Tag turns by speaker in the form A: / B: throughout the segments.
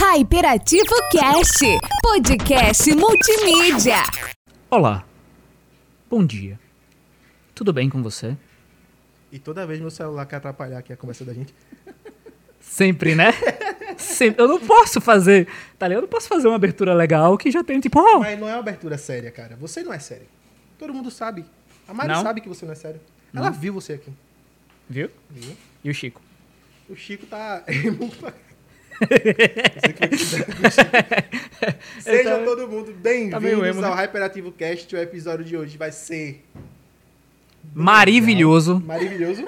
A: Hyperativo Cast, podcast multimídia.
B: Olá. Bom dia. Tudo bem com você?
C: E toda vez meu celular quer atrapalhar aqui a conversa da gente.
B: Sempre, né? Sempre. Eu não posso fazer, tá ligado? Eu não posso fazer uma abertura legal que já tem tipo, ó,
C: Mas não é uma abertura séria, cara. Você não é sério. Todo mundo sabe. A Mari
B: Não.
C: sabe que você não é sério. Ela viu você aqui.
B: viu?
C: Viu?
B: E o Chico.
C: O Chico tá. Você que- Sejam
B: Ele tá-
C: todo mundo
B: tá meio
C: bem-vindos
B: emo,
C: ao Hyperativo Cast. O episódio de hoje vai ser
B: Maravilhoso.
C: maravilhoso.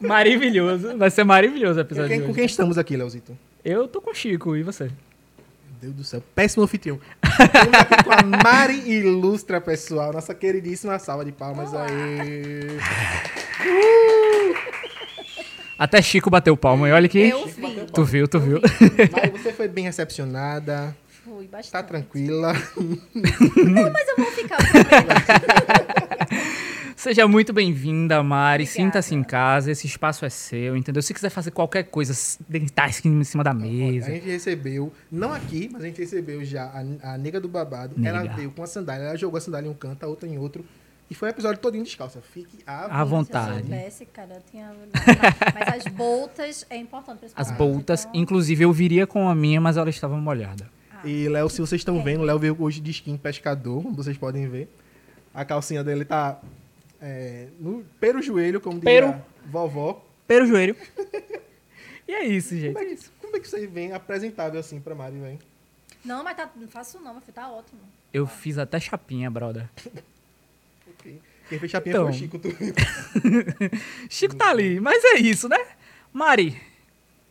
B: Maravilhoso. Vai ser maravilhoso o
C: Com
B: episódio.
C: quem,
B: de
C: com
B: hoje.
C: quem estamos aqui, Leozito?
B: Eu tô com o Chico e você.
C: Meu Deus do céu, péssimo anfitrião. Estamos aqui com a Mari Ilustra, pessoal. Nossa queridíssima salva de palmas aí.
B: Até Chico bateu palma e olha que
D: Eu vi.
B: tu viu, tu viu.
C: Mari, você foi bem recepcionada.
D: Fui bastante.
C: Tá tranquila.
D: Mas eu vou ficar também.
B: Seja muito bem-vinda, Mari.
D: Obrigada.
B: Sinta-se em casa, esse espaço é seu, entendeu? Se quiser fazer qualquer coisa, s- deitar isso aqui em cima da
C: A
B: mesa.
C: gente recebeu, não aqui, mas a gente recebeu já a, a nega do babado.
B: Nega.
C: Ela veio com a sandália, ela jogou a sandália em um canto, a outra em outro. E foi um episódio todinho descalça. Fique à
B: À
D: Se eu
B: vontade.
D: soubesse, cara, eu tinha... Mas as boltas é importante pra esse
B: As
D: momento,
B: boltas,
D: então-
B: inclusive eu viria com a minha, mas ela estava molhada.
C: E Léo, se vocês
D: É.
C: estão vendo, Léo veio hoje de skin pescador, como vocês podem ver. A calcinha dele tá é, no, pelo joelho, como
B: Pelo-
C: diria vovó.
B: Pelo joelho. e é isso, gente.
C: Como é, que, como é que você vem apresentável assim pra Mari, velho?
D: Não, mas tá... não faço não, meu filho. Tá ótimo.
B: Eu fiz até chapinha, brother.
C: Quem fez chapinha
B: Então.
C: foi o Chico. Tu...
B: Chico tá ali, mas é isso, né? Mari,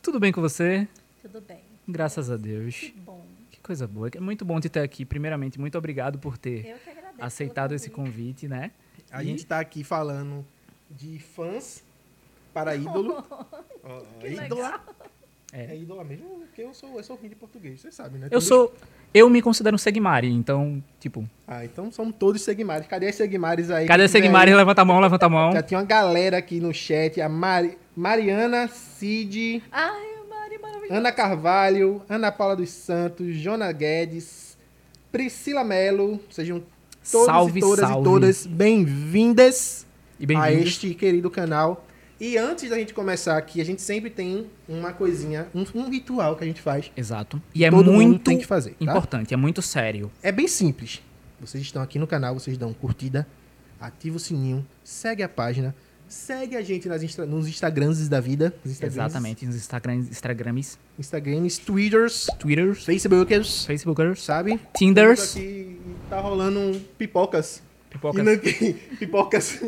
B: tudo bem com você?
D: Tudo bem.
B: Graças a
D: Que
B: Deus.
D: bom.
B: Que coisa boa. É muito bom te ter aqui. Primeiramente, muito obrigado por ter
D: Eu que agradeço.
B: aceitado
D: pelo
B: esse convite, né?
C: A
B: E-
C: gente tá aqui falando de fãs para ídolo. Ó, ídola.
B: É.
C: É. ídola mesmo, porque eu sou, eu sou ruim de português, vocês sabem, né?
B: Eu
C: Todos-
B: sou. Eu me considero um Segmari, então, tipo.
C: Ah, então são todos segmares. Cadê as segmares aí?
B: Cadê
C: Quem
B: a
C: quiser
B: Segmari?
C: aí?
B: Levanta a mão, levanta a mão.
C: Já tinha uma galera aqui no chat. A Mari- Mariana Cid,
D: Ai, Mari, maravilhoso.
C: Ana Carvalho, Ana Paula dos Santos, Jona Guedes, Priscila Melo. Sejam todos
B: Salve,
C: e todas
B: salve.
C: e todas bem-vindas.
B: E
C: a
B: bem-vindo.
C: este querido canal. E antes da gente começar aqui, a gente sempre tem uma coisinha, um, um ritual que a gente faz.
B: Exato. E é
C: Todo mundo
B: muito
C: tem que fazer, tá?
B: importante, é muito sério.
C: É bem simples. Vocês estão aqui no canal, vocês dão curtida, ativa o sininho, segue a página, segue a gente nas instra- nos Instagrams da vida. Nos Instagrams,
B: Exatamente. Nos Instagrams, Instagrams,
C: Instagrams, Twitters,
B: Twitters,
C: Facebookers,
B: Facebookers,
C: sabe?
B: Tinders.
C: Aqui, tá rolando um pipocas.
B: Pipocas.
C: E- pipocas.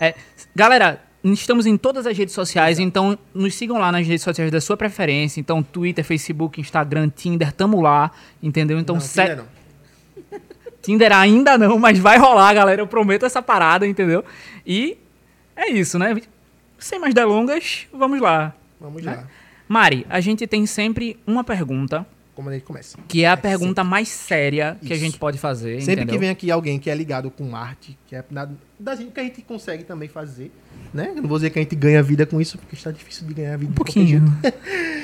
B: É, galera, estamos em todas as redes sociais, então nos sigam lá nas redes sociais da sua preferência. Então, Twitter, Facebook, Instagram, Tinder, tamo lá, entendeu? Então,
C: Não,
B: se-
C: Tinder não.
B: Tinder ainda não, mas vai rolar, galera. Eu prometo essa parada, entendeu? E é isso, né? Sem mais delongas, vamos lá.
C: Vamos
B: Né?
C: lá.
B: Mari, a gente tem sempre uma pergunta,
C: Como a gente começa.
B: que é a pergunta mais séria que a
C: Isso.
B: gente pode fazer.
C: Sempre
B: entendeu?
C: que vem aqui alguém que é ligado com arte, que é nada da gente que a gente consegue também fazer, né? Eu não vou dizer que a gente ganha vida com isso, porque está difícil de ganhar vida.
B: Um pouquinho.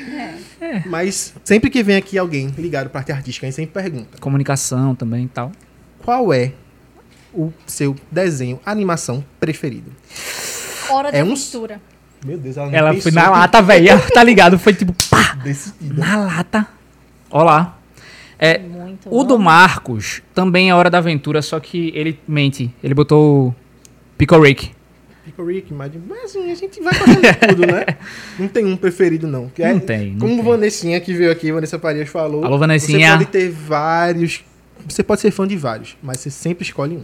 B: É.
C: Mas sempre que vem aqui alguém ligado para arte artística, a gente sempre pergunta:
B: Comunicação também e tal.
C: qual é o seu desenho, animação preferido?
D: Hora de
C: É
D: é
C: um-
D: mistura.
C: Meu Deus, ela
B: Ela foi na lata, velho. Tá ligado? Foi tipo, pá! Na lata. Olá. É,
D: Muito.
B: o do Marcos também é Hora da Aventura, só que ele mente. Ele botou o Pickle Rick.
C: Pico Rick, mas mas, assim, a gente vai passando de tudo, né? Não tem um preferido, não. Que
B: Não tem, não
C: como
B: tem.
C: Vanessinha que veio aqui, Vanessa Farias falou.
B: Alô, Vanessinha.
C: Você pode ter vários. Você pode ser fã de vários, mas você sempre escolhe um.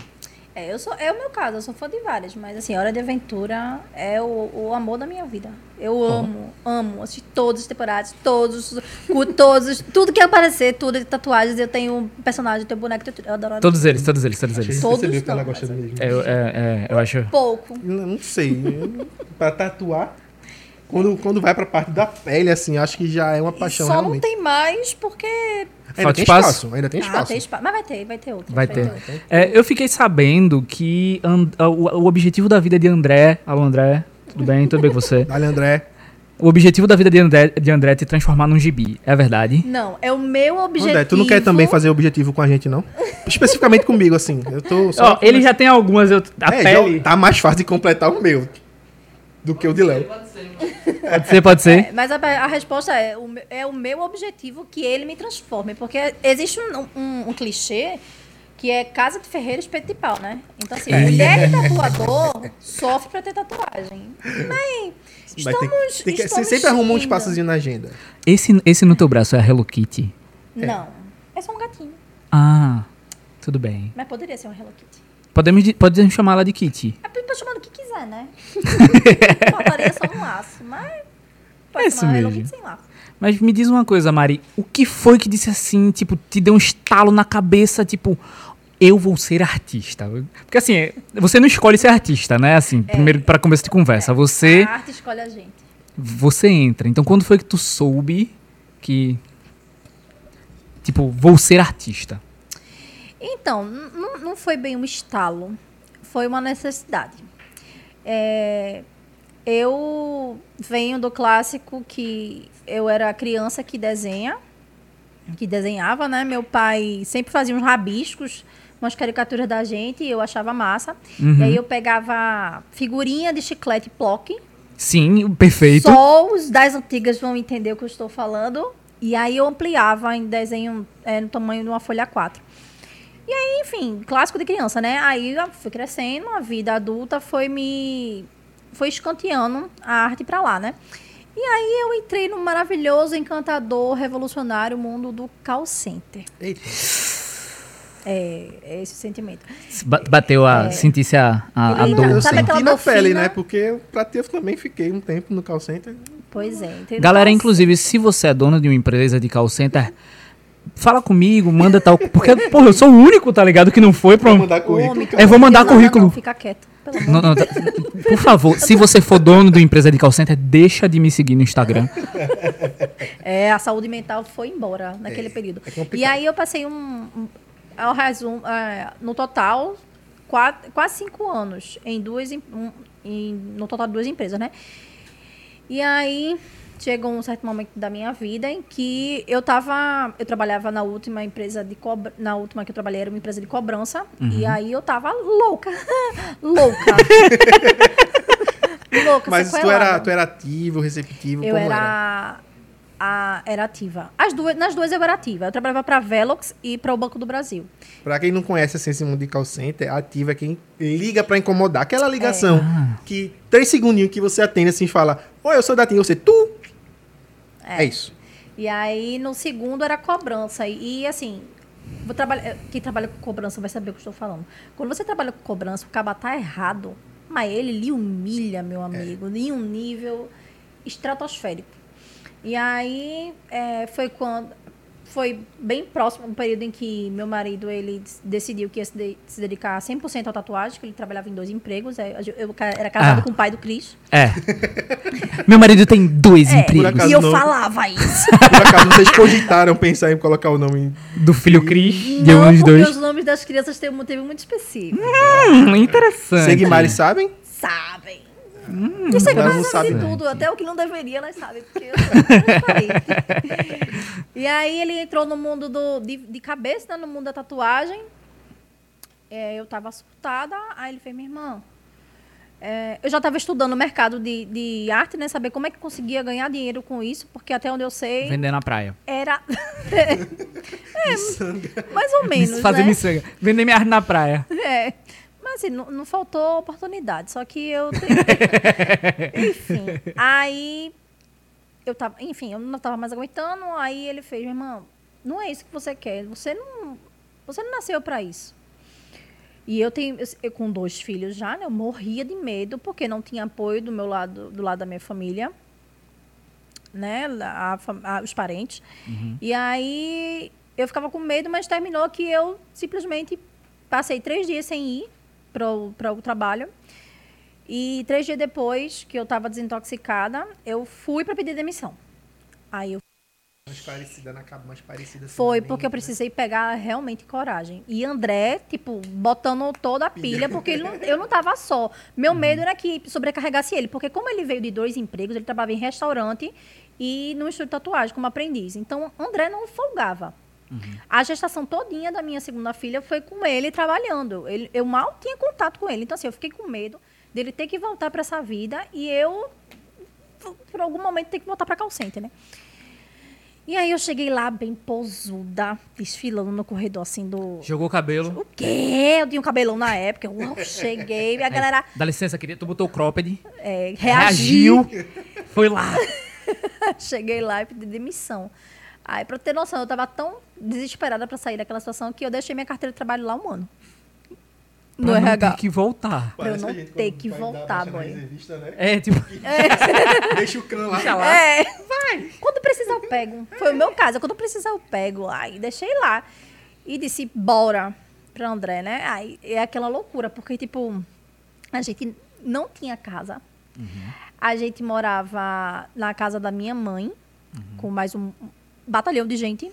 D: É, eu sou, é o meu caso, eu sou fã de várias, mas assim, Hora de Aventura é o, o amor da minha vida. Eu amo, amo. Assisti todas as temporadas, todos, os- cu- todos, os- tudo que aparecer, tudo de tatuagens, eu tenho um personagem, eu tenho boneco, eu tenho- eu adoro.
B: Todos eles, todos eles, todos
C: Você
B: eles.
D: Todos
C: percebeu que ela
D: não,
C: gosta
D: mas-
C: mesmo.
B: É, eu- é, é, eu acho.
D: Pouco.
C: Não não sei. eu- pra tatuar, quando, quando vai pra parte da pele, assim, acho que já é uma
D: E
C: paixão
D: só não
C: realmente.
D: tem mais porque.
C: Ainda
B: Falta
C: tem
B: espaço?
C: espaço. ainda tem espaço.
D: Ah, tem espaço. Mas vai ter, vai ter outro.
B: Vai ter.
D: outro.
B: É, eu fiquei sabendo que And- o, o objetivo da vida de André. Alô, André. Tudo bem? Tudo bem com você?
C: Dale, André.
B: O objetivo da vida de André, de André é te transformar num gibi. É verdade?
D: Não, é o meu objetivo.
C: André, tu não quer também fazer objetivo com a gente, não? Especificamente comigo, assim. Eu tô só.
B: Ó, ele já tem algumas. Eu, a
C: É, já
B: pele.
C: tá mais fácil de completar o meu do que o de Léo.
B: Pode ser, pode ser.
D: É, Mas a, a resposta é o, me- é o meu objetivo que ele me transforme. Porque existe um, um- um clichê que é casa de ferreiro, espeto de pau, né? Então, assim, mulher de tatuador sofre pra ter tatuagem. Bem,
C: Mas
D: estamos,
C: tem- tem que- você
D: estamos
C: sempre arruma um
D: indo.
C: espaçozinho na agenda.
B: Esse, esse no teu braço é a Hello Kitty?
D: Não, é só um gatinho.
B: Ah, tudo bem.
D: Mas poderia ser um Hello Kitty.
B: Podemos, di- podemos chamá-la de Kitty.
D: É pra chamar do que quiser, né? Faltaria só um laço, mas... Pode
B: É
D: ser
B: isso
D: uma Hello
B: mesmo.
D: Kitty sem laço.
B: Mas me diz uma coisa, Mari. O que foi que disse assim, tipo, te deu um estalo na cabeça, tipo, eu vou ser artista? Porque assim, é- você não escolhe ser artista, né? Assim,
D: É.
B: primeiro pra começo de conversa. Você,
D: A arte escolhe a gente.
B: você entra. Então quando foi que tu soube que tipo, vou ser artista?
D: Então, n- n- não foi bem um estalo, foi uma necessidade. É, eu venho do clássico que eu era criança que desenha, que desenhava, né? Meu pai sempre fazia uns rabiscos, umas caricaturas da gente, e eu achava massa. E aí eu pegava figurinha de chiclete plock,
B: Sim, perfeito.
D: só os das antigas vão entender o que eu estou falando. E aí eu ampliava em desenho é, no tamanho de uma folha 4. E aí, enfim, clássico de criança, né? Aí eu fui crescendo, a vida adulta foi me. foi escanteando a arte pra lá, né? E aí eu entrei no maravilhoso, encantador, revolucionário mundo do call center.
C: Eita.
D: É, é esse o sentimento.
B: Ba- Bateu a. Sentisse a, a, a
D: É. Ele-
B: dor.
C: Eu
D: Sabe
B: sim.
D: aquela
C: senti na
D: dor
C: pele,
D: fina?
C: né? Porque eu, pra ter, eu também fiquei um tempo no call center.
D: Pois é, entendeu?
B: Galera, inclusive, se você é dono de uma empresa de call center, fala comigo, manda tal. Porque, porra, eu sou o único, tá ligado? Que não foi pra
C: Vou
B: um.
C: mandar currículo.
B: É, vou mandar
D: Não, não,
B: currículo.
D: não, fica quieto. Pelo amor
B: Não, não, tá- Por favor, se você for dono de uma empresa de call center, deixa de me seguir no Instagram.
D: É, a saúde mental foi embora naquele período.
C: é complicado.
D: e aí eu passei um, um- ao resumo, é, no total, quatro, quase cinco anos em duas, em- um- em- no total duas empresas, né? E aí chegou um certo momento da minha vida em que eu tava, eu trabalhava na última empresa de cobra, na última que eu trabalhei era uma empresa de cobrança
C: Uhum.
D: e aí eu tava louca, louca. louca, né?
C: Mas tu
D: sequelada.
C: era, tu era ativo, receptivo,
D: Eu
C: como
D: era,
C: era?
D: a- era ativa. As duas, nas duas eu era ativa. Eu trabalhava para Velox e para o Banco do Brasil.
C: Pra quem não conhece assim, esse mundo de call center, ativa é quem liga pra incomodar. Aquela
D: É.
C: ligação que três segundinhos que você atende assim e fala: Oi, eu sou da TIM, você tu. É, isso.
D: E aí no segundo era cobrança. E, e, assim, vou trabalhar, quem trabalha com cobrança vai saber o que eu estou falando. Quando você trabalha com cobrança, o caba tá errado, mas ele lhe humilha,
B: É.
D: meu amigo, em um nível estratosférico. E aí é, foi quando foi bem próximo um período em que meu marido ele des- decidiu que ia se, de- se dedicar 100% à tatuagem, que ele trabalhava em dois empregos, é, eu, eu ca- era casado
B: Ah.
D: com o pai do Cris.
B: É. Meu marido tem dois
D: É,
B: empregos.
C: acaso
D: e eu
C: não.
D: falava isso.
C: Por acaso vocês cogitaram pensar em colocar o nome.
B: Do filho Cris, de
D: Não,
B: um dos
D: porque
B: dois.
D: os nomes das crianças têm um motivo muito específico.
B: Hum, interessante.
C: Seguimares sabem?
D: Sabem. Isso é
C: Elas não
D: quase
C: sabem,
D: assim
C: não.
D: tudo. Até o que não deveria, elas sabem. Porque eu sou transparente. e aí ele entrou no mundo do, de, de cabeça, né, no mundo da tatuagem. É, eu tava surtada. Aí ele fez, minha irmã... é, eu já estava estudando o mercado de, de arte, né? Saber como é que conseguia ganhar dinheiro com isso, porque até onde eu sei
B: Vender na praia.
D: era mais ou menos.
B: Fazer
D: né?
B: miçanga. Vender minha arte na praia.
D: É. Mas assim, não, não faltou oportunidade, só que eu tentei. enfim, aí eu tava, enfim, eu não tava mais aguentando, aí ele fez, minha irmã, não é isso que você quer, você não, você não nasceu para isso. E eu tenho, eu, eu com dois filhos já, né, eu morria de medo porque não tinha apoio do meu lado, do lado da minha família, né, a fam- a- os parentes. E aí eu ficava com medo, mas terminou que eu simplesmente passei três dias sem ir para o trabalho. E três dias depois que eu estava desintoxicada, eu fui para pedir demissão. Aí eu
C: mais parecida na capa, mais parecida. assim
D: Foi,
C: também,
D: porque eu
C: né?
D: precisei pegar realmente coragem. E André, tipo, botando toda a pilha, porque ele não- eu não tava só.
C: Uhum.
D: Meu medo era que sobrecarregasse ele, porque como ele veio de dois empregos, ele trabalhava em restaurante e no estúdio de tatuagem como aprendiz. Então, André não folgava.
C: Uhum.
D: A gestação todinha da minha segunda filha foi com ele trabalhando. Ele- eu mal tinha contato com ele. Então, assim, eu fiquei com medo dele ter que voltar para essa vida e eu, por- por algum momento, ter que voltar para call center, né? E aí eu cheguei lá bem pousuda, desfilando no corredor, assim, do...
B: Jogou o cabelo.
D: O quê? Eu tinha um cabelão na época. Eu uau, cheguei, e a galera
B: Dá licença, querida. Tu botou o cropped.
D: é, reagiu.
B: Foi lá.
D: Cheguei lá e pedi demissão. Aí, pra ter noção, eu tava tão desesperada pra sair daquela situação que eu deixei minha carteira de trabalho lá um ano. No
B: Pra não
D: RH.
B: ter que voltar.
D: pra eu
C: Parece
D: não
C: a gente
D: ter
C: quando
D: que
C: vai dar
D: voltar,
C: baixa na
D: boy.
C: reservista, né?
B: É, tipo...
C: Deixa o clã lá.
D: É, vai. Quando precisar, eu pego. Foi o meu caso. Quando precisar, eu pego. Aí deixei lá. E disse, bora pra André, né? Aí é aquela loucura, porque, tipo, a gente não tinha casa. A gente morava na casa da minha mãe, com mais um batalhão de gente.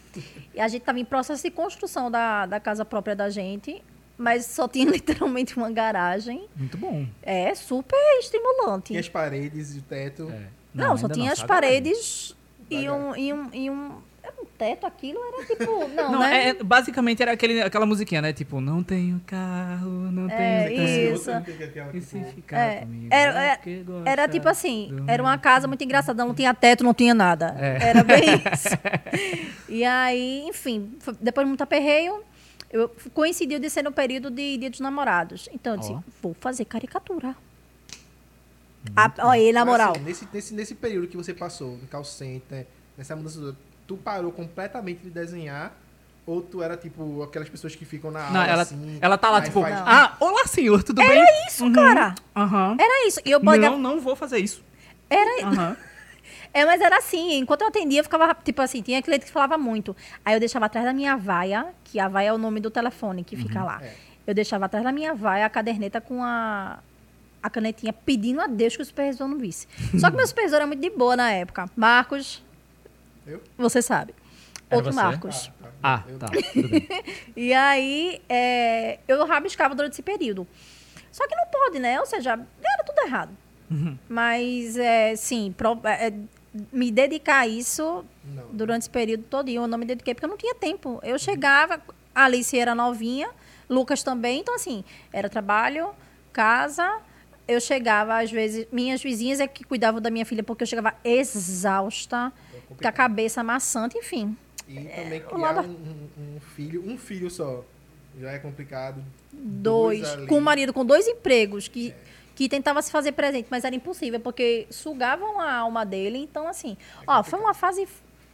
D: E a gente estava em processo de construção da, da casa própria da gente, mas só tinha literalmente uma garagem.
B: Muito bom.
D: É super estimulante.
C: Tinha as paredes e o teto.
B: É.
D: Não, só
B: ainda
D: tinha as
B: sabe?
D: paredes e
C: Devagar.
D: um, e, um, e um. Era um teto aquilo, era tipo. Não,
B: Não,
D: né?
B: é, basicamente era aquele, aquela musiquinha, né? Tipo, não tenho carro, não
D: É,
B: tenho...
D: isso.
C: Outra, não tem aquela que
B: E se ficar
D: É,
B: comigo?
D: era,
B: é
D: era,
B: porque gosta
D: era tipo assim,
B: do
D: era uma
B: meu-
D: casa muito engraçada, não tinha teto, não tinha nada.
B: É.
D: Era bem isso. E aí, enfim, foi- depois de muito aperreio, eu, coincidiu de ser no período de Dia dos Namorados. Então eu disse,
B: Ó.
D: vou fazer caricatura. A, ó, ele, na moral.
C: Assim, nesse, nesse, nesse período que você passou no call center, nessa mudança, toda, tu parou completamente de desenhar? Ou tu era tipo aquelas pessoas que ficam na
B: Não,
C: aula
B: ela,
C: assim?
B: ela tá lá,
C: aí
B: tipo,
C: faz-
B: ah, olá senhor, tudo bem? Uhum.
D: Era isso, cara.
B: Aham.
D: Era isso. E eu pegava.
B: Não, não vou fazer isso.
D: Era-
B: Aham.
D: É, mas era assim, enquanto eu atendia, eu ficava, tipo assim, tinha cliente que falava muito. Aí eu deixava atrás da minha vaia, que a vaia é o nome do telefone que fica lá.
C: É.
D: Eu deixava atrás da minha vaia a caderneta com a, a canetinha, pedindo a Deus que o supervisor não visse. Só que meu supervisor era muito de boa na época. Marcos,
C: Eu?
D: você sabe.
B: Era
D: Outro
B: você?
D: Marcos.
B: Ah,
C: Eu-
B: tá, tudo bem.
D: E aí, é, eu rabiscava durante esse período. Só que não pode, né? Ou seja, era tudo errado. Mas, é, sim, pro- é, é, me dedicar a isso
C: Não.
D: durante esse período todinho. Eu não me dediquei porque eu não tinha tempo. Eu chegava, a Alice era novinha, Lucas também. Então, assim, era trabalho, casa. Eu chegava, às vezes, minhas vizinhas é que cuidavam da minha filha porque eu chegava exausta, com a cabeça amassante, enfim.
C: E também
D: o
C: criar
D: lado-
C: um, um- um filho, um filho só. Já é complicado.
D: dois,
C: Dois ali.
D: com o marido com dois empregos que, que tentava se fazer presente, mas era impossível porque sugavam a alma dele. Então assim,
C: É
D: ó, foi uma fase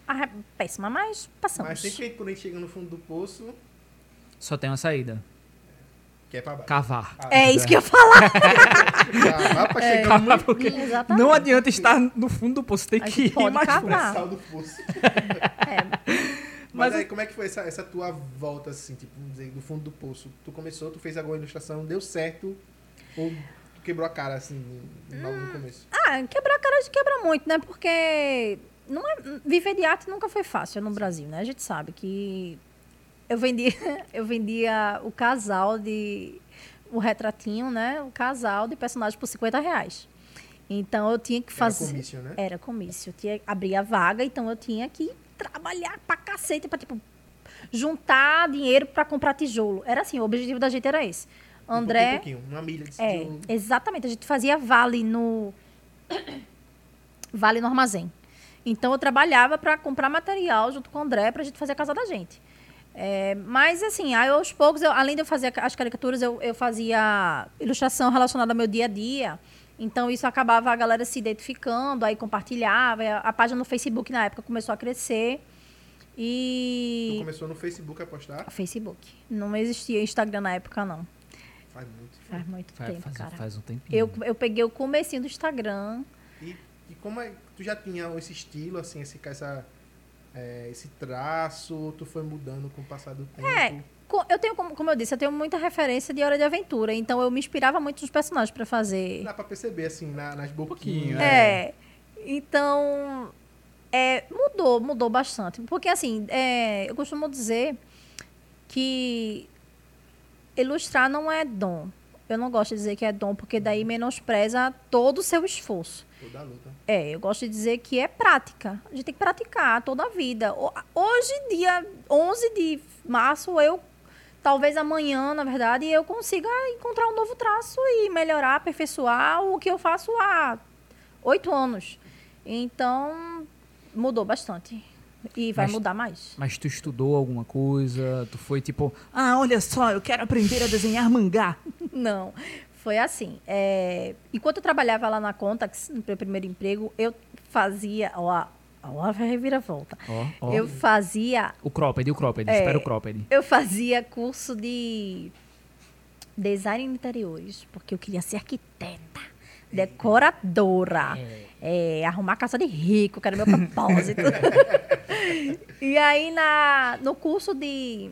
D: ah, péssima, mas passamos.
C: Mas sempre que quando a gente chega no fundo do poço,
B: Só tem uma saída.
C: que é pra baixo.
B: Cavar.
D: É
C: né?
D: isso que eu ia falar.
C: Cavar pra
D: É.
C: chegar no
B: Cavar porque
D: Exatamente.
B: não adianta estar no fundo do poço, tem
D: A
B: que
D: gente
B: ir
D: pode
B: mais
D: cavar.
B: fundo.
C: pré-sal do poço.
D: É,
C: Mas,
B: Mas
C: aí,
B: eu-
C: como é que foi essa, essa tua volta, assim, tipo, vamos dizer, do fundo do poço? Tu começou, tu fez alguma ilustração, deu certo? Ou tu quebrou a cara, assim, logo no começo?
D: ah, quebrar a cara de quebra muito, né? Porque não é, viver de arte nunca foi fácil no Brasil, né? A gente sabe que eu vendia, eu vendia o casal de. o retratinho, né? O casal de personagem por 50 reais. Então eu tinha que fazer.
C: Era comício, né?
D: Era comício. Eu tinha, abria a vaga, então eu tinha que trabalhar pra cacete, pra, tipo, juntar dinheiro pra comprar tijolo. Era assim, o objetivo da gente era esse.
C: Um
D: André.
C: pouquinho, um pouquinho, uma milha de
D: é,
C: de-
D: exatamente. A gente fazia vale no. vale no armazém. Então eu trabalhava pra comprar material junto com o André pra gente fazer a casa da gente. É, mas assim, aí aos poucos, eu- além de eu fazer as caricaturas, eu, eu fazia ilustração relacionada ao meu dia a dia. Então isso acabava a galera se identificando, aí compartilhava. e A, a página no Facebook na época começou a crescer.
C: Tu
D: E.
C: começou no Facebook a postar?
D: Facebook. Não existia Instagram na época, não.
C: Faz muito.
D: Faz muito
B: Faz,
D: tempo,
B: faz-
D: cara.
B: faz um tempinho.
D: Eu, eu peguei o comecinho do Instagram.
C: E, e como é, tu já tinha esse estilo, assim, esse, essa, é, esse traço, tu foi mudando com o passar do tempo?
D: É, co- eu tenho, como, como eu disse, eu tenho muita referência de Hora de Aventura, então eu me inspirava muito nos personagens pra fazer.
C: Dá pra perceber, assim, na- nas
B: pouquinho,
C: boquinhas.
B: né?
D: É. Então, É, mudou, mudou bastante. Porque, assim, é, eu costumo dizer que ilustrar não é dom. Eu não gosto de dizer que é dom, porque daí menospreza todo o seu esforço.
C: Toda a luta.
D: É, eu gosto de dizer que é prática. A gente tem que praticar toda a vida. Ho- Hoje, dia 11 de março, eu, talvez amanhã, na verdade, eu consiga encontrar um novo traço e melhorar, aperfeiçoar o que eu faço há oito anos. Então, mudou bastante. E vai
B: Mas-
D: mudar mais.
B: Mas tu estudou alguma coisa? Tu foi tipo, ah, olha só, eu quero aprender a desenhar mangá.
D: Não, foi assim. é, enquanto eu trabalhava lá na Contax, no meu primeiro emprego, eu fazia. Ó, ó, a reviravolta.
B: Ó, ó.
D: Eu fazia.
B: O cropped, o cropped,
D: é,
B: espera o cropped.
D: Eu fazia curso de design de interiores, porque eu queria ser arquiteta, decoradora, é, arrumar casa de rico, que era meu propósito. e aí na, no curso de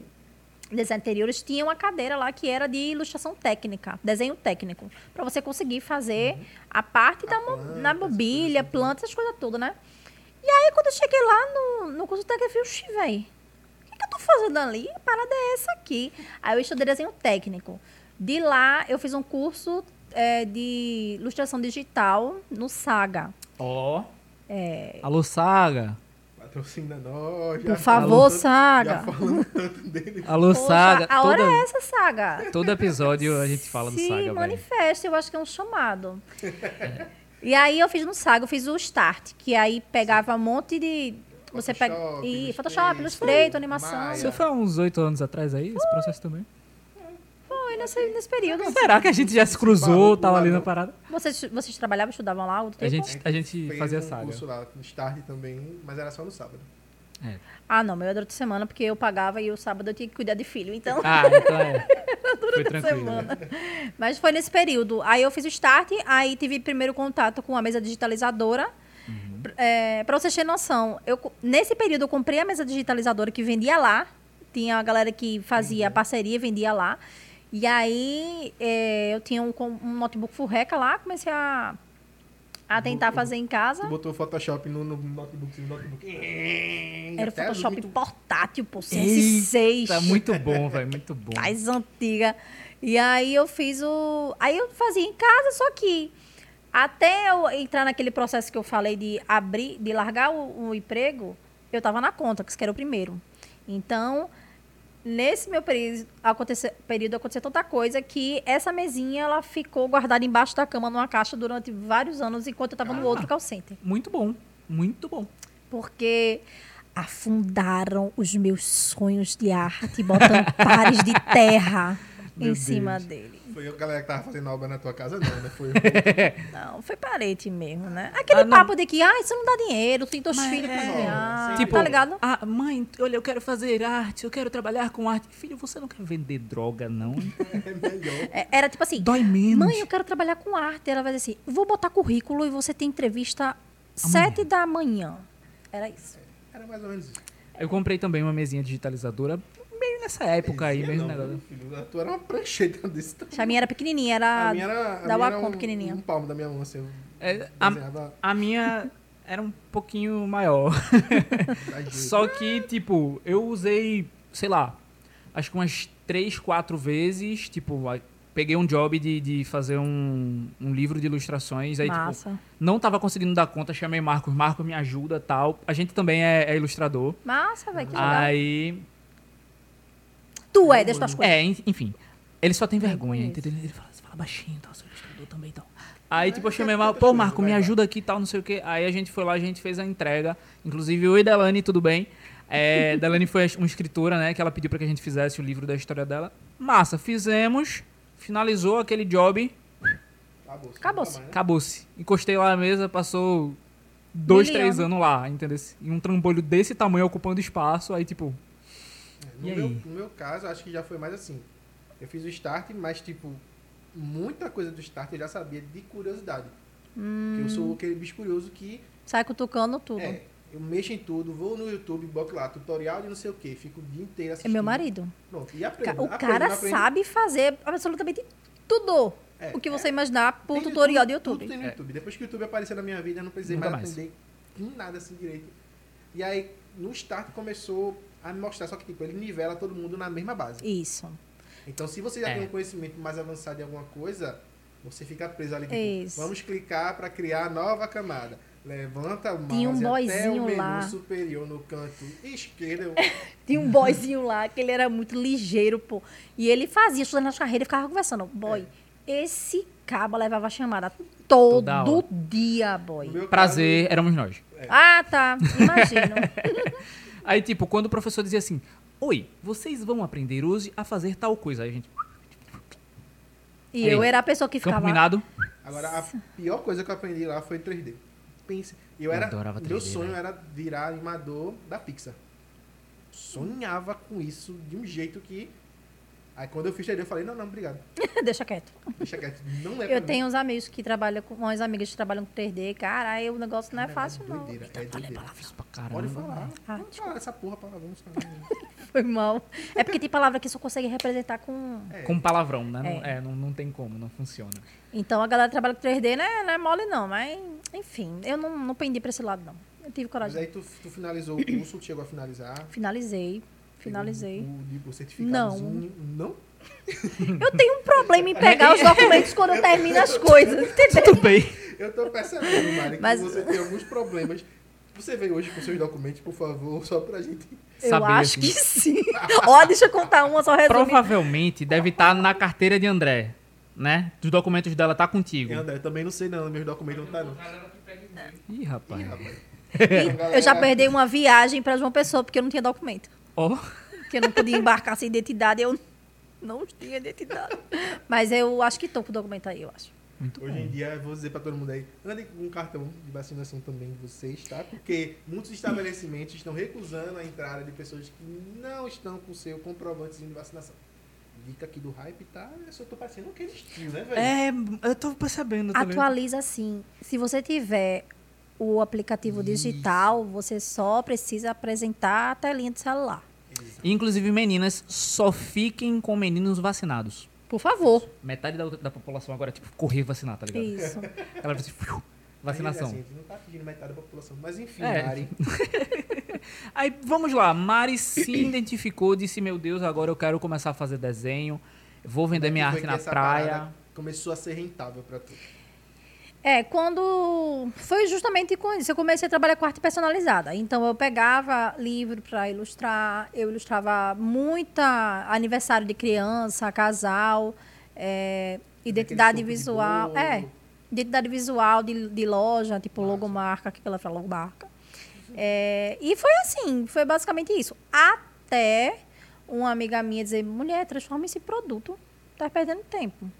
D: desenho de interiores tinha uma cadeira lá que era de ilustração técnica, desenho técnico, para você conseguir fazer a parte da mo-
C: Uhum. planta,
D: na
C: as coisas assim.
D: mobília, plantas, essas coisas todas, né? E aí quando eu cheguei lá no, no curso técnico, eu falei, oxi, véi, o que, que eu tô fazendo ali? A parada é essa aqui. Aí eu estudei desenho técnico. De lá, eu fiz um curso eh, de ilustração digital no Saga.
B: Ó. É... Alô, Saga.
C: Patrocina nós.
D: Por
C: falando
D: favor,
C: tanto-
D: Saga.
C: Já falando tanto dele.
B: Alô,
D: Poxa,
B: Saga.
D: a hora
B: Toda-
D: é essa, Saga.
B: Todo episódio a gente fala do Saga, velho.
D: manifesta, eu acho que é um chamado. E aí eu fiz no Saga, eu fiz o Start, que aí pegava um monte de. Você pega.
C: Photoshop,
D: Ih,
C: Illustrator,
D: Photoshop, Illustrator, animação.
C: Maya.
B: Isso foi há uns oito anos atrás aí,
D: Uh.
B: esse processo também?
D: Foi nesse, nesse período.
B: Será que a gente já se cruzou,
C: Barulho,
B: tava ali na
C: barulho.
B: parada?
D: Vocês, vocês trabalhavam, estudavam lá outro
B: A
D: tempo?
B: gente, a gente
C: Fez
B: fazia
C: um
B: Saga.
C: curso lá no Start também, mas era só no sábado.
B: É.
D: Ah, não, meu era durante a semana, porque eu pagava e o sábado eu tinha que cuidar de filho. Então.
B: Ah, então é. Foi tranquilo. né?
D: semana. Mas foi nesse período. Aí eu fiz o start, aí tive primeiro contato com a mesa digitalizadora. Pr- É, pra vocês terem noção, eu, co- nesse período eu comprei a mesa digitalizadora que vendia lá. Tinha a galera que fazia parceria e vendia lá. E aí é, eu tinha um, com- um notebook furreca lá, comecei a, a tentar fazer em casa.
C: Tu botou o Photoshop no, no notebook, no notebook.
D: Era o
C: Até
D: Photoshop
C: muito-
D: portátil, pô, CS6.
B: Eita, Tá muito bom, velho, muito bom.
D: mais antiga. E aí eu fiz o. Aí eu fazia em casa, só que até eu entrar naquele processo que eu falei de abrir, de largar o, o emprego, eu tava na conta, que era o primeiro. Então, nesse meu período aconteceu, período aconteceu tanta coisa que essa mesinha ela ficou guardada embaixo da cama numa caixa durante vários anos enquanto eu tava no outro call center.
B: Muito bom, muito bom.
D: Porque afundaram os meus sonhos de arte, botando pares de terra em
B: Meu
D: cima dele.
C: Foi eu, galera, que tava fazendo obra na tua casa, não, né? Foi eu.
D: Não, foi parede mesmo, né? Aquele
B: Ah, não.
D: papo de que, ah, isso não dá dinheiro, tem dois filhos pra ganhar,
B: Tipo,
D: tá ligado?
B: Ah, mãe, olha, eu quero fazer arte, eu quero trabalhar com arte. Filho, você não quer vender droga, não?
C: É melhor.
D: É, Era tipo assim,
B: Dói menos.
D: mãe, eu quero trabalhar com arte. Ela vai dizer assim, vou botar currículo e você tem entrevista sete da manhã. Era isso.
C: Era mais ou menos isso.
B: Eu comprei também uma mesinha digitalizadora bem nessa época aí, mesmo né?
C: Não,
B: negócio.
C: meu filho, a tua era uma prancheta desse tamanho.
D: A minha era pequenininha, era,
C: a minha era, a
D: da
C: minha era
D: Wacom,
C: um,
D: pequenininha.
C: um palmo da minha mão, assim. Eu
B: É, a,
C: desenhava
B: a minha era um pouquinho maior.
C: a jeito.
B: Só que, tipo, eu usei, sei lá, acho que umas três, quatro vezes, tipo, a- peguei um job de, de fazer um, um livro de ilustrações, aí, tipo,
D: Massa.
B: não tava conseguindo dar conta, chamei Marcos, Marcos me ajuda, tal. A gente também é, é ilustrador.
D: Massa, velho, que legal.
B: Aí,
D: Tu é, deixa tuas coisas.
B: é, en- enfim, ele só tem vergonha,
D: conheço.
B: entendeu? Ele fala, você fala baixinho, tal, sou ilustrador também, tal. Aí, tipo, eu chamei Marcos, pô, Marco, me ajuda aqui, tal, não sei o quê. Aí a gente foi lá, a gente fez a entrega, inclusive, oi, Delane, tudo bem? É, Delane foi uma escritora, né, que ela pediu pra que a gente fizesse o livro da história dela. Massa, fizemos, finalizou aquele job,
C: Acabou-se.
D: Acabou-se.
C: Nunca mais, né?
B: Acabou-se. Encostei lá na mesa, passou dois,
D: Milhão.
B: três anos lá, entendeu? E um trambolho desse tamanho ocupando espaço, aí tipo.
C: É, No,
B: E
C: meu,
B: aí?
C: no meu caso, acho que já foi mais assim. Eu fiz o start, mas, tipo, muita coisa do start eu já sabia de curiosidade. Porque eu sou aquele bicho curioso que.
D: Sai cutucando Hum. tudo.
C: É, eu mexo em tudo, vou no YouTube, boto lá, tutorial de não sei o que, fico o dia inteiro
D: É
C: assistindo.
D: meu marido.
C: Pronto, e
D: Ca-
C: aprendo,
D: O
C: aprendo,
D: cara
C: aprendo.
D: sabe fazer absolutamente tudo
C: É,
D: o que
C: é.
D: você imaginar por
C: Tem
D: tutorial do
C: tudo,
D: YouTube.
C: Tudo tem no
B: É.
C: YouTube. Depois que o YouTube apareceu na minha vida, eu não precisei
B: Nunca
C: mais
B: mais.
C: aprender nada assim direito. E aí, no start, começou a me mostrar, só que tipo, ele nivela todo mundo na mesma base.
D: Isso.
C: Então, se você já
B: É.
C: tem um conhecimento mais avançado de alguma coisa, você fica preso ali. Tipo,
D: É Isso.
C: Vamos clicar para criar a nova camada. Levanta o mouse
D: Tinha um
C: até o
D: boyzinho
C: menu
D: lá.
C: superior no canto esquerdo.
D: Tinha um boyzinho lá, que ele era muito ligeiro, pô. E ele fazia, estudando nas carreiras, ficava conversando. Boy,
C: É.
D: esse caba levava chamada todo
B: Toda hora.
D: dia, boy.
C: No meu é.
B: Prazer, éramos nós.
D: Ah, tá. Imagino.
B: Aí, tipo, quando o professor dizia assim: Oi, vocês vão aprender hoje a fazer tal coisa. Aí a gente,
D: E
B: Ei,
D: eu era a pessoa que
B: campo
D: ficava.
B: minado.
C: Caso, agora, a pior coisa que eu aprendi lá foi 3D. Pense, eu
B: Eu
C: era,
B: adorava
C: meu
B: 3D,
C: sonho
B: né?
C: era virar animador da Pixar. Sonhava com isso de um jeito que... Aí quando eu fiz 3D, eu falei, não, não, obrigado.
D: Deixa quieto.
C: Deixa quieto, não é pra
D: Eu
C: mim.
D: tenho um uns amigos que trabalham com. Umas amigas que trabalham com 3D. Cara, aí o negócio não é fácil, não.
C: doideira, é doideira.
B: Isso pra caramba. né?
C: Pode falar.
D: Ah,
C: Pode falar essa porra, né? palavrão. isso não-
D: Foi mal. É porque tem palavra que só consegue representar com.
C: É.
B: Com palavrão, né? Não-
D: É.
B: É, não, não tem como, não funciona.
D: Então a galera que trabalha com 3D não é, não é mole, não. Mas, enfim, eu não, não pendi pra esse lado, não. Eu tive
C: Mas
D: coragem.
C: aí tu, tu finalizou o curso, tu chegou a finalizar.
D: Finalizei. Finalizei.
C: Pegou O, o, o certificado
D: Não.
C: Não?
D: Eu tenho um problema em pegar os documentos quando eu termino as coisas, entendeu?
B: Tudo bem.
C: Eu tô percebendo, Mari, que
D: Mas-
C: você tem alguns problemas. Você veio hoje com seus documentos, por favor, só pra gente.
D: Eu
B: Saber,
D: acho
B: assim.
D: que sim. Ó, deixa eu contar uma só resumir.
B: Provavelmente deve estar na carteira de André, né? Os documentos dela tá contigo.
C: Eu, André, eu também não sei, não. Meus documentos não tá, não.
B: Ih, rapaz.
D: E
C: é.
D: Eu já perdi uma viagem pra João Pessoa porque eu não tinha documento.
B: Ó,
D: Porque eu não podia embarcar sem identidade. Eu não tinha identidade. Mas eu acho que tô com o documento aí, eu acho.
B: muito
C: Hoje
B: bom.
C: em dia, eu vou dizer pra todo mundo aí, andem com um cartão de vacinação também de vocês, tá? Porque muitos estabelecimentos estão recusando a entrada de pessoas que não estão com o seu comprovantezinho de vacinação. Dica aqui do hype, tá? Eu só tô parecendo aquele estilo, né, velho?
B: É, eu tô percebendo também.
D: Atualiza assim. Se você tiver o aplicativo digital, você só precisa apresentar a telinha do celular.
B: Inclusive, meninas, só fiquem com meninos vacinados.
D: Por favor.
B: Metade da, da população agora, tipo, correr vacinar, tá ligado?
D: Isso.
B: Ela vai assim, "Fiu",
C: Aí,
B: vacinação.
C: assim, não tá pedindo metade da população. Mas enfim,
B: É.
C: Mari.
B: Aí, vamos lá. Mari se identificou, disse, meu Deus, agora eu quero começar a fazer desenho. Vou vender minha arte
C: foi é que
B: na
C: essa
B: praia.
C: parada Começou a ser rentável pra tu.
D: É, quando. Foi justamente com isso. Eu comecei a trabalhar com arte personalizada. Então, eu pegava livro para ilustrar, eu ilustrava muita aniversário de criança, casal, é, identidade
C: surto de
D: visual.
C: bolo.
D: É, identidade visual de, de loja, tipo logomarca, que ela fala logomarca. É, e foi assim, foi basicamente isso. Até uma amiga minha dizer: mulher, transforma esse produto, tá perdendo tempo.
C: Como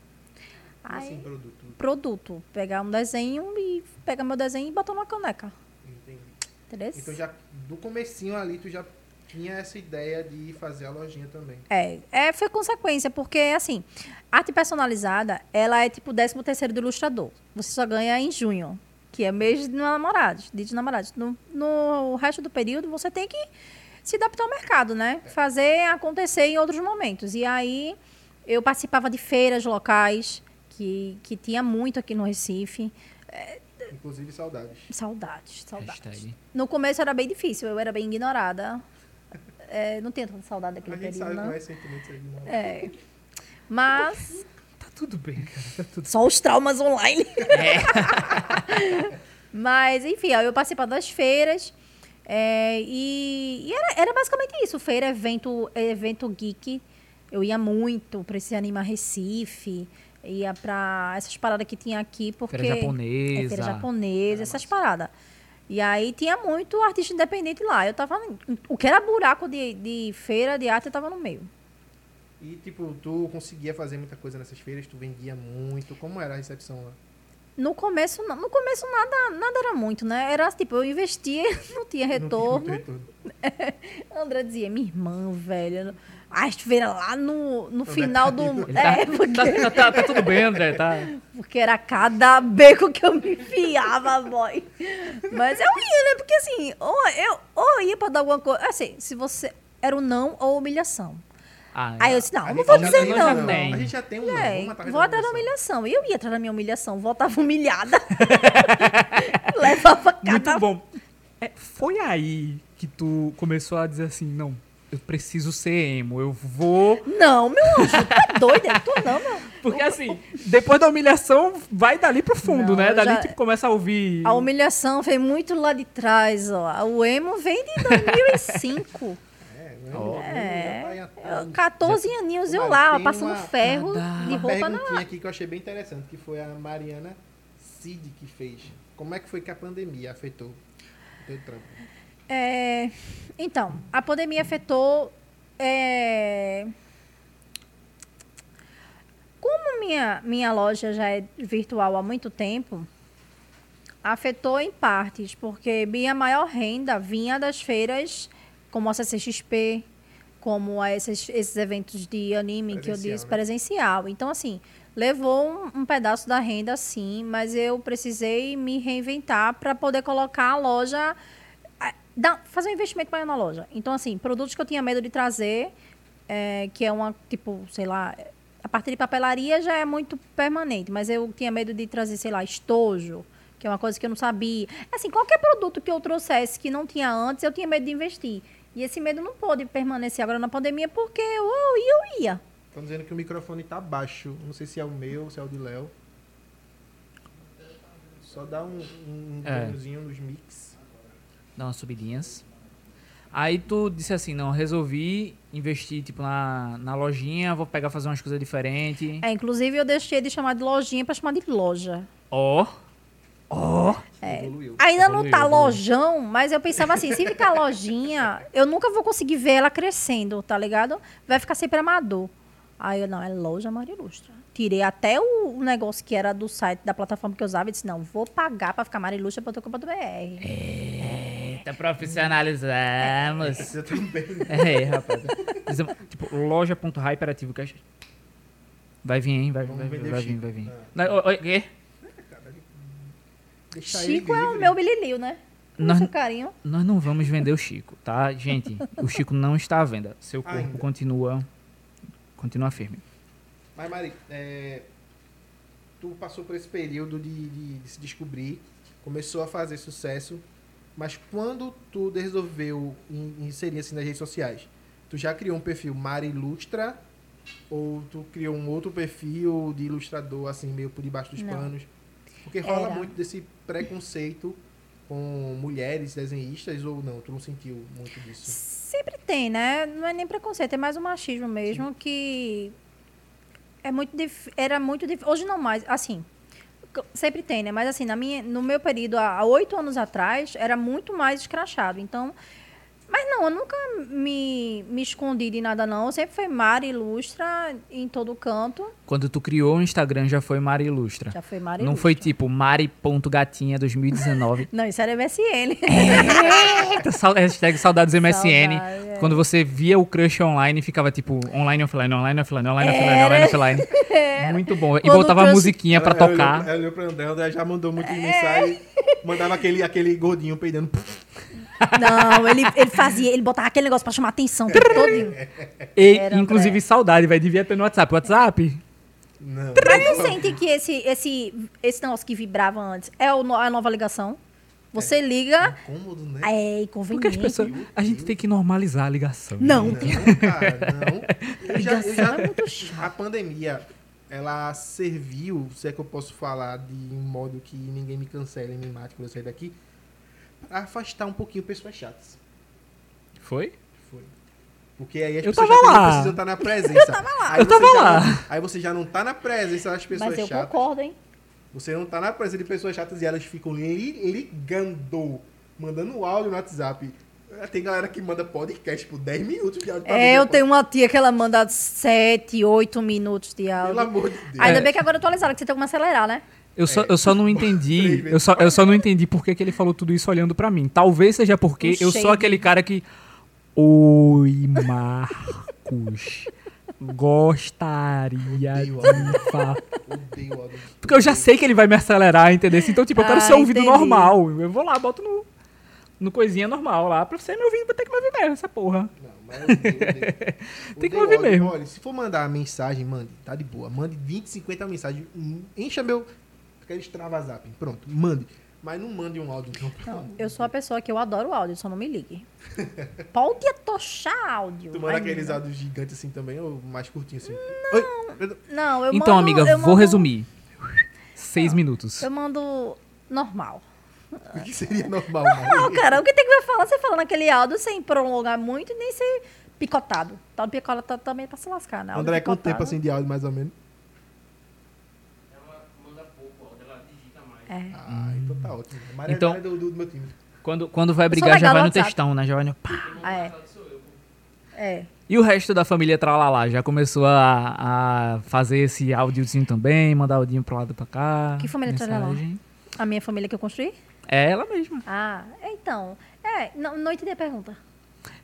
D: Aí-
C: Assim, produto.
D: produto. Pegar um desenho e pegar meu desenho e botar numa caneca.
C: Entendi.
D: Entendeu?
C: Então já do comecinho ali tu já tinha essa ideia de fazer a lojinha também.
D: É, é, foi consequência, porque assim, arte personalizada, ela é tipo o 13 terceiro do ilustrador. Você só ganha em junho, que é mês de namorados, dia de namorados. No, no resto do período, você tem que se adaptar ao mercado,
C: É.
D: né? Fazer acontecer em outros momentos. E aí, eu participava de feiras locais, que, que tinha muito aqui no Recife.
C: Inclusive saudades.
D: Saudades, saudades.
B: Hashtag.
D: No começo era bem difícil, eu era bem ignorada. É, não tenho tanta saudade
C: A
D: daquele
C: gente
D: período,
C: sabe
D: não.
C: como é sentimento de não.
D: É. Mas
B: Tá tudo bem, cara. Tá tudo
D: só os traumas online.
B: É.
D: Mas, enfim, aí eu participava das feiras. é, e e era, era basicamente isso: feira, evento, evento geek. Eu ia muito pra esse Anima Recife, ia pra essas paradas que tinha aqui, porque.
B: Feira japonesa.
D: É, feira japonesa, essas paradas. E aí tinha muito artista independente lá. Eu tava. em- O que era buraco de, de feira de arte, eu tava no meio.
C: E tipo, tu conseguia fazer muita coisa nessas feiras, tu vendia muito. Como era a recepção lá?
D: No começo, não- no começo nada, nada era muito, né? Era tipo, eu investia, não tinha retorno.
C: Não tinha retorno.
D: André dizia, minha irmã, velho. As feiras lá no, no final do.
B: Ele
D: É,
B: tá,
D: porque,
B: tá, tá- tá tudo bem, André. Tá.
D: porque era cada beco que eu me enfiava, boy. Mas eu ia, né? Porque assim, ou eu, ou eu ia pra dar alguma coisa. Assim, se você. Era o não ou humilhação.
B: Ah,
D: Aí eu disse, não,
C: A
D: não
C: gente
D: vou
C: já
D: dizer
C: tem um
B: já
D: não.
C: não.
B: tem.
C: A gente já tem um não.
D: É,
C: Vamos atrás
D: vou
C: da
D: atrás da
C: humilhação.
D: humilhação. Eu ia atrás da minha humilhação, voltava humilhada. Levava cada
B: Muito bom. É, foi aí que tu começou a dizer assim, não, eu preciso ser emo, eu vou.
D: Não, meu anjo, tá doida? Eu Tô não, meu.
B: Porque assim, depois da humilhação, vai dali pro fundo,
D: Não,
B: né?
D: eu
B: Dali
D: já-
B: tipo, começa a ouvir.
D: A humilhação vem muito lá de trás, ó. O emo vem de 2005.
C: É,
B: Ó.
D: É.
C: é.
D: Eu, 14 aninhos eu
C: Olha,
D: lá, ó,
C: tem
D: passando
C: uma-
D: ferro
B: Cada-
D: de
C: Uma
D: roupa na
C: perguntinha aqui que eu achei bem interessante, que foi a Mariana Cid que fez. Como é que foi que a pandemia afetou o teu trampo?
D: É, então, a pandemia afetou. é, como minha, minha loja já é virtual há muito tempo, afetou em partes, porque minha maior renda vinha das feiras como a CCXP, como a esses, esses eventos de anime que eu
C: Presencial,
D: disse,
C: né?
D: presencial. Então, assim, levou um, um pedaço da renda, sim, mas eu precisei me reinventar para poder colocar a loja a- dá- fazer um investimento maior na loja. Então, assim, produtos que eu tinha medo de trazer, é, que é uma, tipo, sei lá, a parte de papelaria já é muito permanente, mas eu tinha medo de trazer, sei lá, estojo, que é uma coisa que eu não sabia. Assim, qualquer produto que eu trouxesse que não tinha antes, eu tinha medo de investir. E esse medo não pôde permanecer agora na pandemia, porque eu, eu ia, eu ia.
C: Estão dizendo que o microfone tá baixo. Não sei se é o meu, se é o de Léo. Só dá um, um
B: É.
C: tornozinho nos mix.
B: Dá umas subidinhas. Aí tu disse assim, não, resolvi investir, tipo, na, na lojinha, vou pegar fazer umas coisas diferentes.
D: É, inclusive, eu deixei de chamar de lojinha para chamar de loja.
B: Ó. Ó.
C: Evoluiu.
D: Ainda não
B: Evoluiu,
D: tá
B: evoluiu.
D: lojão, mas eu pensava assim, se ficar lojinha, eu nunca vou conseguir ver ela crescendo, tá ligado? Vai ficar sempre amador. Aí eu, não, é loja Maria Ilustra. Tirei até o o negócio que era do site, da plataforma que eu usava, e disse, não, vou pagar pra ficar marilustra.com.br.
B: Eita, profissionalizamos.
C: Precisa também.
B: É, rapaz. Dizem- Tipo, loja.hyperativo que Vai vir, hein? Vai,
C: Vamos
B: vai,
C: vender
B: vai
C: o
B: vir,
C: Chico.
B: vai vir.
C: Ah.
B: Não, o- o- quê?
C: Deixa
D: Chico
C: ele
D: é o
C: livre.
D: meu bililio, né? Com
B: Nós-
D: seu carinho.
B: Nós não vamos vender o Chico, tá? Gente, o Chico não está à venda. Seu corpo
C: Ainda.
B: continua. Continua firme.
C: Mas, Mari, é, tu passou por esse período de, de- de se descobrir, começou a fazer sucesso, mas quando tu resolveu in- inserir assim nas redes sociais, tu já criou um perfil Mari Ilustra ou tu criou um outro perfil de ilustrador, assim, meio por debaixo dos
D: Não.
C: panos? Porque rola
D: Era.
C: muito desse preconceito com mulheres desenhistas ou não? Tu não sentiu muito disso?
D: Sempre tem, né? Não é nem preconceito, é mais um machismo mesmo que é muito dif- era muito dif- hoje não mais, assim, c- sempre tem, né? Mas assim, na minha, no meu período há há oito anos atrás era muito mais escrachado. Então, mas não, eu nunca me, me escondi de nada não. Eu sempre foi Mari Ilustra em todo canto.
B: Quando tu criou o Instagram, já foi Mari Ilustra.
D: Já foi Mari.
B: não
D: Ilustra.
B: foi tipo Mari.gatinha 2019.
D: Não, isso era MSN.
B: Eita, Tá sal- hashtag saudades MSN.
D: Saudade, é.
B: Quando você via o crush online, ficava tipo online, offline, online, offline, online, offline, online, offline. Muito bom. E
D: É. Quando o
B: botava a
D: crush-
B: musiquinha pra
C: Ela- ela
B: tocar.
C: olhou- Ela olhou pra André, André já mandou muitas mensagens. Mandava aquele, aquele gordinho peidando.
D: não, ele, ele fazia, ele botava aquele negócio pra chamar atenção o tempo todo.
B: E,
D: Era,
B: inclusive,
D: André.
B: saudade, velho. Devia ter no WhatsApp. WhatsApp?
C: Não. é
D: Mas não sente que esse, esse, esse negócio que vibrava antes é o no- a nova ligação? Você liga,
C: Incômodo, né?
D: é
B: Porque as
D: inconveniente.
B: pessoas. A gente tem que normalizar a ligação. né?
D: Não.
C: Não, cara, não. Eu já, eu já- a pandemia, ela serviu, se é que eu posso falar de um modo que ninguém me cancele, me mate quando eu sair daqui, pra afastar um pouquinho pessoas chatas.
B: Foi?
C: Foi. Porque aí as
B: Eu
C: pessoas
B: tava
C: chatas não
B: lá.
C: precisam estar na presença. Eu tava lá. Aí
B: Eu
C: você
B: tava
C: já
B: lá.
C: não- aí você já não tá na presença das pessoas
D: Mas eu
C: chatas.
D: concordo, hein?
C: Você não tá na presença de pessoas chatas e elas ficam li- ligando, mandando áudio no WhatsApp. É, Tem galera que manda podcast por 10 minutos de áudio pra mim,
D: É, eu
C: depois.
D: tenho uma tia que ela manda 7, 8 minutos de
C: Pelo
D: áudio.
C: amor de Deus.
D: Ainda
B: É.
D: bem que agora eu tô atualizada, que você tem como acelerar, né?
B: Eu só, eu só não entendi.
C: vezes.
B: eu, só, eu só não entendi por que, que ele falou tudo isso olhando pra mim. Talvez seja porque
D: Um
B: eu sou
D: shade.
B: aquele cara que. Oi, Marcos. Gostaria de
C: Odeio
B: fa-"
C: Odeio áudio.
B: Porque eu já sei que ele vai me acelerar, entendeu? Então, tipo, eu quero
D: Ah,
B: ser ouvido
D: entendi.
B: normal. Eu vou lá, boto no, no coisinha normal lá. Pra você me ouvir, vai ter que me ouvir mesmo, essa porra.
C: Não, mas eu odeio, odeio.
B: Tem que
C: Odeio
B: ouvir
C: áudio.
B: mesmo.
C: Olha, se for mandar mensagem, mande. Tá de boa. Mande 20, 50 mensagens. Hum, Encha meu... Aquele extravasap. Pronto, mande. Mas não mande um áudio, não. pelo
D: Não,
C: amor
D: eu sou a pessoa que eu adoro áudio, só não me ligue. Pode atochar áudio.
C: Tu manda
D: mas-
C: aqueles áudios gigantes assim também, ou mais curtinho assim? Não.
D: Não, eu
B: Então,
D: mando-
B: amiga,
D: eu
B: vou
D: mando- Tá.
B: resumir. Seis minutos.
D: Eu mando normal.
C: O que seria normal,
D: Não,
C: Mari?
D: cara, o que tem que vai falar? Você fala naquele áudio sem prolongar muito e nem ser picotado. Tá no picotado também pra se lascar, né? Áudio
C: André, quanto
D: picotado-
C: tempo assim de áudio, mais ou menos?
E: Ela manda pouco, ó, ela digita mais.
D: É.
C: Ah, então tá ótimo. A Mari
B: Então-
C: é do, do, do meu time.
B: Quando, quando vai brigar,
D: legal
B: já vai
D: no
B: no
D: WhatsApp.
B: textão, né? Já vai no pá.
D: Ah, é. É.
B: E o resto da família Tralalá já começou a, a fazer esse áudiozinho também, mandar áudinho pro lado e pra cá.
D: Que família Tralalá?
B: mensagem.
D: A minha família que eu construí?
B: É ela mesma.
D: Ah, então. É, não, não entendi a pergunta.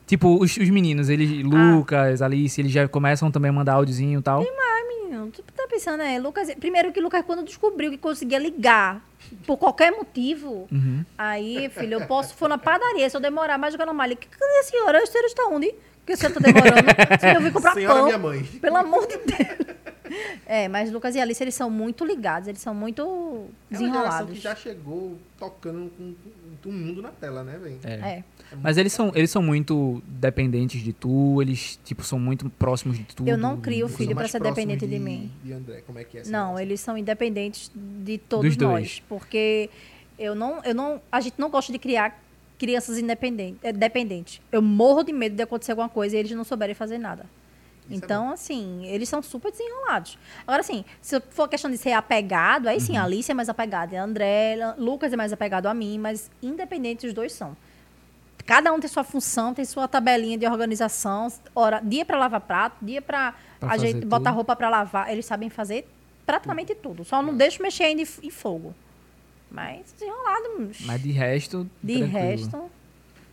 B: Tipo, os, os meninos, eles,
D: Ah.
B: Lucas, Alice, eles já começam também a mandar áudiozinho e tal.
D: Menino, tu tá pensando, é, Lucas. Primeiro que o Lucas, quando descobriu que conseguia ligar por qualquer motivo,
C: Uhum.
D: aí, filho, eu posso, for na padaria, se eu demorar mais do que o normal, ele, que cadê a senhora? A senhora está onde? Que a senhora tá demorando. Se eu vim comprar
C: Senhora é
D: pão.
C: minha mãe.
D: Pelo amor de Deus. É, mas Lucas e Alice, eles são muito ligados, eles são muito
C: É uma geração que
D: desenrolados.
C: já chegou tocando com, com, com o mundo na tela, né, velho?
D: É.
B: Mas eles são, eles são muito dependentes de tu, eles, tipo, são muito próximos de tu.
D: Eu não crio
C: Ou são
D: filho pra
C: mais
D: ser
C: próximos
D: dependente de
C: de
D: mim.
C: De André, como é que é? essa
D: Não,
C: relação?
D: eles são independentes de todos
B: Dos
D: nós,
B: dois.
D: porque eu não, eu não, a gente não gosta de criar crianças independentes, é, dependentes. Eu morro de medo de acontecer alguma coisa e eles não souberem fazer nada.
C: Isso é
D: então, assim, eles são super desenrolados. Agora, assim, se for questão de ser apegado, aí sim,
B: Uhum.
D: a Alice é mais apegada a André, La- Lucas é mais apegado a mim, mas independentes os dois são. Cada um tem sua função, tem sua tabelinha de organização, hora, dia para lavar prato, dia para
B: Pra
D: a
B: fazer
D: gente botar
B: tudo.
D: roupa para lavar. Eles sabem fazer praticamente tudo. Só não deixo mexer ainda em f- em fogo. Mas desenrolado. hum,
B: Mas de resto.
D: de
B: tranquilo.
D: resto.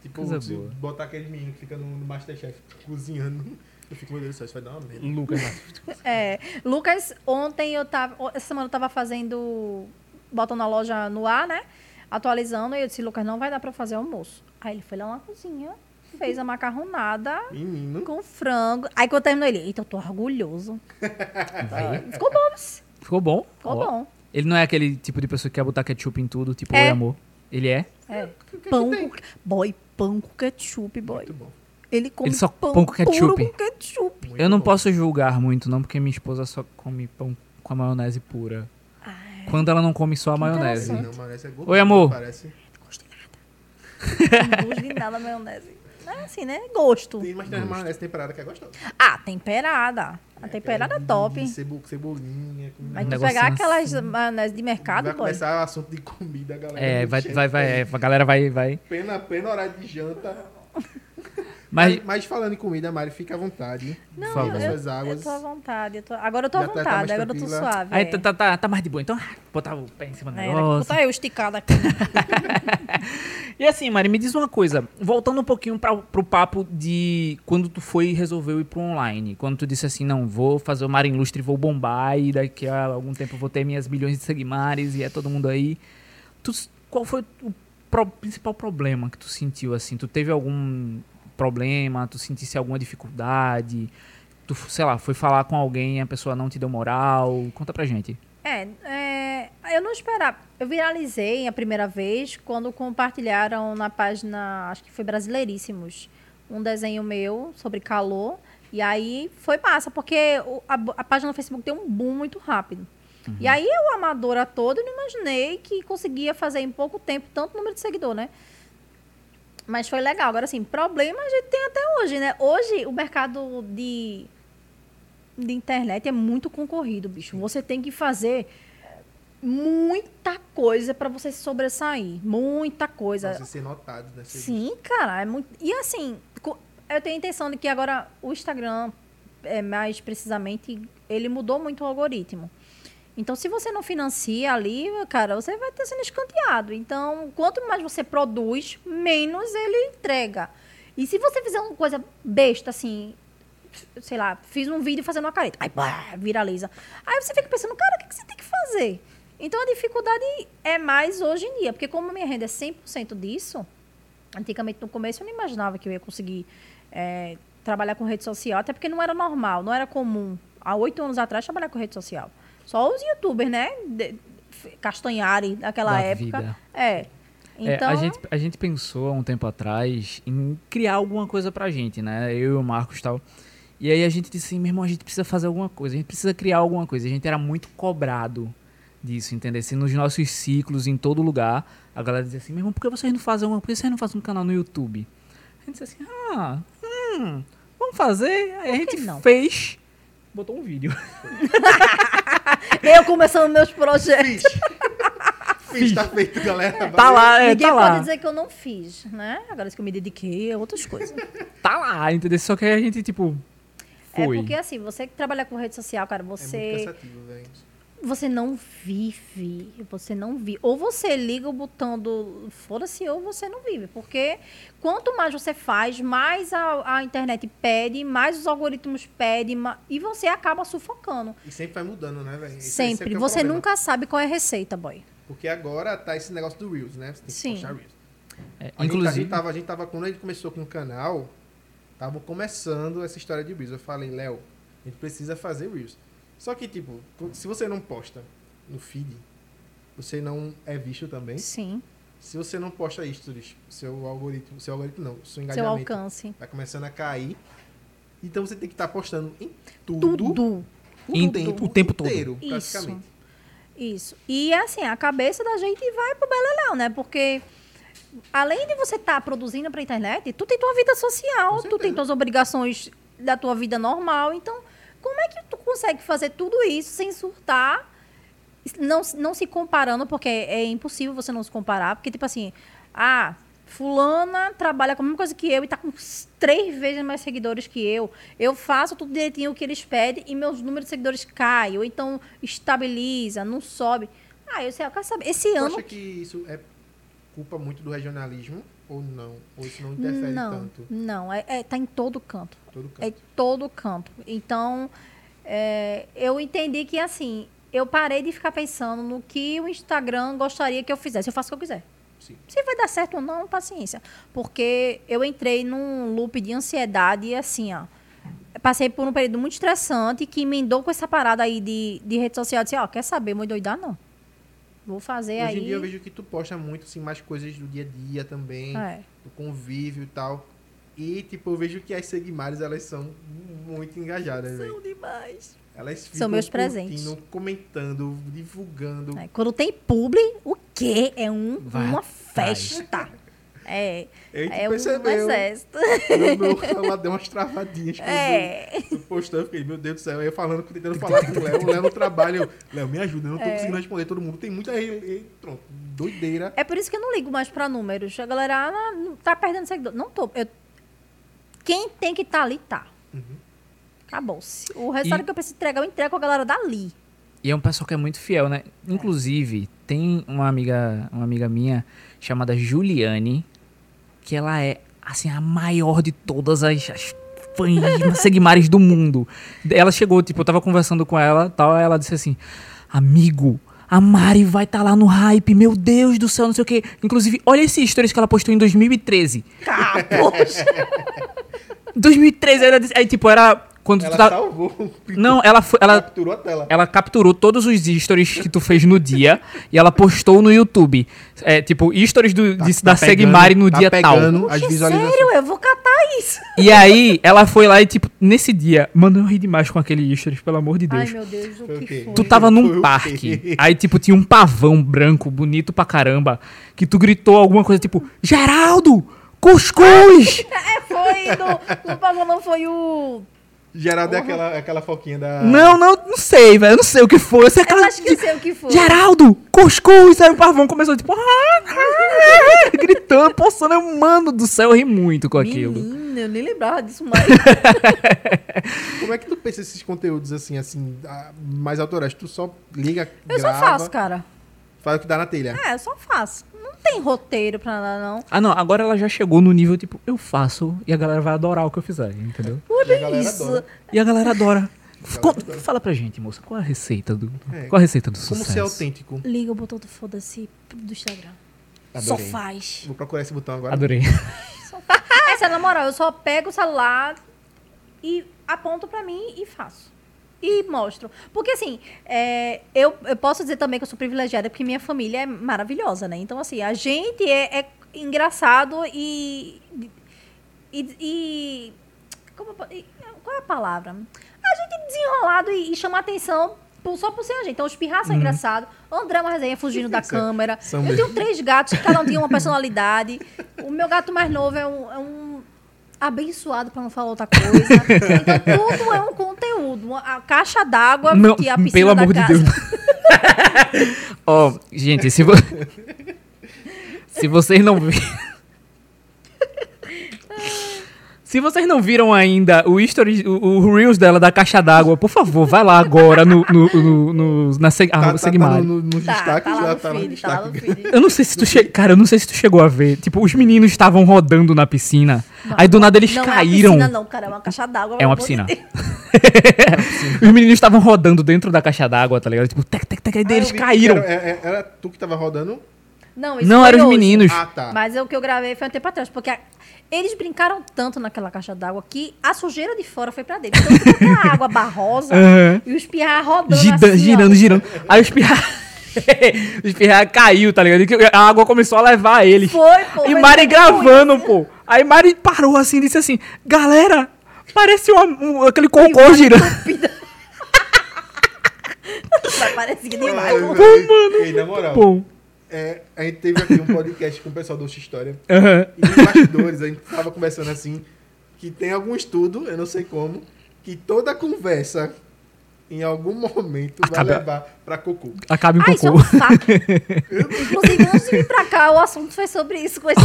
C: Tipo,
B: Coisa
C: se
B: boa.
C: botar aquele menino que fica no, no Masterchef cozinhando, eu fico, meu Deus do céu, isso vai dar uma merda.
B: Lucas, né?
D: É, Lucas, ontem eu tava. o- Essa semana eu tava fazendo. Botando a loja no ar, né? Atualizando. E eu disse, Lucas, não vai dar pra fazer almoço. Aí ele foi lá na cozinha, fez a macarronada
C: Menino.
D: com frango. Aí quando terminou ele, eita, eu tô orgulhoso. Aí, Ficou bom, viu?
B: Ficou bom?
D: ficou
B: É, Ó.
D: bom.
B: Ele não é aquele tipo de pessoa que quer botar ketchup em tudo, tipo,
D: É.
B: oi amor. Ele é?
D: É.
C: que que
D: Pão
C: tem?
D: com. Boy, pão com ketchup, boy.
C: Muito bom.
D: Ele come
B: Ele só
D: pão,
B: pão com
D: puro
B: ketchup?
D: com ketchup.
C: muito
B: Eu não
C: bom.
B: posso julgar muito, não, porque minha esposa só come pão com a maionese pura. Quando ela não come só a maionese.
C: Não, parece é gordo,
B: Oi, amor.
C: Parece.
D: Não gostei nada. Não gostei nada da maionese. É assim, né? Gosto.
C: Tem, mas tem uma maionese temperada que é gostosa.
D: Ah, temperada. A temperada é top.
C: De cebu- Cebolinha. com-
D: Mas
B: Um
D: tu
B: negocinho
D: pegar aquelas
B: assim.
D: maionese de mercado,
C: Vai
D: boy.
C: começar o assunto de comida, galera.
B: É,
C: Me
B: vai,
C: enchendo.
B: vai, vai, é, a galera vai, vai.
C: Pena, pena, horário de janta.
B: Mas,
C: mas, falando em comida, Mari, fica à vontade.
D: Não,
B: Por favor.
D: eu,
C: Suas
D: eu
C: águas.
D: tô à vontade. eu tô- Agora eu tô à
C: Já tá- tá
D: vontade,
C: mais
D: agora eu tô
C: tranquila.
D: suave.
B: aí
D: é.
B: tá, tá, tá, tá mais de boa, então ah, botar o pé em cima do
D: É,
B: negócio.
D: tá eu esticada aqui.
B: E assim, Mari, me diz uma coisa. Voltando um pouquinho pra, pro papo de quando tu foi e resolveu ir pro online. Quando tu disse assim, não, vou fazer o Mari Ilustre, vou bombar e daqui a algum tempo eu vou ter minhas milhões de seguimares e é todo mundo aí. Tu, s- qual foi o pro- principal problema que tu sentiu, assim? Tu teve algum problema? Tu sentisse alguma dificuldade? Tu, f- sei lá, foi falar com alguém e a pessoa não te deu moral? Conta pra gente.
D: É, é, eu não esperava. Eu viralizei a primeira vez quando compartilharam na página, acho que foi Brasileiríssimos, um desenho meu sobre calor. E aí foi massa, porque o- a, bo- a página no Facebook tem um boom muito rápido. E aí eu, amadora toda, não imaginei que conseguia fazer em pouco tempo tanto número de seguidor, né? Mas foi legal. Agora, assim, problema a gente tem até hoje, né? Hoje o mercado de de internet é muito concorrido, bicho. Você tem que fazer muita coisa para você se sobressair, muita coisa.
C: Pra você ser notado, né? Ser
D: Sim, cara, é muito. E assim, co- eu tenho a intenção de que agora o Instagram, é, mais precisamente, ele mudou muito o algoritmo. Então, se você não financia ali, cara, você vai estar sendo escanteado. Então, quanto mais você produz, menos ele entrega. E se você fizer uma coisa besta, assim, sei lá, fiz um vídeo fazendo uma careta, aí pá, viraliza. Aí você fica pensando, cara, o que que você tem que fazer? Então, a dificuldade é mais hoje em dia, porque como a minha renda é 100% disso, Antigamente, no começo, eu não imaginava que eu ia conseguir eh, trabalhar com rede social, até porque não era normal, não era comum. Há oito anos atrás, trabalhar com rede social. Só os youtubers, né? De- Castanhari daquela
B: Da
D: época.
B: vida.
D: É.
B: É,
D: Então,
B: a, gente, a gente pensou há um tempo atrás em criar alguma coisa pra gente, né? Eu e o Marcos e tal. E aí a gente disse assim, meu irmão, a gente precisa fazer alguma coisa, a gente precisa criar alguma coisa. A gente era muito cobrado disso, entendeu? Assim, nos nossos ciclos, em todo lugar, a galera dizia assim, meu irmão, por que vocês não fazem alguma por que vocês não fazem um canal no YouTube? A gente disse assim, ah, hum, vamos fazer. Aí a gente
D: não?
B: fez, botou um vídeo.
D: eu começando meus projetos.
C: Fiz. Fiz, tá feito, galera.
B: tá lá, é,
D: Ninguém
B: tá
D: pode
B: lá.
D: dizer que eu não fiz, né? Agora isso que eu me dediquei a outras coisas.
B: Tá lá, entendeu? Só que aí a gente, tipo,
D: é
B: foi.
D: porque assim, você que trabalha com rede social, cara,
C: É
D: você
C: muito cansativo, velho.
D: você não vive, você não vive. Ou você liga o botão do foda-se, ou você não vive. Porque quanto mais você faz, mais a, a internet pede, mais os algoritmos pedem, ma- e você acaba sufocando.
C: E sempre vai mudando, né, velho? Esse- esse é
D: Sempre.
C: que é o
D: você
C: problema.
D: nunca sabe qual é a receita, boy.
C: Porque agora tá esse negócio do Reels, né? Você tem que
D: Sim.
C: postar Reels.
B: É,
C: A gente- tá A gente, tava, a gente tava, quando a gente começou com o canal, tava começando essa história de Reels. Eu falei, Léo, a gente precisa fazer Reels. Só que, tipo, se você não posta no feed, você não é visto também.
D: Sim.
C: Se você não posta stories, seu algoritmo, seu algoritmo não, seu
D: Seu
C: engajamento
D: alcance.
C: tá começando a cair. Então você tem que estar postando em tudo,
D: Tudo.
B: Em- o tempo todo.
C: inteiro,
D: Isso.
C: praticamente.
D: Isso. E assim, a cabeça da gente vai pro Beleléu, né? Porque além de você estar produzindo pra internet, tu tem tua vida
C: Com
D: social, tu
C: certeza.
D: tem tuas obrigações da tua vida normal. Então, como é que tu consegue fazer tudo isso sem surtar? Não, não se comparando, porque é impossível você não se comparar. Porque, tipo assim, ah, fulana trabalha com a mesma coisa que eu e tá com s- três vezes mais seguidores que eu. Eu faço tudo direitinho o que eles pedem e meus números de seguidores caem. Ou então estabiliza, não sobe. Ah, eu sei, eu quero saber. Esse
C: Você
D: ano
C: acha que isso é culpa muito do regionalismo ou não? Ou isso não interfere
D: não,
C: tanto Tá.
D: Não, é, é- tá em todo canto.
C: em todo
D: É
C: canto?
D: em todo canto. Então, é, eu entendi que assim, eu parei de ficar pensando no que o Instagram gostaria que eu fizesse. Eu faço o que eu quiser.
C: Sim.
D: Se vai dar certo ou não, paciência. Porque eu entrei num loop de ansiedade e assim, ó. Passei por um período muito estressante que emendou com essa parada aí de, de rede social. Eu Disse, ó, quer saber, vou doidar não. Vou fazer
C: Hoje
D: aí.
C: em dia eu vejo assim, que tu posta muito assim, mais coisas do dia a dia também,
D: É.
C: do convívio e tal. E, tipo, eu vejo que as Segmares, elas são muito engajadas, velho.
D: demais.
C: Elas ficam
D: meus
C: curtindo,
D: presentes.
C: comentando, divulgando.
D: É, quando tem publi, o quê? É um,
B: Vai
D: uma
B: atrás.
D: festa. É,
C: Ei, tu
D: é um
C: percebeu,
D: exército.
C: Uhum. o meu celular deu umas travadinhas. quando eu-
D: É.
C: Eu postando, eu fiquei, meu Deus do céu, eu ia falando, tentando falar com o Léo, o Léo no trabalho, eu, Léo, me ajuda, eu não
D: É.
C: tô conseguindo responder todo mundo, tem muita, e- e- pronto, doideira.
D: É por isso que eu não ligo mais pra números. A galera ah, não- tá perdendo seguidor. Não tô. Eu- Quem tem que estar tá ali, tá.
C: Uhum.
D: Acabou-se. O resultado
B: E-
D: que eu preciso entregar, eu entrego com a galera dali.
B: E é um pessoal que é muito fiel, né? Inclusive, tem uma amiga, uma amiga minha chamada Juliane, que ela é assim a maior de todas as, as fãs seguimares do mundo. Ela chegou, tipo, eu tava conversando com ela, tal, aí ela disse assim: "Amigo, a Mari vai estar lá no hype, meu Deus do céu, não sei o quê. Inclusive, olha esses stories que ela postou em 2013.
D: Capos.
B: 2013 era aí tipo era quando tu
C: Ela
B: tá-
C: salvou,
B: Não, ela foi, ela É
C: capturou a tela.
B: ela capturou todos os stories que tu fez no dia e ela postou no YouTube. É, tipo, stories do, de- da Segmari no
C: tá
B: dia
C: pegando
B: tal.
C: As
D: Poxa,
C: visualizações.
D: sério, eu vou catar isso.
B: E aí, ela foi lá e, tipo, nesse dia, mano, eu ri demais com aquele stories, pelo amor de Deus.
D: Ai, meu Deus, o
C: Foi o
D: que
C: quê? tá-
D: foi?
B: Tu tava
C: Foi
B: num
C: o
B: parque,
C: quê?
B: aí, tipo, tinha um pavão branco, bonito pra caramba, que tu gritou alguma coisa, tipo, Geraldo, cuscuz!
D: É, foi do. No Pavão não foi o.
C: Geraldo é aquela, aquela foquinha da...
B: Não, não, não sei, velho, eu não sei o que foi. Eu sei
D: Eu
B: aquela-
D: acho que eu sei o que foi.
B: Geraldo, cuscuz, aí o pavão começou tipo, ah, ah, gritando, poçando, eu, mano do céu, eu ri muito com aquilo.
D: Menino, eu nem lembrava disso mais.
C: Como é que tu pensa esses conteúdos assim, assim, ah, mais autorais? Tu só liga,
D: Eu só
C: grava,
D: faço, cara.
C: faz o que dá na telha.
D: É, eu só faço. Não tem roteiro pra nada, não.
B: Ah não, agora ela já chegou no nível tipo, eu faço e a galera vai adorar o que eu fizer, entendeu?
C: E a
D: Olha
C: galera
D: isso.
C: adora.
B: E a galera adora. Co-
C: adora.
B: Fala pra gente, moça, qual a receita do,
C: É,
B: qual a receita do
C: Como
B: sucesso?
C: ser autêntico?
D: Liga o botão do foda-se do Instagram. Só
C: Adorei.
D: faz.
C: Vou procurar esse botão agora.
B: Adorei.
D: Ah, é Essa, na moral, eu só pego o celular e aponto pra mim e faço. e mostro. Porque assim, é, eu, eu posso dizer também que eu sou privilegiada porque minha família é maravilhosa, né? Então, assim, a gente é, é engraçado e, e, e- como eu po- e- Qual é a palavra? A gente é desenrolado e, e chama atenção por- só por ser a gente. Então, os pirraças são engraçados. André é uma resenha fugindo da
C: São-
D: câmera.
C: Uhum. são
D: eu
C: mesmo.
D: tenho três gatos, que cada um tem uma personalidade. O meu gato mais novo é um. é um Abençoado pra não falar outra coisa. Então, tudo é um conteúdo. Uma- A caixa d'água
B: Não,
D: que é a piscina
B: pelo
D: da
B: amor de
D: casa.
B: Deus. Ó, gente, se, vo... se vocês não vi- Se vocês não viram ainda o story, o, o Reels dela da caixa d'água, por favor, vai lá agora no, no, no- no- na seg...
C: Tá,
B: arroba
C: tá, tá
B: Segmar.
C: no, no, nos
D: Tá,
C: destaques
D: tá lá
C: já,
D: no
C: tá lá no
D: feed, tá lá no
C: destaque.
D: feed.
B: Eu não sei se tu che... Cara, eu não sei se tu chegou a ver. Tipo, os meninos estavam rodando na piscina. aí do nada eles
D: Não
B: caíram.
D: é uma piscina, não, cara. É uma caixa d'água.
B: É uma
D: pelo amor de Deus.
B: Os meninos estavam rodando dentro da caixa d'água, tá ligado? Tipo, tec, tec, tec, aí
C: Ah, eu
B: eles
C: vi que
B: caíram.
C: Era, é- é- era tu que tava rodando?
D: Não, isso
B: Não,
D: foi
B: eram os
D: hoje.
B: meninos.
C: Ah, tá.
D: Mas é o que eu gravei foi um tempo atrás, porque a- eles brincaram tanto naquela caixa d'água que a sujeira de fora foi pra dentro. Então ficou aquela água barrosa
B: Aham.
D: e os pirra rodando
B: Gida-
D: assim, ó.
B: girando, girando. Aí os pirra... os pirra caiu, tá ligado? E que A água começou a levar eles.
D: Foi, pô.
B: e
D: mas
B: Mari
D: eu-
B: gravando, pô. Aí Mari parou assim e disse assim, galera, parece uma, um- aquele cocô
D: um
B: girando.
D: Vai parecer que
C: Ah,
D: Tá demais.
C: eu- Ei, na moral,
B: Pô.
C: é, a gente teve aqui um podcast com o pessoal do Oxa
B: É
C: História.
B: Aham.
C: E nos bastidores, a gente tava conversando assim, que tem algum estudo, eu não sei como, que toda conversa, em algum momento,
B: Acaba-
C: vai levar pra cocô.
B: Acaba em
D: Ah, isso é
B: cocô.
D: um fato. Inclusive, antes de vir pra cá, o assunto foi sobre isso. Com esse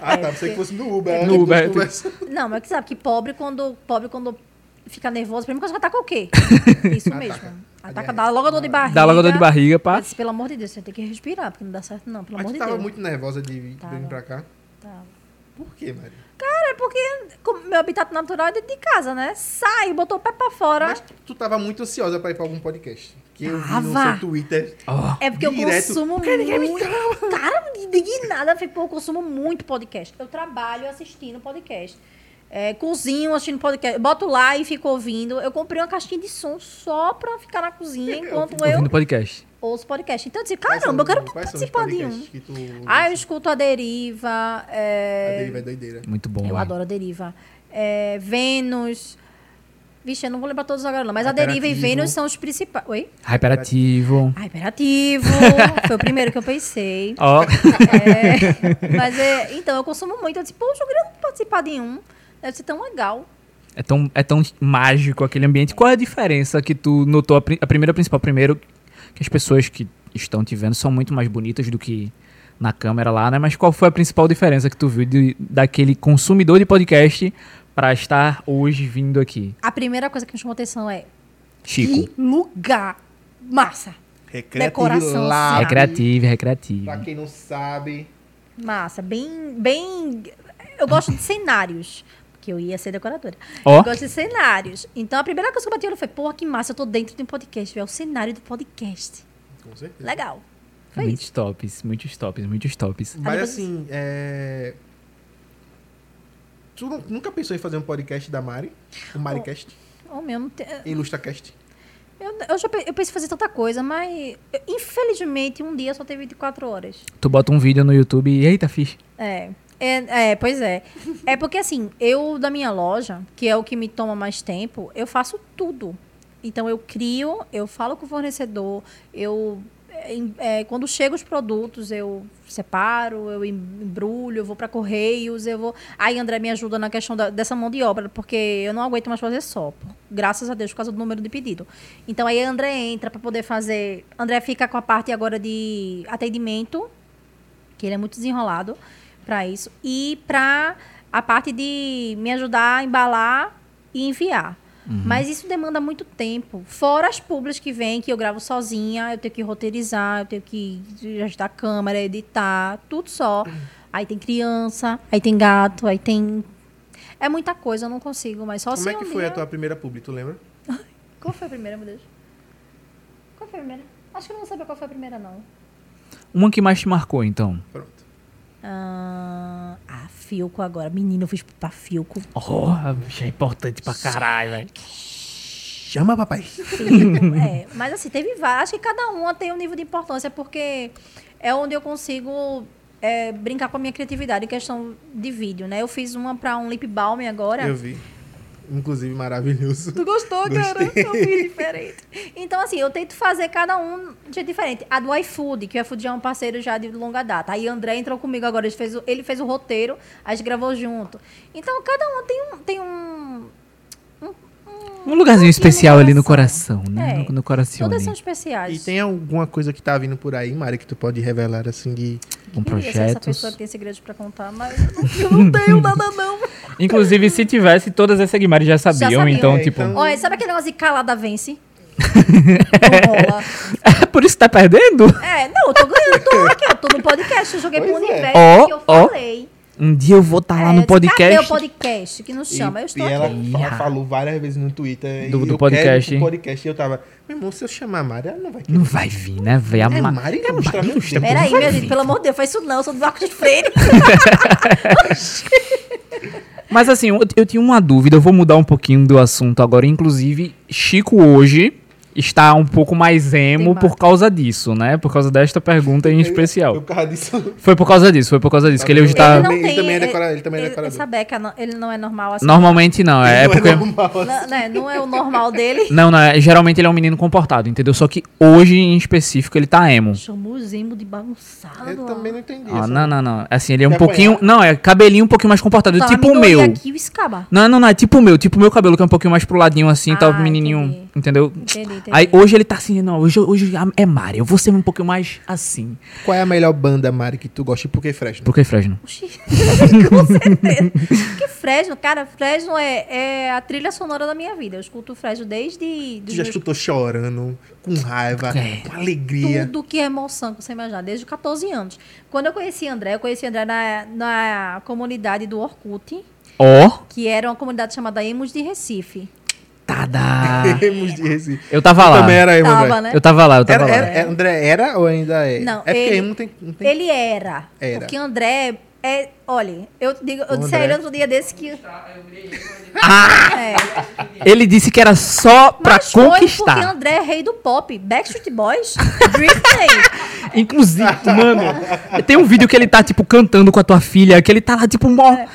C: Ah, tá, pensei que fosse no Uber.
B: No
C: né,
B: Uber, tipo,
C: que
B: tu-
C: conversa.
D: Não, mas que sabe que pobre quando, pobre quando fica nervoso, primeiro que você ataca é o quê? Isso mesmo. Ataca, dá logo a dor de barriga.
B: Dá logo a dor de barriga, pá.
D: Mas, assim, pelo amor de Deus, você tem que respirar, porque não dá certo, não, pelo
C: Mas
D: amor
C: tu
D: de
C: tava
D: Deus.
C: muito nervosa de vir de
D: Tava.
C: vir pra cá.
D: Tá.
C: Por quê, Maria?
D: Cara, é porque como meu habitat natural é dentro de casa, né? Sai, botou o pé pra fora.
C: Mas tu tava muito ansiosa pra ir pra algum podcast. Que eu vi no
D: Tava.
C: seu Twitter.
D: é porque eu
C: direto-
D: consumo muito. Cara, indignada. eu falei, pô, eu consumo muito podcast. Eu trabalho assistindo podcast. É, cozinho assistindo podcast. Eu boto lá e fico ouvindo. Eu comprei uma caixinha de som só pra ficar na cozinha enquanto eu
B: Ouvindo podcast.
D: ouço podcast. Então eu disse,
C: Quais
D: caramba, eu quero
C: são- quais são os
D: participar de um.
C: podcasts Que tu...
D: Ah, eu escuto a Deriva.
C: A
D: É...
C: deriva é doideira.
B: Muito bom,
D: Eu
B: né?
D: adoro a Deriva. É, Vênus. Vixe, eu não vou lembrar todos agora, não. Mas a
C: Hyperativo.
D: Deriva e Vênus são os principais. Oi?
B: Hyperativo.
D: Ah, Imperativo. Foi o primeiro que eu pensei.
B: Ó.
D: É, mas é. Então, eu consumo muito. Eu disse, poxa, eu queria participar de um. Deve ser tão legal.
B: É tão, é tão mágico aquele ambiente. Qual é a diferença que tu notou? A, pri- a primeira principal, primeiro, que as pessoas que estão te vendo são muito mais bonitas do que na câmera lá, né? Mas qual foi a principal diferença que tu viu de- daquele consumidor de podcast pra estar hoje vindo aqui?
D: A primeira coisa que me chamou atenção é
B: Chico.
D: que lugar massa. Decoração,
C: Lab.
D: sim.
B: Recreativo, é recreativo.
C: Pra quem não sabe,
D: Massa, bem, bem. Eu gosto de cenários. Porque eu ia ser decoradora.
B: Ó.
D: Eu gosto de cenários. Então a primeira coisa que eu bati o olho foi, porra, que massa, eu tô dentro de um podcast. É o cenário do podcast.
C: com certeza.
D: Legal. Foi
B: Muitos tops, muitos tops, muitos tops.
C: Mas
D: depois-
C: assim, é... Tu nu- nunca pensou em fazer um podcast da Mari? O Maricast?
D: Oh, meu, não tem-
C: Ilustracast?
D: eu, eu já pe- eu pensei em fazer tanta coisa, mas eu- infelizmente um dia só tem 24 horas.
B: Tu bota um vídeo no YouTube e eita, fiz.
D: É. É, é, pois é. É porque assim, eu da minha loja, que é o que me toma mais tempo, eu faço tudo. Então eu crio, eu falo com o fornecedor, eu é, em- é, quando chegam os produtos, eu separo, eu em- embrulho, eu vou para correios, eu vou. Aí André me ajuda na questão da- dessa mão de obra, porque eu não aguento mais fazer só, por- graças a Deus, por causa do número de pedido. Então aí André entra para poder fazer. André fica com a parte agora de atendimento que ele é muito desenrolado para isso e para a parte de me ajudar a embalar e enviar. Mas isso demanda muito tempo. Fora as públicas que vêm, que eu gravo sozinha, eu tenho que roteirizar, eu tenho que ajustar a câmera, editar, tudo só. Aí tem criança, aí tem gato, aí tem. É muita coisa, eu não consigo, mas só
C: Como
D: se
C: é que
D: um
C: foi
D: dia-
C: a tua primeira publi, tu lembra?
D: Qual foi a primeira, meu Deus? Qual foi a primeira? Acho que eu não sabia qual foi a primeira, não.
B: Uma que mais te marcou, então?
C: Pronto.
D: Ah, a Filco agora. Menino, eu fiz pra Filco.
B: Oh, bicho, é importante pra caralho, velho.
C: Chama, papai.
D: Sim, é. Mas assim, teve várias. Acho que cada uma tem um nível de importância, porque é onde eu consigo é, brincar com a minha criatividade em questão de vídeo, né? Eu fiz uma pra um lip balm agora.
C: Eu vi. Inclusive, maravilhoso.
D: Tu gostou, cara? Eu vi diferente. Então, assim, eu tento fazer cada um de jeito diferente. A do iFood, que o iFood já é um parceiro já de longa data. Aí André entrou comigo agora, ele fez o, ele fez o roteiro, a gente gravou junto. Então, cada um tem um. Tem um
B: Um lugarzinho
D: pouquinho
B: especial ali no coração,
D: É.
B: né? No, no coração.
D: Todas são especiais.
C: E tem alguma coisa que tá vindo por aí, Mari, que tu pode revelar assim de.
B: Com
D: Queria ser Essa
B: projetos.
D: pessoa que tem segredos pra contar, mas eu não- eu não tenho nada, não.
B: Inclusive, se tivesse, todas essas Guimarães já sabiam.
D: sabiam.
B: Então,
C: É,
B: tipo.
C: então-
D: Olha, sabe aquele negócio de calada vence? não rola.
B: É por isso que tá perdendo?
D: É, não, eu tô ganhando, tô aqui, eu tô no podcast, eu joguei
C: Pois
D: pro
C: é.
D: universo
B: Ó,
D: que eu
B: ó.
D: falei.
B: Um dia eu vou estar
D: É,
B: lá
D: eu
B: no
D: disse, Cadê o
B: podcast.
D: podcast que nos chama?
C: e,
D: Então, eu estou
C: e
D: aqui.
C: ela
B: aqui.
C: fa-
B: Ih,
C: falou várias vezes no Twitter.
B: Do-
C: e
B: do
C: eu
B: podcast,
C: Quero
B: hein?
C: um podcast. E eu tava, meu irmão, se eu chamar a Mari, ela não vai querer.
B: Não vai vir, né, velho? A
C: É
B: Ma-
C: Mari Lustra, meu Deus.
D: Peraí, minha gente, pelo amor de Deus, faz isso não, eu sou do barco de freio.
B: Mas assim, eu, eu tinha uma dúvida, eu vou mudar um pouquinho do assunto agora. Inclusive, Chico hoje está um pouco mais emo
D: Tem
B: por causa disso, né? Por causa desta pergunta em
C: Eu,
B: especial.
C: por causa disso.
B: Foi por causa disso, foi por causa disso. Que ele hoje
C: Tá
B: está.
C: Ele não- também é decora- ele também é decorador.
D: Essa beca, não- ele não é normal assim.
B: Normalmente não, é,
C: não
B: porque.
C: é normal.
D: Não, né, não é o normal dele.
B: Não, não, é- geralmente ele é um menino comportado, entendeu? Só que hoje em específico ele tá emo.
D: Chamou o Zimbo de bagunçado.
C: Eu também não entendi.
B: Ah,
D: né?
C: essa-
B: não, não, não. Assim, ele é um
C: Quer
B: pouquinho. Não, é cabelinho um pouquinho mais comportado,
D: Tá,
B: tipo o
D: amendoim
B: meu.
D: aqui, o escaba.
B: Não, não, não, é tipo o meu, tipo o meu cabelo que é um pouquinho mais pro ladinho assim, tá
D: Ah,
B: o menininho,
D: entendi.
B: entendeu?
D: Entendi, entendi.
B: Aí hoje ele tá assim, não, hoje, hoje é Mari, eu vou ser um pouquinho mais assim.
C: Qual é a melhor banda, Mari, que tu gosta e por que Fresno?
B: Por que Fresno?
D: Oxi, com certeza. Porque Fresno, cara, Fresno é, é a trilha sonora da minha vida. Eu escuto Fresno desde
C: Tu
D: dos
C: já
D: meus,
C: escutou chorando, com raiva,
B: É.
C: com alegria.
D: tudo que é emoção, que você imaginar, desde os 14 anos. Quando eu conheci André, eu conheci André na, na comunidade do Orkut,
B: Ó,
D: que era uma comunidade chamada Emos de Recife.
B: tada!
C: Temos de Recife.
B: Eu tava lá.
C: Também era emo,
D: Tava,
C: André.
D: né? É.
B: Eu tava lá, eu tava
C: Era,
B: lá.
C: era- era- André, era ou ainda é?
D: Não,
C: é porque
D: ele-
C: emo tem, não tem
D: Ele era,
C: Era.
D: Porque André é. Olha, eu, digo, eu disse
C: André.
D: a
C: Ah,
D: ele outro dia desse que. É.
B: Ele disse que era só pra
D: Mas foi porque
B: conquistar.
D: André é rei do pop. Backstreet Boys, Britney.
B: Inclusive, mano, tem um vídeo que ele tá, tipo, cantando com a tua filha, que ele tá lá, tipo, mó.
D: É, mas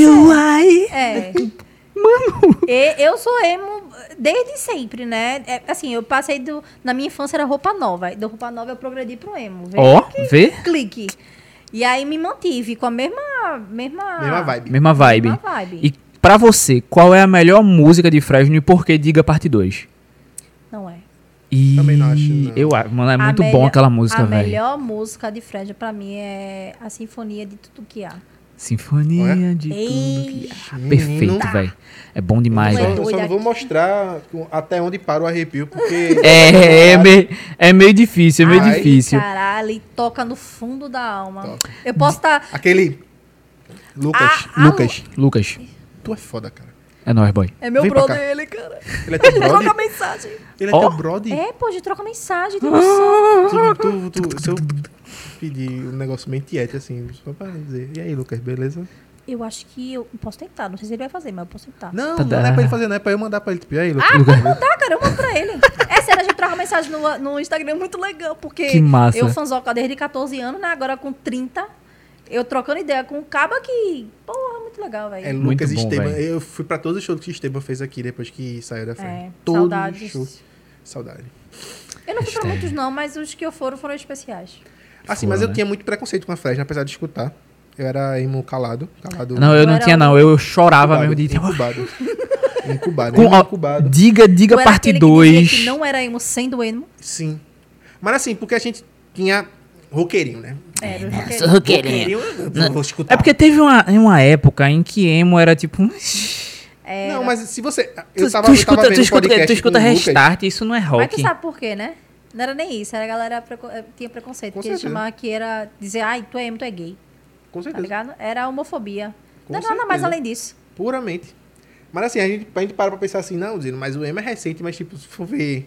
B: Samurai.
D: É. E- eu sou emo desde sempre, né? É, assim, eu passei do. Na minha infância era roupa nova. E Do roupa nova eu progredi pro emo. Vê?
B: Ó, vê?
D: Clique. E aí me mantive com a mesma. Mesma,
C: mesma vibe.
B: Mesma vibe.
D: mesma vibe.
B: E pra você, qual é a melhor música de Fresno e por que Diga Parte 2?
D: Não é.
B: E...
C: Também não acho, não.
B: Eu, acho, mano, é
D: A
B: muito bom
D: melhor-
B: aquela música,
D: A
B: velho.
D: melhor música de Fred pra mim é a Sinfonia de Tudo Que Há.
B: Sinfonia de tudo que...
D: Ei,
B: Perfeito, velho. É bom demais,
D: Não
C: Só,
D: é
B: velho.
C: eu só não
D: doida
C: vou
D: aqui.
C: mostrar com- até onde para o arrepio, porque.
B: É, é, meio, é meio difícil, é meio
C: Ai,
B: difícil.
D: Caralho, e toca no fundo da alma.
C: Toca.
D: Eu posso tá- estar.
C: Aquele. Lucas,
D: Ah,
C: Lucas,
B: Lucas,
C: tu é foda, cara.
B: é nóis, boy.
D: É meu
C: Vem pra
D: brother ele, cara.
C: Ele é teu brother.
D: Troca mensagem.
C: Ele é
B: Ó.
C: teu brother.
D: É, pô, de troca mensagem.
B: Ah!
D: Tem noção.
C: Tu, tu, tu, se eu pedir um negócio meio tiete, assim, só pra dizer. E aí, Lucas, beleza?
D: Eu acho que eu posso tentar. Não sei se ele vai fazer, mas eu posso tentar.
C: Não,
B: Tá
C: não é
B: dá.
C: pra ele fazer, não é pra eu mandar pra ele. Tipo, e aí, Lucas?
D: Ah, pode mandar, cara. Eu mando pra ele. É sério, a gente troca mensagem no, no Instagram é muito legal, porque
B: Que massa.
D: eu fanzoca desde 14 anos, né? Agora com 30, eu trocando ideia com um caba que... Porra, muito legal, velho.
C: É
B: Muito
C: Lucas e
B: bom,
C: Esteban.
B: velho.
C: Eu fui pra todos os shows que Esteban fez aqui depois que saiu da frente.
D: É,
C: Todo
D: saudades.
C: show. Saudade.
D: Eu não fui pra
B: Hashtag.
D: muitos não, mas os que eu foram foram especiais.
C: Assim,
B: Foram,
C: mas eu
B: né?
C: tinha muito preconceito com a Fresno, apesar de escutar. Eu era emo calado. calado
B: Não, eu
D: Eu
B: não
D: era
B: tinha,
D: um-
B: não. Eu chorava mesmo de...
C: incubado. incubado.
B: Com,
C: emo
B: ó,
C: incubado.
B: diga, diga
D: Eu era
B: parte
D: aquele que dizia
B: 2.
D: Que não era emo sendo emo.
C: Sim. Mas assim, porque a gente tinha roqueirinho, né?
D: Era. porque-
C: Roqueirinho, eu não vou escutar.
B: É porque teve uma, uma época em que emo era tipo... um-
D: Era.
C: Não, mas se você.
B: Tu,
C: Eu tava,
B: tu
C: eu
B: escuta,
C: tava vendo
B: tu
C: um
B: escuta,
C: podcast
B: tu escuta
C: com o Lucas.
B: restart, isso não é rock.
D: Mas tu sabe por quê, né? Não era nem isso, era a galera preco- eh, tinha preconceito.
C: Com
D: Porque eles
C: certeza.
D: chamavam que era dizer, ai, tu é emo, tu é gay.
C: Com
D: Tá
C: certeza.
D: ligado? Era homofobia.
C: Com
D: não era nada mais
C: certeza.
D: além disso.
C: Puramente. Mas assim, a gente, a gente para pra pensar assim, não, dizendo, mas o M é recente, mas tipo, se for ver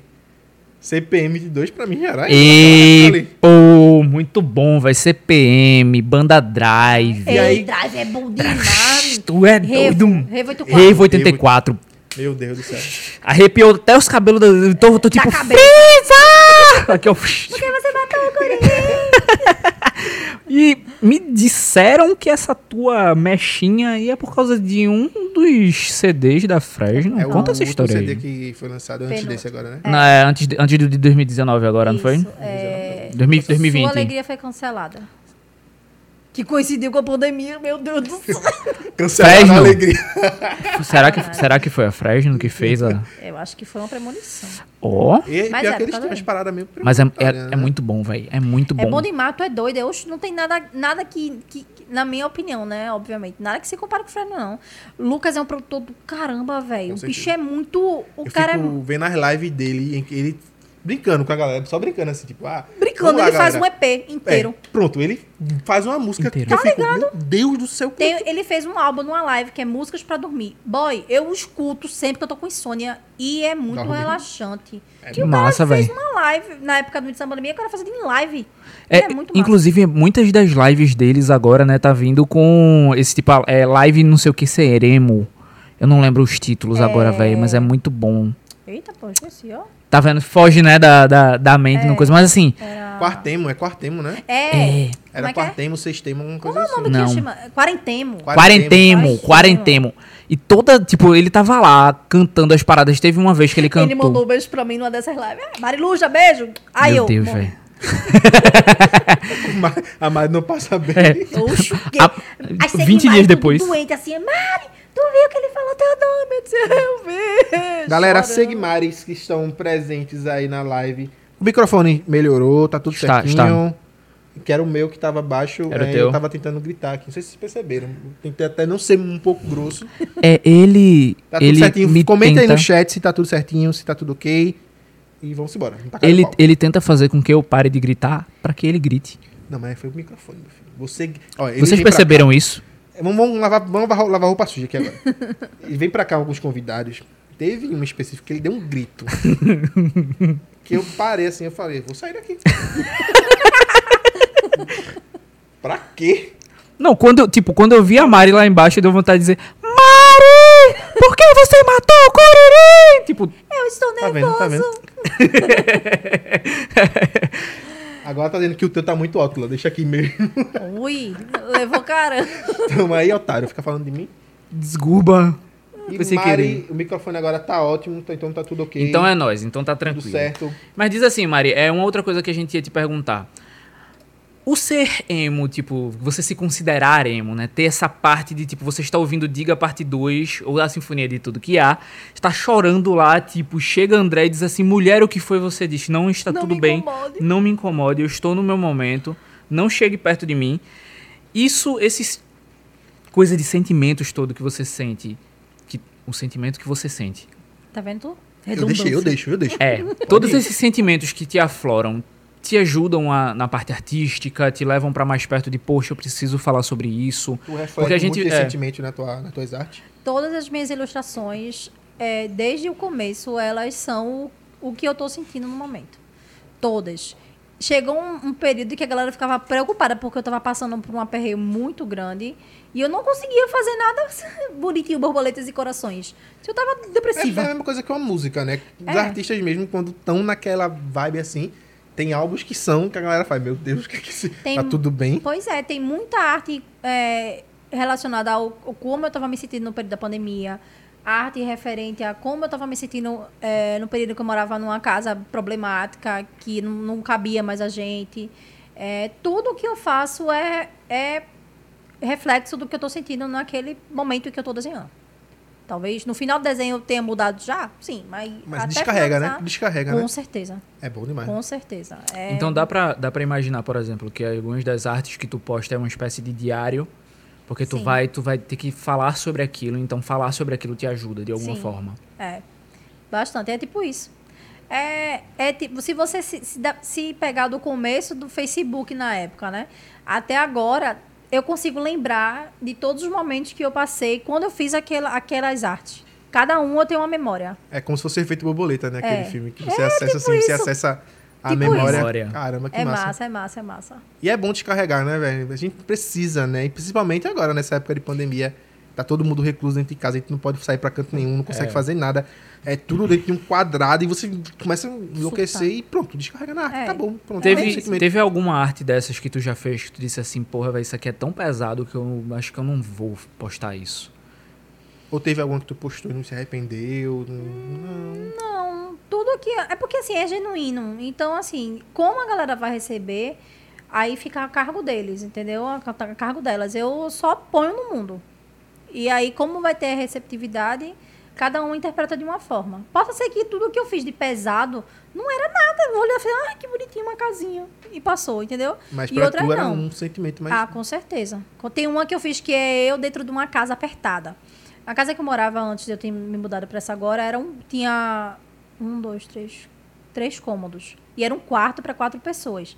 C: CPM de 2 pra mim já era.
B: E,
C: Falei.
B: pô, muito bom, vai CPM, banda drive.
C: E aí-
D: Ei, drive é bom demais.
B: Tu é
D: É. Revo,
B: doido.
D: Revo 84.
B: Rave 84.
C: Meu Deus do céu.
B: Arrepiou até os cabelos. Do... Tô, tô tipo.
D: cabeça.
B: Freeza! Aqui, ó.
D: Porque você matou o guri.
B: E me disseram que essa tua mechinha aí é por causa de um dos CDs da Fresno. Conta
C: o
B: essa história
C: CD
B: aí.
C: que foi lançado antes
D: Penúltimo.
C: desse agora, né?
B: Não, é, antes, de, antes do de 2019 agora, não foi?
D: Isso, é...
B: 2000 2020.
D: Sua alegria foi cancelada. Que coincidiu com a pandemia, meu Deus do céu.
C: Cancelaram a
B: Fresno.
C: alegria.
D: é.
B: Será que, será que foi a Fresno que fez a...
D: Eu acho que foi uma premonição.
B: Ó...
C: E
D: Mas
C: pior
D: é,
C: que eles
D: tá
C: têm umas
D: doido.
C: paradas meio
B: Mas é, é,
C: premonitórias,
B: é
C: né?
B: muito bom, velho. É muito bom.
D: É bom de mato, é doido. Eu, não tem nada, nada que, que, que- na minha opinião, né? Obviamente. Nada que se compare com o Fresno, não. Lucas é um produtor do caramba, velho. O
C: Com
D: bicho
C: certeza.
D: é muito. O
C: Eu
D: cara é
B: é um
C: fico vendo as lives dele, em que ele brincando com a galera, só brincando assim, tipo, ah.
D: é. Brincando,
C: vamos lá,
D: ele faz um
C: galera.
D: EP inteiro. Tá
C: É, pronto, ele faz uma música
B: Inteiro.
C: que eu fico, meu Deus do céu,
D: Tem- ele fez um álbum numa live que é Músicas pra Dormir. Boy, eu escuto sempre que eu tô com insônia e é muito
C: Dorme.
D: relaxante.
C: É
D: que o
B: massa,
D: cara fez
B: véi.
D: uma live na época do Samba da Minha, o cara fazendo em live.
B: É,
D: É, muito massa.
B: inclusive, muitas das lives deles agora, né, tá vindo com esse tipo, ah, é, live não sei o que, Seremo. Eu não lembro os títulos agora, velho, mas é muito bom.
D: Eita, pô, esqueci, ó.
B: Tá vendo? Foge, né, da, da, da mente, não coisa. Mas assim,
C: Quartemo, é quartemo, né?
D: É.
B: é,
D: Como
C: Era
D: é que é?
C: quartemo, sextemo, alguma coisa
D: Como é o
C: assim.
D: nome
B: Não.
D: que chama? Quarentemo.
B: quarentemo,
D: Quartemo.
B: quarentemo. E toda, tipo, ele tava lá cantando as paradas. Teve uma vez que ele cantou.
D: Ele mandou um beijo pra mim numa dessas lives. Ah, Mariluja, beijo. Aí
B: Meu
D: eu.
B: Deus,
D: bom,
B: velho.
C: Ah, Mas- A Mari não passa bem.
B: É.
D: Oxe, o quê?
B: A-
D: Aí segue
B: 20 dias
D: Mari, tudo
B: depois.
D: Doente, assim, Mari, tu viu que ele falou teu nome? Eu disse, eu vi.
C: Galera,
D: Chorando.
C: Segmares que estão presentes aí na live. O microfone melhorou, tá tudo
B: Está,
C: certinho. Que era o meu que tava baixo,
B: Era o
C: é,
B: teu.
C: eu tava tentando gritar aqui. Não sei se vocês perceberam. Tentei até não ser um pouco grosso.
B: É, ele.
C: Tá tudo
B: ele me
C: certinho. Comenta aí
B: tenta-
C: no chat se tá tudo certinho, se tá tudo ok. E vamos embora. Não tá cara de
B: Ele,
C: pau.
B: ele tenta fazer com que eu pare de gritar pra que ele grite.
C: Não, mas foi o microfone, meu filho. Você... Ó, ele
B: Vocês
C: vem pra
B: perceberam isso?
C: cá. É, Vamos, vamos lavar, vamos lavar roupa- lavar roupa suja aqui agora. ele vem pra cá alguns convidados. Teve um específico que ele deu um grito. que eu parei assim, eu falei, vou sair daqui. pra quê?
B: Não, quando eu, tipo, quando eu vi a Mari lá embaixo, eu deu vontade de dizer: Mari! Por que você matou o Coriri? Tipo,
D: Eu estou
C: Tá
D: nervoso.
C: vendo, tá vendo? Agora tá dizendo que o teu tá muito alto, lá. deixa aqui mesmo.
D: Ui, levou cara.
C: Tá Toma aí, otário, fica falando de mim.
B: desculpa.
C: E
B: Foi sem
C: Mari, o microfone agora tá ótimo, tá- então tá tudo ok.
B: Então é nós, então tá
C: tudo
B: tranquilo.
C: certo.
B: Mas diz assim, Mari, é uma outra coisa que a gente ia te perguntar. O ser emo, tipo, você se considerar emo, né? Ter essa parte de, tipo, você está ouvindo Diga Parte 2, ou a Sinfonia de Tudo Que Há, está chorando lá, tipo, chega André e diz assim, mulher, o que foi? Você diz, não está
D: Não
B: tudo
D: me
B: bem,
D: incomode."
B: não me incomode, eu estou no meu momento, não chegue perto de mim. Isso, esses... Coisa de sentimentos todo que você sente, que, o sentimento que você sente,
D: Tá vendo tu?
C: Eu deixei, eu deixo, eu deixo.
B: é, todos esses sentimentos que te afloram te ajudam a- na parte artística, te levam pra mais perto de, poxa, eu preciso falar sobre isso.
C: Tu reflete
B: Porque a gente-
C: muito esse
B: é.
C: sentimento na tua, nas tuas artes.
D: Todas as minhas ilustrações, é, desde o começo, elas são o, o que eu tô sentindo no momento. Todas. Chegou um, um período que a galera ficava preocupada porque eu tava passando por um aperreio muito grande e eu não conseguia fazer nada bonitinho, borboletas e corações. Eu tava
C: É, é
D: depressiva.
C: a mesma coisa que uma música, né? Os
D: É.
C: artistas mesmo, quando estão naquela vibe assim, tem álbuns que são que a galera faz, meu Deus, o que que se...
D: Tem-
C: tá tudo bem?
D: Pois é, tem muita arte é, relacionada ao, ao como eu estava me sentindo no período da pandemia. Arte referente a como eu estava me sentindo é, no período que eu morava numa casa problemática, que não, não cabia mais a gente. É, tudo que eu faço é, é reflexo do que eu estou sentindo naquele momento que eu estou desenhando. Talvez no final do desenho eu tenha mudado já, sim, mas.
C: Mas
D: até
C: descarrega, né?
D: finalizar,
C: Descarrega,
D: Com
C: né?
D: certeza,
C: É bom demais.
D: com certeza. É-
B: Então dá pra, dá pra imaginar, por exemplo, que algumas das artes que tu posta é uma espécie de diário, porque tu
D: Sim.
B: vai, tu vai ter que falar sobre aquilo, então falar sobre aquilo te ajuda de alguma
D: Sim.
B: forma.
D: É, bastante. É tipo isso. É, é tipo, se você se, se, dá- se pegar do começo do Facebook na época, né? Até agora, eu consigo lembrar de todos os momentos que eu passei quando eu fiz aquela, aquelas artes. Cada um eu tenho uma memória.
C: É como se fosse efeito borboleta, né? Aquele
D: É.
C: filme que você acessa assim, você
D: isso.
C: acessa a
D: Tipo
C: memória.
B: isso.
C: Caramba, que
D: é
C: massa.
D: massa. é massa, é massa.
C: E é bom descarregar, né, velho? A gente precisa, né? E principalmente agora, nessa época de pandemia, Tá todo mundo recluso dentro de casa, a gente não pode sair pra canto nenhum, não consegue fazer nada. É tudo dentro de um quadrado e você começa a enlouquecer
D: Surtar.
C: e pronto, descarrega na arte,
D: É.
C: tá bom. Pronto, é um
B: Teve,
C: sentimento.
B: teve alguma arte dessas que tu já fez que tu disse assim, porra, véi, isso aqui é tão pesado que eu acho que eu não vou postar isso.
C: Ou teve alguma que tu postou e não se arrependeu? Não, não.
D: Não, tudo aqui. É porque assim, é genuíno. Então, assim, como a galera vai receber, aí fica a cargo deles, entendeu? A, ca- a cargo delas. Eu só ponho no mundo. E aí, como vai ter receptividade, cada um interpreta de uma forma. Pode ser que tudo que eu fiz de pesado não era nada. Eu olhei e falei, ah, que bonitinho uma casinha. E passou, entendeu?
C: Mas
D: e
C: pra
D: outras
C: tu era
D: não.
C: um sentimento mais.
D: Ah, com certeza. Co- Tem uma que eu fiz que é eu dentro de uma casa apertada. A casa que eu morava antes de eu ter me mudado para essa agora era um, tinha um, dois, três, três cômodos. E era um quarto para quatro pessoas.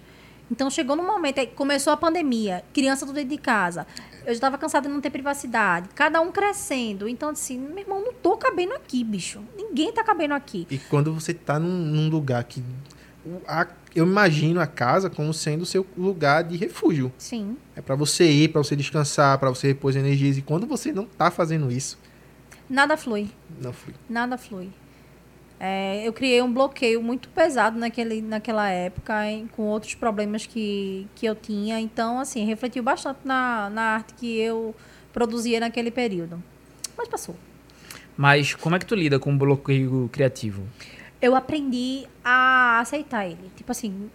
D: Então chegou no momento, aí começou a pandemia, criança tudo dentro de casa. Eu já estava cansada de não ter privacidade, cada um crescendo. Então, assim, meu irmão, não tô cabendo aqui, bicho. Ninguém tá cabendo aqui.
C: E quando você tá num, num lugar que. o- a- eu imagino a casa como sendo o seu lugar de refúgio.
D: Sim.
C: É pra você ir, pra você descansar, pra você repor as energias. E quando você não tá fazendo isso,
D: Nada flui.
C: não fui.
D: nada flui. É, eu criei um bloqueio muito pesado naquele, naquela época, em- com outros problemas que, que eu tinha. Então, assim, refletiu bastante na, na arte que eu produzia naquele período. Mas passou.
B: Mas como é que tu lida com o bloqueio criativo?
D: eu aprendi a aceitar ele. Tipo assim,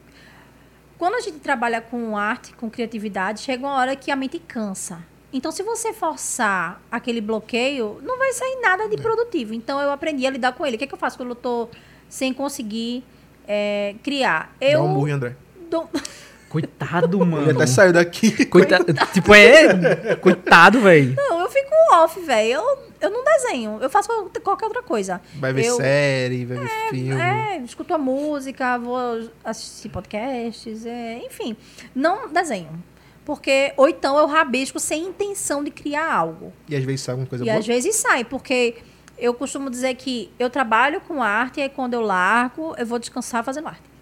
D: quando a gente trabalha com arte, com criatividade, chega uma hora que a mente cansa. Então, se você forçar aquele bloqueio, não vai sair nada
C: É.
D: de produtivo. Então, eu aprendi a lidar com ele. O que, é que eu faço quando eu tô sem conseguir é, criar?
C: Dá um
D: Eu
C: murro, André.
D: dou- é
B: Coitado, mano.
C: Ele até saiu daqui.
B: Coitado, tipo, é. Coitado, velho.
D: Não, eu fico off, velho. Eu, eu não desenho. Eu faço qualquer outra coisa.
C: Vai ver
D: eu,
C: série, vai ver filme.
D: É, escuto a música, vou assistir podcasts, é, enfim. Não desenho. Porque, ou então eu rabisco sem intenção de criar algo.
C: E às vezes sai alguma coisa
D: e
C: boa.
D: às vezes sai, porque eu costumo dizer que eu trabalho com arte e aí quando eu largo, eu vou descansar fazendo arte.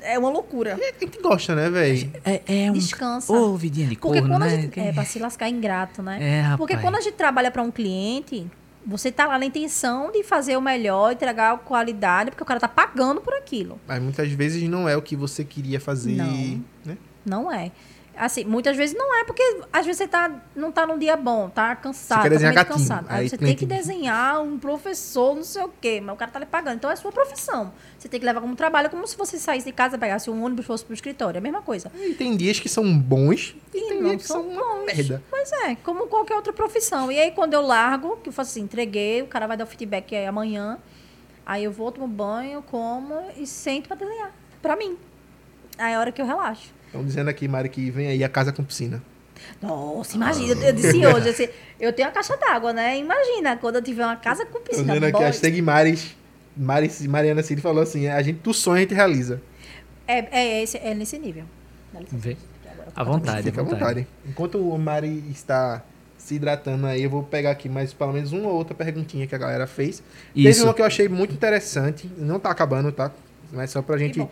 D: É uma loucura.
C: É, A gente gosta, né, velho?
B: É, é um.
D: Descansa.
B: Ô, vidinha de
D: Porque
B: corno,
D: quando a
B: né?
D: gente. É, pra se lascar ingrato, né?
B: É, rapaz.
D: Porque quando a gente trabalha para um cliente, você tá lá na intenção de fazer o melhor, entregar a qualidade, porque o cara tá pagando por aquilo.
C: Mas muitas vezes não é o que você queria fazer.
D: Não.
C: Né?
D: Não é. Assim, muitas vezes não é, porque às vezes você tá, não tá num dia bom, tá cansado,
C: Você quer
D: tá
C: desenhar
D: realmente
C: gatinho,
D: cansado. Aí,
C: aí
D: você
C: tem
D: tem que
C: que-
D: desenhar um professor, não sei o quê, mas o cara tá lhe pagando. Então é sua profissão. Você tem que levar como trabalho, como se você saísse de casa, pegasse um ônibus, fosse pro escritório. É a mesma coisa.
C: E tem dias que são bons e,
D: E
C: tem
D: não
C: dias que são,
D: são
C: uma
D: bons.
C: merda.
D: Pois é, como qualquer outra profissão. E aí, quando eu largo, que eu faço assim, entreguei, o cara vai dar o feedback aí amanhã. Aí eu vou, tomo banho, como e sento pra desenhar. Pra mim. Aí é a hora que eu relaxo.
C: Estão dizendo aqui, Mari, que vem aí a casa com piscina.
D: Nossa, imagina, eu- eu disse
C: Ah.
D: hoje, assim, eu tenho uma caixa d'água, né? Imagina, quando eu tiver uma casa com
C: Estão
D: piscina,
C: dizendo aqui,
D: boy.
C: hashtag Maris, Maris, Mariana Cid falou assim, a gente, do sonho a gente realiza.
D: é, é, esse- é nesse nível. Dá licença,
B: Vê.
D: gente, agora eu
B: À
D: vou botar
B: vontade, à
C: Fica à
B: vontade.
C: vontade. Enquanto o Mari está se hidratando aí, eu vou pegar aqui mais pelo menos uma ou outra perguntinha que a galera fez. Teve
B: Isso.
C: uma que eu achei muito interessante, não tá acabando, tá? Mas só pra gente...
D: bom.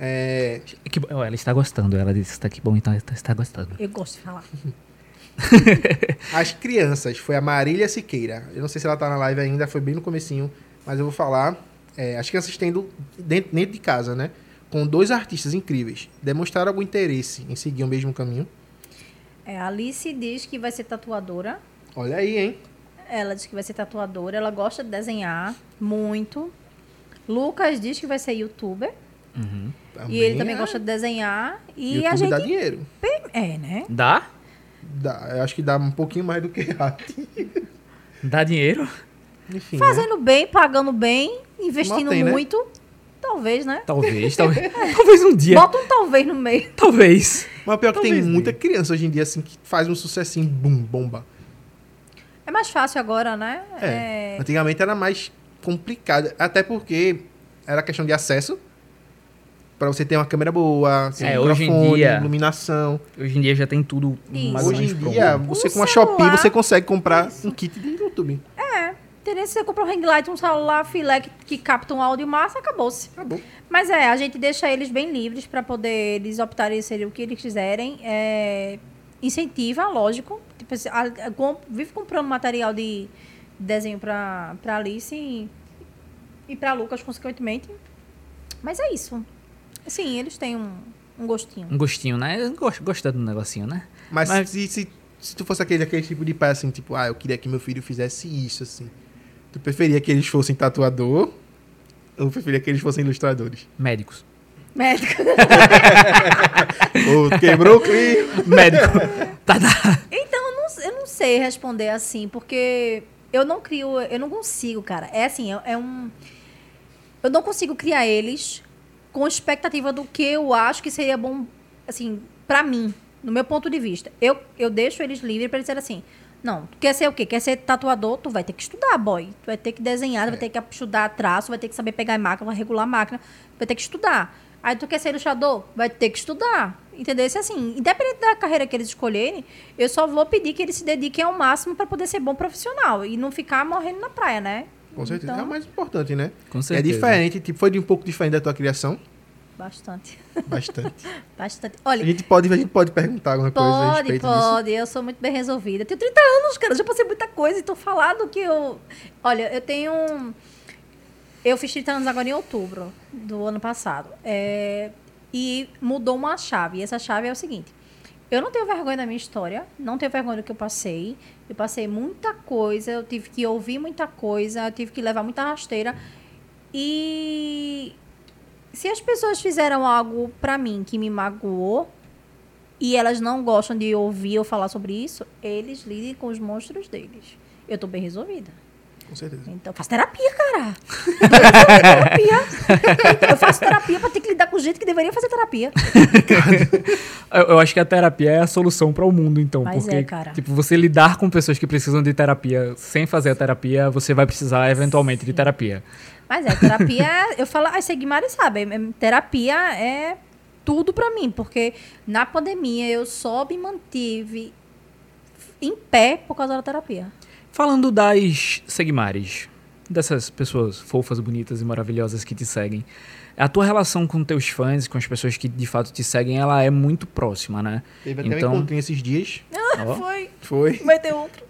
C: É,
B: Que bo- ó, ela está gostando. Ela disse tá que bom, então ela está gostando.
D: aqui. Eu gosto de falar.
C: As crianças, foi a Marília Siqueira. Eu não sei se ela tá na live ainda, foi bem no comecinho, mas eu vou falar. É, as crianças tendo dentro, dentro de casa, né? Com dois artistas incríveis, demonstraram algum interesse em seguir o mesmo caminho.
D: É, a Alice diz que vai ser tatuadora.
C: Olha aí, hein?
D: Ela diz que vai ser tatuadora, ela gosta de desenhar muito. Lucas diz que vai ser youtuber. e ele também
C: é
D: gosta de desenhar. E
C: YouTube
D: a gente.
C: dá dinheiro.
D: É, né?
B: Dá?
C: Dá, eu acho que dá um pouquinho mais do que arte.
B: Dá dinheiro?
C: Enfim. né?
D: Fazendo bem, pagando bem, investindo
C: tem, né?
D: muito. Talvez, né?
B: Talvez, talvez. talvez um
C: é-
B: dia.
D: Bota um talvez no meio.
B: Talvez.
C: né? Mas
D: um
C: pior que tem
B: Talvez dê.
C: muita criança hoje em dia assim que faz um sucessinho, bum, bomba.
D: É mais fácil agora, né?
C: É. Antigamente era mais complicado, até porque era questão de acesso. Pra você ter uma câmera boa, ter
B: É,
C: um
B: hoje em
C: microfone,
B: dia-
C: iluminação.
B: Hoje em dia já tem tudo
D: Isso.
B: mais ou
C: hoje em
B: menos
C: dia,
B: pronto.
C: você
D: Um
C: com uma
D: celular.
C: Shopee, você consegue comprar um kit de YouTube.
D: Teria se você comprar um ring light, um celular filé que, que capta um áudio massa, acabou-se.
C: Acabou.
D: Mas é, a gente deixa eles bem livres para poder eles optarem ser o que eles quiserem. É, incentiva, lógico. pessoa- a- a- com- vive comprando material de desenho pra, pra Alice e, e pra Lucas, consequentemente. Mas é isso. Assim, eles têm um, um gostinho.
B: Um gostinho, né? Eu gosto, gosto do negocinho, né?
C: Mas,
B: Mas-
C: se, se, se tu fosse aquele, aquele tipo de pai, assim, tipo, ah, eu queria que meu filho fizesse isso, assim. Tu preferia que eles fossem tatuador ou preferia que eles fossem ilustradores?
B: Médicos.
D: Médico.
C: ou quebrou o clima.
B: Médico. tá, tá.
D: Então, eu não, eu não sei responder assim, porque eu não crio, eu não consigo, cara. É assim, é, é um. Eu não consigo criar eles com expectativa do que eu acho que seria bom, assim, pra mim, no meu ponto de vista. Eu, eu deixo eles livres pra eles serem assim. Não, tu quer ser o quê? Quer ser tatuador? Tu vai ter que estudar, boy. Tu vai ter que desenhar, tu vai ter que estudar traço, vai ter que saber pegar a máquina, vai regular a máquina, vai ter que estudar. Aí tu quer ser ilustrador? Vai ter que estudar. Entendeu? Se assim, independente da carreira que eles escolherem, eu só vou pedir que eles se dediquem ao máximo pra poder ser bom profissional e não ficar morrendo na praia, né?
C: Com certeza.
D: Então,
C: É o mais importante, né?
B: Com certeza.
C: É diferente, tipo, foi de um pouco diferente da tua criação.
D: Bastante.
C: Bastante.
D: Bastante.
C: a,
D: Olha,
C: gente pode, a gente pode perguntar alguma coisa a
D: Pode,
C: respeito disso.
D: pode. Eu sou muito bem resolvida. Tenho 30 anos, cara. Já passei muita coisa. Então, falar do que eu. Olha, eu tenho. um- Eu fiz 30 anos agora em outubro do ano passado. É, E mudou uma chave. E essa chave é o seguinte: eu não tenho vergonha da minha história, não tenho vergonha do que eu passei. Eu passei muita coisa, eu tive que ouvir muita coisa, eu tive que levar muita rasteira. E se as pessoas fizeram algo pra mim que me magoou, e elas não gostam de ouvir ou falar sobre isso, eles lidem com os monstros deles. Eu tô bem resolvida.
C: Com certeza.
D: Então, eu faço terapia, cara. Eu faço terapia. Eu faço terapia pra ter que lidar com o jeito que deveria fazer terapia.
B: Eu, eu acho que a terapia é a solução para o mundo, então.
D: Mas
B: porque,
D: é, cara.
B: tipo, você lidar com pessoas que precisam de terapia sem fazer a terapia, você vai precisar eventualmente de terapia.
D: Mas é, terapia, eu falo, as Seguimares sabem, é- terapia é tudo pra mim, porque na pandemia eu só me mantive em pé por causa da terapia.
B: Falando das Segmares, dessas pessoas fofas, bonitas e maravilhosas que te seguem, a tua relação com teus fãs, com as pessoas que de fato te seguem, ela é muito próxima, né?
C: Teve até
B: então,
C: um encontrinho esses dias.
B: ó.
D: Foi,
C: Foi.
D: vai ter outro.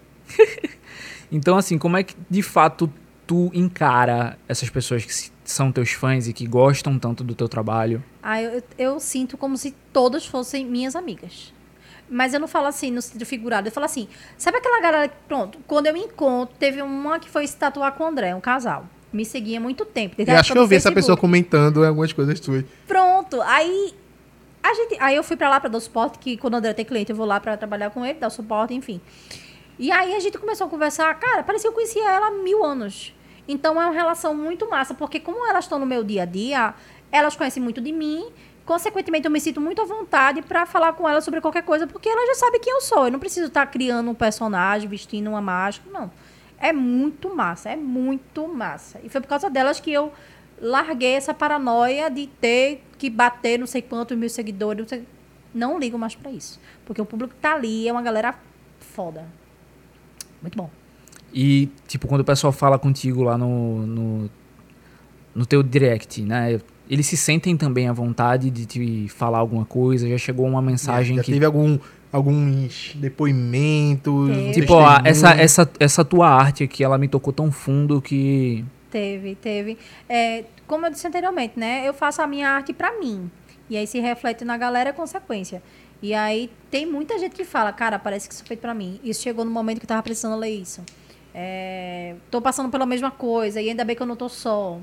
B: Então, assim, como é que de fato tu encara essas pessoas que se- são teus fãs e que gostam tanto do teu trabalho?
D: Ah, eu, eu sinto como se todas fossem minhas amigas. Mas eu não falo assim no sentido figurado. Eu falo assim, sabe aquela galera que, pronto, quando eu me encontro, teve uma que foi se tatuar com o André, um casal. Me seguia há muito tempo. desde
C: Eu
D: a
C: acho
D: época
C: que eu
D: do
C: vi essa pessoa
D: Facebook.
C: comentando algumas coisas tuas.
D: Pronto, aí a gente, aí eu fui pra lá pra dar suporte, que quando o André tem cliente, eu vou lá pra trabalhar com ele, dar o suporte, enfim. E aí a gente começou a conversar, cara, parecia que eu conhecia ela há mil anos. Então é uma relação muito massa, porque como elas estão no meu dia a dia, elas conhecem muito de mim, consequentemente eu me sinto muito à vontade pra falar com elas sobre qualquer coisa, porque elas já sabem quem eu sou. Eu não preciso estar criando um personagem, vestindo uma máscara, não. É muito massa, é muito massa. E foi por causa delas que eu larguei essa paranoia de ter que bater não sei quantos mil seguidores. Não, sei- não ligo mais pra isso. Porque o público que tá ali é uma galera foda. Muito bom.
B: E, tipo, quando o pessoal fala contigo lá no, no, no teu direct, né? Eles se sentem também à vontade de te falar alguma coisa? Já chegou uma mensagem
C: Já
B: que.
C: teve algum, alguns depoimentos.
D: Teve.
B: Tipo, ó, essa,
C: testemunhos?
B: essa, essa tua arte aqui, ela me tocou tão fundo que.
D: Teve, teve. É, como eu disse anteriormente, né? Eu faço a minha arte pra mim. E aí se reflete na galera é consequência. E aí tem muita gente que fala, cara, parece que isso foi feito pra mim. Isso chegou no momento que eu tava precisando ler isso. É, tô passando pela mesma coisa e ainda bem que eu não tô só.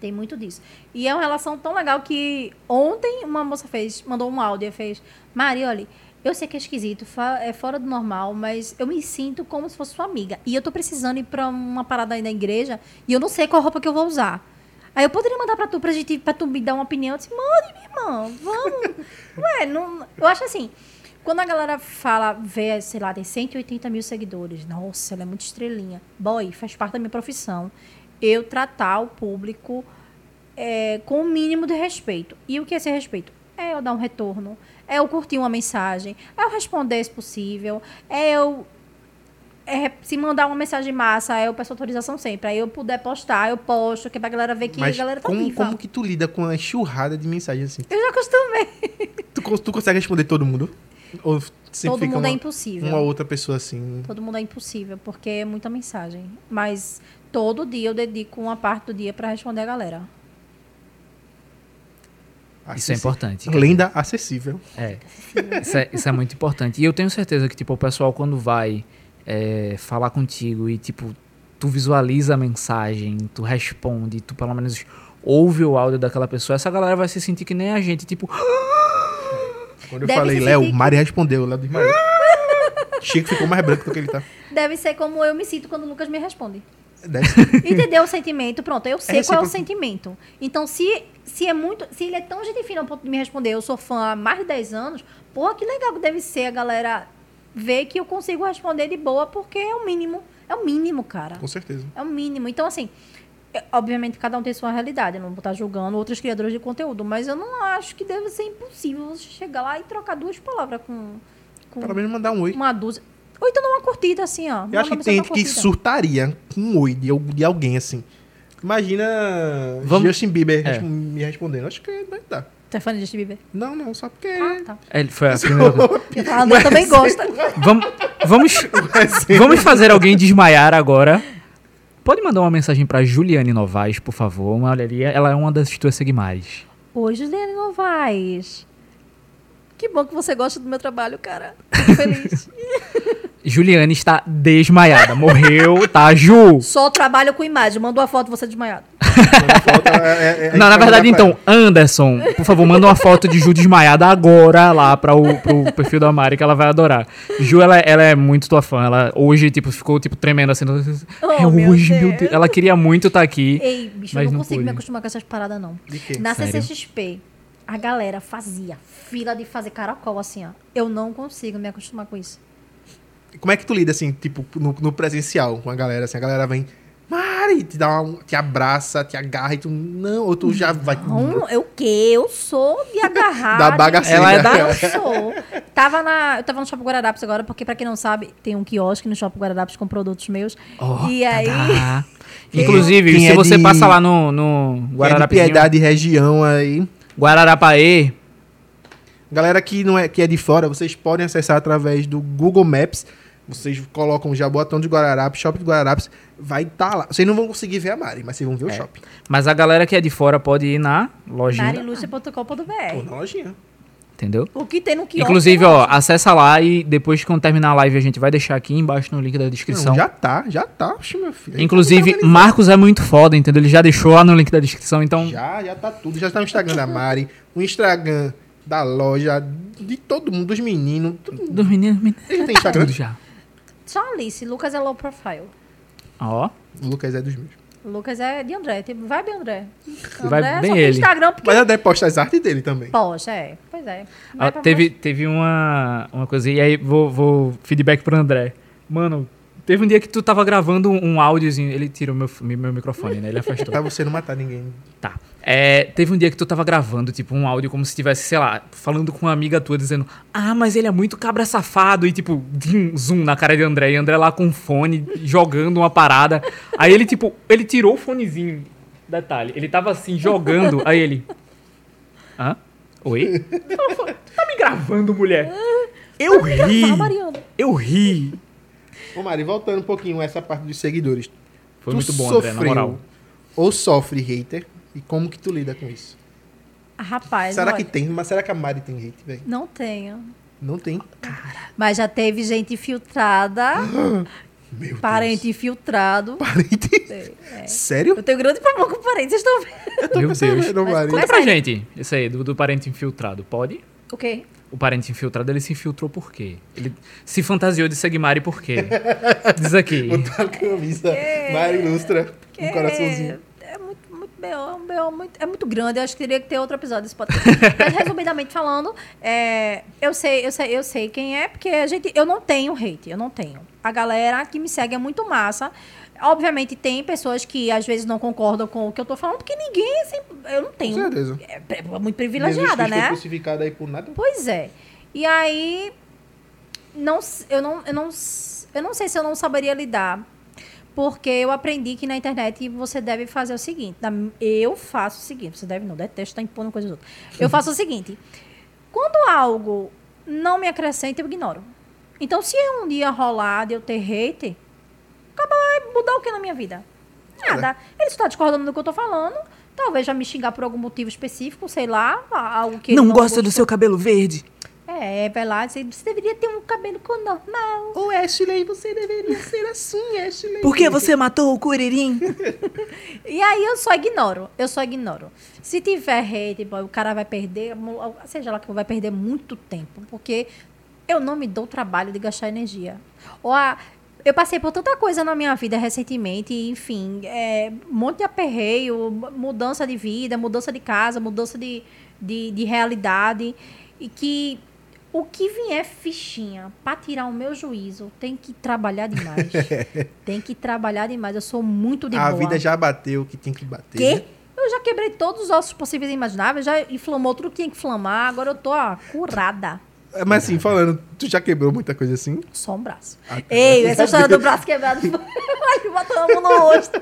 D: Tem muito disso. E é uma relação tão legal que ontem uma moça fez, mandou um áudio e fez: Mari, olha, eu sei que é esquisito, fa- é fora do normal, mas eu me sinto como se fosse sua amiga. E eu tô precisando ir pra uma parada aí na igreja e eu não sei qual roupa que eu vou usar. Aí eu poderia mandar pra tu, pra, gente, pra tu me dar uma opinião. Eu disse, mande, minha irmã, vamos. Ué, não, eu acho assim, quando a galera fala, vê, sei lá, tem 180 mil seguidores, nossa, ela é muito estrelinha. Boy, faz parte da minha profissão. Eu tratar o público é, com o mínimo de respeito. E o que é esse respeito? É eu dar um retorno, é eu curtir uma mensagem, é eu responder se possível, é eu. é, se mandar uma mensagem massa, é eu peço autorização sempre. Aí eu puder postar, eu posto, que é pra galera ver que
C: Mas
D: a galera tá
C: como,
D: viva.
C: como que tu lida com a enxurrada de mensagens assim?
D: Eu já acostumei.
C: Tu, cons- tu consegue responder todo mundo? Ou Sempre
D: Todo
C: fica
D: mundo é
C: uma-
D: impossível.
C: uma outra pessoa assim.
D: Todo mundo é impossível, porque é muita mensagem. Mas todo dia eu dedico uma parte do dia para responder a galera.
B: Isso é
C: acessível.
B: importante.
C: Lenda acessível.
B: É. Isso, é, isso é muito importante. E eu tenho certeza que, tipo, o pessoal quando vai é, falar contigo e, tipo, tu visualiza a mensagem, tu responde, tu pelo menos ouve o áudio daquela pessoa, essa galera vai se sentir que nem a gente, tipo,
C: Quando eu
D: Deve
C: falei,
D: se
C: Léo,
D: sentir-
C: Mari respondeu, Léo dos Maria. Chico ficou mais branco do que ele tá.
D: Deve ser como eu me sinto quando o Lucas me responde.
C: Deve ser.
D: Entendeu o sentimento? Pronto, eu sei qual é o
C: recíproco.
D: sentimento. Então, se, se é muito. Se ele é tão gente fina ao ponto de me responder, eu sou fã há mais de 10 anos, porra, que legal que deve ser a galera ver que eu consigo responder de boa, porque é o mínimo. É o mínimo, cara.
C: Com certeza.
D: É o mínimo. Então, assim, é- obviamente cada um tem sua realidade. Eu não vou estar julgando outros criadores de conteúdo, mas eu não acho que deve ser impossível você chegar lá e trocar duas palavras com, com
C: Pelo menos mandar um oi.
D: uma dúzia. Ou então uma curtida, assim, ó.
C: Eu acho que tem gente que surtaria com um oi de, al- de alguém assim. Imagina
B: Vamos-
C: Justin Bieber
B: É.
C: respon- me respondendo. Acho que não dá.
D: Stefania é Justin Bieber.
C: Não, não, só porque.
D: Ah, tá.
B: ele é, foi a primeira coisa.
D: Ah, eu também gosta.
B: Vamos, vamos, vamos fazer alguém desmaiar agora. Pode mandar uma mensagem pra Juliane Novaes, por favor. Uma olharia, ela é uma das tuas seguimares.
D: Oi, Juliane Novaes. Que bom que você gosta do meu trabalho, cara. Fico Feliz.
B: Juliane está desmaiada, morreu, tá, Ju?
D: Só trabalho com imagem. Mandou a foto você é desmaiado.
C: Falta- é- é- é-
B: Não, na
C: pra
B: verdade,
C: mandar pra
B: então, Anderson, por favor, manda uma foto de Ju desmaiada agora lá para o pro perfil da Mari, que ela vai adorar. Ju, ela, ela é muito tua fã. Ela hoje, tipo, ficou, tipo, tremendo assim.
D: Oh,
B: é
D: meu
B: hoje, meu
D: Deus."
B: Deus. Ela queria muito estar aqui.
D: Ei, bicho,
B: Mas
D: eu não,
B: não
D: consigo
B: pude.
D: me acostumar com essas paradas, não.
C: De quê?
D: Na
B: Sério?
D: CCXP, a galera fazia fila de fazer caracol, assim, ó. Eu não consigo me acostumar com isso.
C: ela. Como é que tu lida, assim, tipo, no, no presencial com a galera? Assim, a galera vem. Mari, te, dá um, te abraça, te agarra e tu. Não, ou tu já vai.
D: Não, Hum, eu que eu sou de agarrar.
C: Hum. Da bagaceira.
B: Ela é da-
D: Eu sou. Tava na, eu tava no Shopping Guararapes agora, porque pra quem não sabe, tem um quiosque no Shopping Guararapes com produtos meus.
B: Oh,
C: tá
D: e aí,
B: tadá. Inclusive,
C: Quem
B: se
C: é
B: você
C: de- é
B: passa lá no, no
C: Guararapiedade,
B: Guararapiedade,
C: região aí.
B: Guararapaê,
C: Galera que não é que é de fora, vocês podem acessar através do Google Maps. Vocês colocam Jaboatão de Guararapes, Shopping de Guararapes, vai estar lá. Vocês não vão conseguir ver a Mari, mas vocês vão ver o shopping.
B: mas a galera que é de fora pode ir na lojinha,
C: Ou
D: mariluxia.com.br.
C: na lojinha.
B: entendeu?
D: O que tem no quiosque? é
B: Inclusive, ó, acessa lá e depois que terminar a live, a gente vai deixar aqui embaixo no link da descrição.
C: Não, já tá, já tá. Oxe, meu filho. tá
B: Inclusive, Marcos é muito foda, entendeu? Ele já deixou lá no link da descrição, então.
C: Já, já tá tudo. Já tá no Instagram da Mari, o Instagram da loja, de todo mundo, dos meninos. Todo mundo.
B: Dos meninos, meninas,
C: Ele
B: tudo
C: tem Instagram?
B: já.
D: Só Alice, Lucas é low profile.
B: Ó,
C: O Lucas é dos meus.
D: Lucas é de André. Tipo, vai bem, André.
B: Vai
D: André é
B: bem
D: só tem
B: ele.
D: Instagram porque.
C: Mas ela deve postar as artes dele também.
D: Poxa, é. Pois é. Vai
B: ó,
D: pra
B: teve, teve uma, uma coisa, e aí vou, vou feedback pro André. Mano, teve um dia que tu tava gravando um áudiozinho, ele tirou meu, meu microfone, né? Ele afastou.
C: Pra você não matar ninguém.
B: Tá. É, teve um dia que tu tava gravando, tipo, um áudio como se tivesse, sei lá, falando com uma amiga tua, dizendo, ah, mas ele é muito cabra safado, e tipo, dim, zoom na cara de André, e André lá com um fone, jogando uma parada. Aí ele, tipo, ele tirou o fonezinho, detalhe, ele tava assim, jogando, aí ele, hã? Oi? Tá me gravando, mulher? Eu
C: Tá
B: ri,
D: Ah, Mariana.
B: eu ri.
C: Ô Mari, voltando um pouquinho a essa parte dos seguidores.
B: Foi
C: Tu
B: muito bom, André, na
C: sofreu
B: moral.
C: Ou sofre hater, e como que tu lida com isso?
D: Ah, Rapaz,
C: será
D: olha,
C: que tem? Mas será que a Mari tem hate, velho?
D: Não tenho.
C: Não tem.
D: Mas já teve gente infiltrada,
C: Meu
D: parente infiltrado.
C: Parente?
D: É, é.
C: Sério?
D: Eu tenho grande problema com parente, vocês estão vendo.
C: Eu tô
B: Meu
C: pensando,
B: Deus.
C: não, Mari.
D: é
B: Conta pra gente, isso aí, do, do parente infiltrado, pode?
D: O quê?
B: O parente infiltrado, ele se infiltrou por quê? Ele se fantasiou de Segmari por quê? Diz aqui.
C: Botar Tá a camisa. Mari ilustra. Um coraçãozinho.
D: É, é muito, muito BO, é um BO muito, é muito grande. Eu acho que teria que ter outro episódio desse podcast. Mas resumidamente falando, é, eu sei, eu sei, eu sei quem é, porque a gente, eu não tenho hate, eu não tenho. A galera que me segue é muito massa. Obviamente tem pessoas que às vezes não concordam com o que eu tô falando, porque ninguém, assim, eu não
C: Com
D: tenho.
C: certeza.
D: É, é muito
C: Jesus
D: privilegiada,
C: Cristo foi
D: né?
C: crucificado aí por nada.
D: Pois é. E aí não s- eu não eu não s- eu não sei se eu não saberia lidar, porque eu aprendi que na internet você deve fazer o seguinte, na- eu tá faço o seguinte, você deve não, detesto estar impondo coisas outras. Eu faço o seguinte, quando algo não me acrescenta, eu ignoro. Então, se um dia rolar de eu ter hate, acaba vai mudar o que na minha vida?
B: É, né?
D: Nada. Ele só tá discordando do que eu tô falando. Talvez já me xingar por algum motivo específico, sei lá, a- algo que. ele
B: não gosta
D: gostou.
B: do seu cabelo verde.
D: É, vai lá, você você deveria ter um cabelo cor normal.
C: Ô, Ashley, você deveria ser assim, Ashley.
B: Por que você matou o Curirim?
D: E aí eu só ignoro, eu só ignoro. Se tiver hate, boy, o cara vai perder, mo- seja lá que vai perder muito tempo, porque eu não me dou o trabalho de gastar energia. Ou a, eu passei por tanta coisa na minha vida recentemente, enfim, é, um monte de aperreio, mudança de vida, mudança de casa, mudança de, de, de realidade, e que o que vier fichinha para tirar o meu juízo tem que trabalhar demais. tem que trabalhar demais. Eu sou muito de
C: A
D: boa.
C: vida já bateu o que tem que bater.
D: Quê? Eu já quebrei todos os ossos possíveis e imagináveis, já inflamou tudo que tinha que inflamar, agora eu tô, ó, curada.
C: É, Mas assim, falando, tu já quebrou muita coisa assim?
D: Só um braço. Ei, essa história do braço quebrado foi olha que botou a mão no rosto.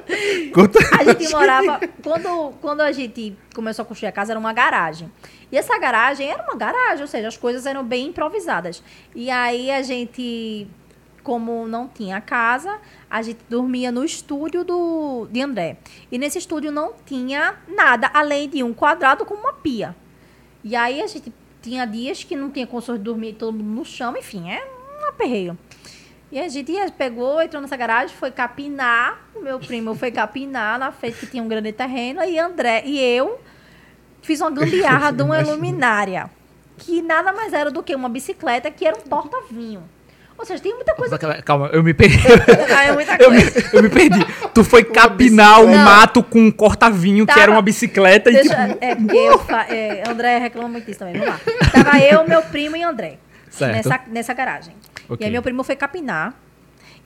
C: Conta.
D: A gente morava. Quando, quando a gente começou a construir a casa, era uma garagem. E essa garagem era uma garagem, ou seja, as coisas eram bem improvisadas. E aí a gente, como não tinha casa, a gente dormia no estúdio do, de André. E nesse estúdio não tinha nada além de um quadrado com uma pia. E aí a gente tinha dias que não tinha condições de dormir todo mundo no chão, enfim, é um aperreio. E a gente ia- pegou, entrou nessa garagem, foi capinar. O meu primo foi capinar na frente que tinha um grande terreno. E André e eu fiz uma gambiarra de uma
C: Imagina.
D: luminária. Que nada mais era do que uma bicicleta que era um porta-vinho. Ou seja, tem muita coisa.
B: Calma, eu me perdi.
D: Ah, é muita
B: Eu me,
D: coisa.
B: eu me perdi. Tu foi capinar o
D: Não.
B: mato com um cortavinho que
D: Tava-
B: era uma bicicleta e
D: Deixa,
B: tipo.
D: é, porque eu fa- é, André reclama muito disso também. Vamos lá. Tava eu, meu primo e André.
B: Certo.
D: Nessa, nessa garagem. E
B: Ok.
D: aí meu primo foi capinar.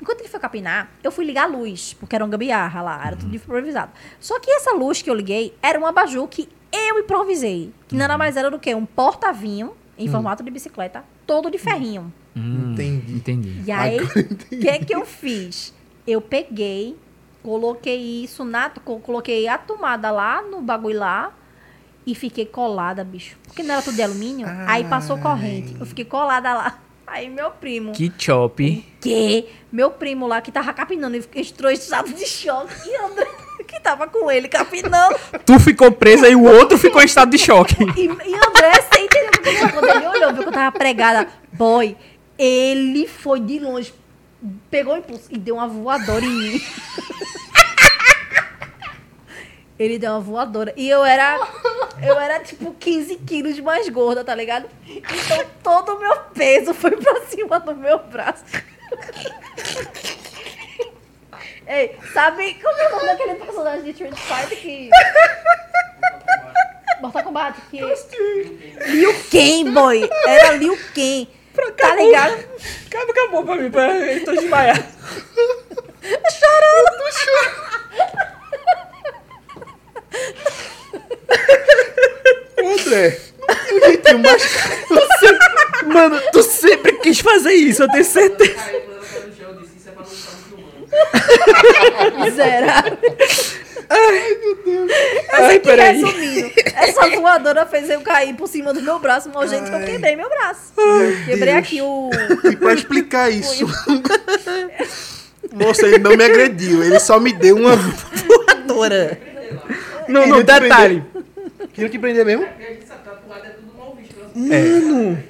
D: Enquanto ele foi capinar, eu fui ligar a luz, porque era um gambiarra lá, era
B: Uhum.
D: tudo improvisado. Só que essa luz que eu liguei era um abajur que eu improvisei. Que
B: Uhum.
D: nada mais era do que um porta-vinho
B: Hum.
D: em formato de bicicleta, todo de ferrinho.
C: Entendi.
B: Entendi.
D: E aí,
C: Agora
D: o que é que eu fiz? Eu peguei, coloquei isso na, co- coloquei a tomada lá no bagulho lá e fiquei colada, bicho. Porque não era tudo de alumínio, aí passou corrente. Eu fiquei colada lá. Aí meu primo, que?
B: Que chop.
D: Meu primo lá que tava capinando, ele entrou em estado de choque e André que tava com ele capinando.
B: Tu ficou presa e o outro ficou em estado de choque.
D: E, e André sem entender o que aconteceu. Quando ele olhou, viu que eu tava pregada. Boy, ele foi de longe, pegou o impulso e deu uma voadora em mim. Ele deu uma voadora. E eu era. Eu era tipo 15 quilos mais gorda, tá ligado? Então todo o meu peso foi pra cima do meu braço. Ei, sabe como é o nome daquele personagem de Street Fighter que. Mortal Kombat, que. Liu Kang, boy! Era Liu Kang. Tá ligado?
B: Acabou, acabou pra mim, pra... eu tô desmaiado.
C: André, o jeitinho mais.
B: Mano, tu sempre quis fazer isso, eu tenho certeza.
E: Eu caí, quando eu caí no chão, eu disse, isso é pra não estar me filmando.
D: Miserável.
B: Ai,
D: Que resumindo, essa voadora fez eu cair por cima do meu braço, mas gente, eu quebrei meu braço. quebrei
C: Deus.
D: aqui o.
C: E pra explicar isso. Moça, ele não me agrediu, ele só me deu uma.
B: Não, não,
C: Ele te
B: detalhe.
C: Tinha é que prender mesmo?
E: Porque a gente sabe, tatuado é tudo mal visto. né?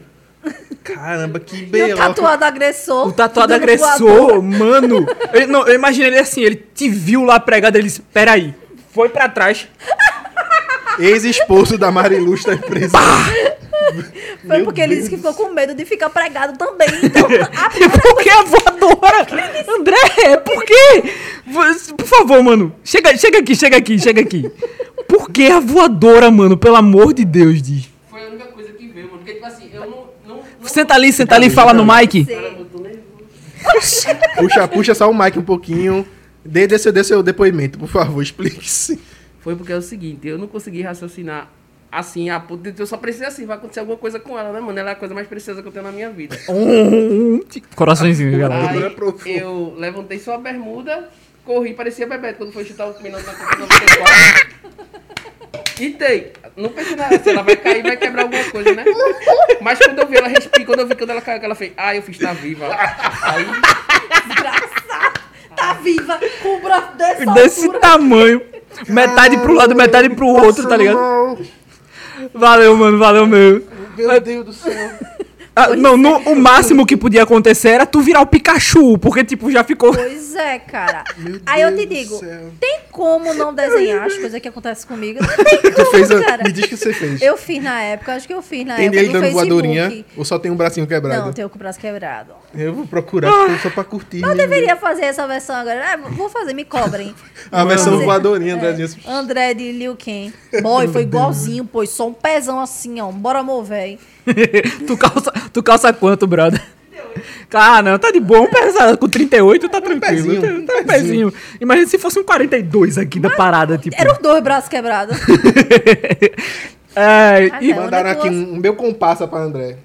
C: Caramba, que
D: E o
C: belo.
D: tatuado agressor.
B: O tatuado
D: dando
B: agressor, mano. Eu, não, eu imagino ele assim, ele te viu lá pregado, ele disse, peraí. Foi pra trás.
C: Ex-esposo da Mariluz da empresa.
D: Foi
C: Meu
D: porque ele disse que ficou com medo de ficar pregado também. Então, a
B: E Ah, por que a é voadora? André, é por quê? Você- Por favor, mano. Chega, chega aqui, chega aqui, chega aqui. Por que a voadora, mano? Pelo amor de Deus, diz.
E: Foi a única coisa que veio, mano. Porque, tipo assim, eu não... não, não
B: Senta ali, senta ali e fala no mic.
E: Cara, eu tô nervoso.
C: Puxa, puxa só o mic um pouquinho. Dê, dê, seu, dê seu depoimento, por favor, explique-se.
E: Foi porque é o seguinte, eu não consegui raciocinar assim, a ponto de eu só precisei assim, vai acontecer alguma coisa com ela, né, mano? Ela é a coisa mais preciosa que eu tenho na minha vida.
B: Coraçõezinho, galera.
E: Aí,
C: Agora é profundo.
E: eu levantei sua bermuda, corri, parecia Bebeto quando foi chutar o pênalti na Copa 94. E tem, Não pensei nada, se ela vai cair, vai quebrar alguma coisa, né? Mas quando eu vi ela respirar, quando eu vi quando ela caiu, que ela fez, ah, eu fiz, tá viva. Aí,
D: Desgraçado. Tá viva com o braço dessa
B: Desse
D: altura.
B: tamanho. Metade pro lado, metade pro outro, tá ligado? Valeu, mano, valeu meu.
C: Meu Deus do céu.
B: Ah, não, no- o máximo que podia acontecer era tu virar o Pikachu, porque, tipo, já ficou.
D: Pois é, cara.
C: Meu
D: Aí eu
C: Deus
D: te
C: do
D: digo,
C: céu.
D: tem como não desenhar as coisas que acontecem comigo? Não tem como,
C: Tu fez a-
D: cara.
C: Me diz que você fez.
D: Eu é, fiz na época, acho que eu fiz na
C: tem
D: época
C: ele
D: do
C: dando
D: Facebook.
C: voadorinha ou só tem um bracinho quebrado?
D: Não, tenho com o braço quebrado.
C: Eu vou procurar porque só pra curtir.
D: Eu
C: mesmo.
D: deveria fazer essa versão agora. Ah, vou fazer, me cobrem.
C: A versão
D: Fazer.
C: voadorinha,
D: É,
C: Andrezinho.
D: André de Liu Ken. Boy, foi igualzinho, pô. Só um pezão assim, ó. Bora mover, hein?
B: tu, calça, tu calça quanto, brother? Ah, não, tá de bom, pesado. Com 38 tá tranquilo.
C: pezinho,
B: tá um pezinho. Imagina se fosse um 42 aqui
D: Ah,
B: da parada, tipo.
D: Eram os dois braços quebrados.
B: É,
D: Ah,
B: e,
D: não.
C: Mandaram
D: Onde é que
C: aqui um, um meu compassa pra André.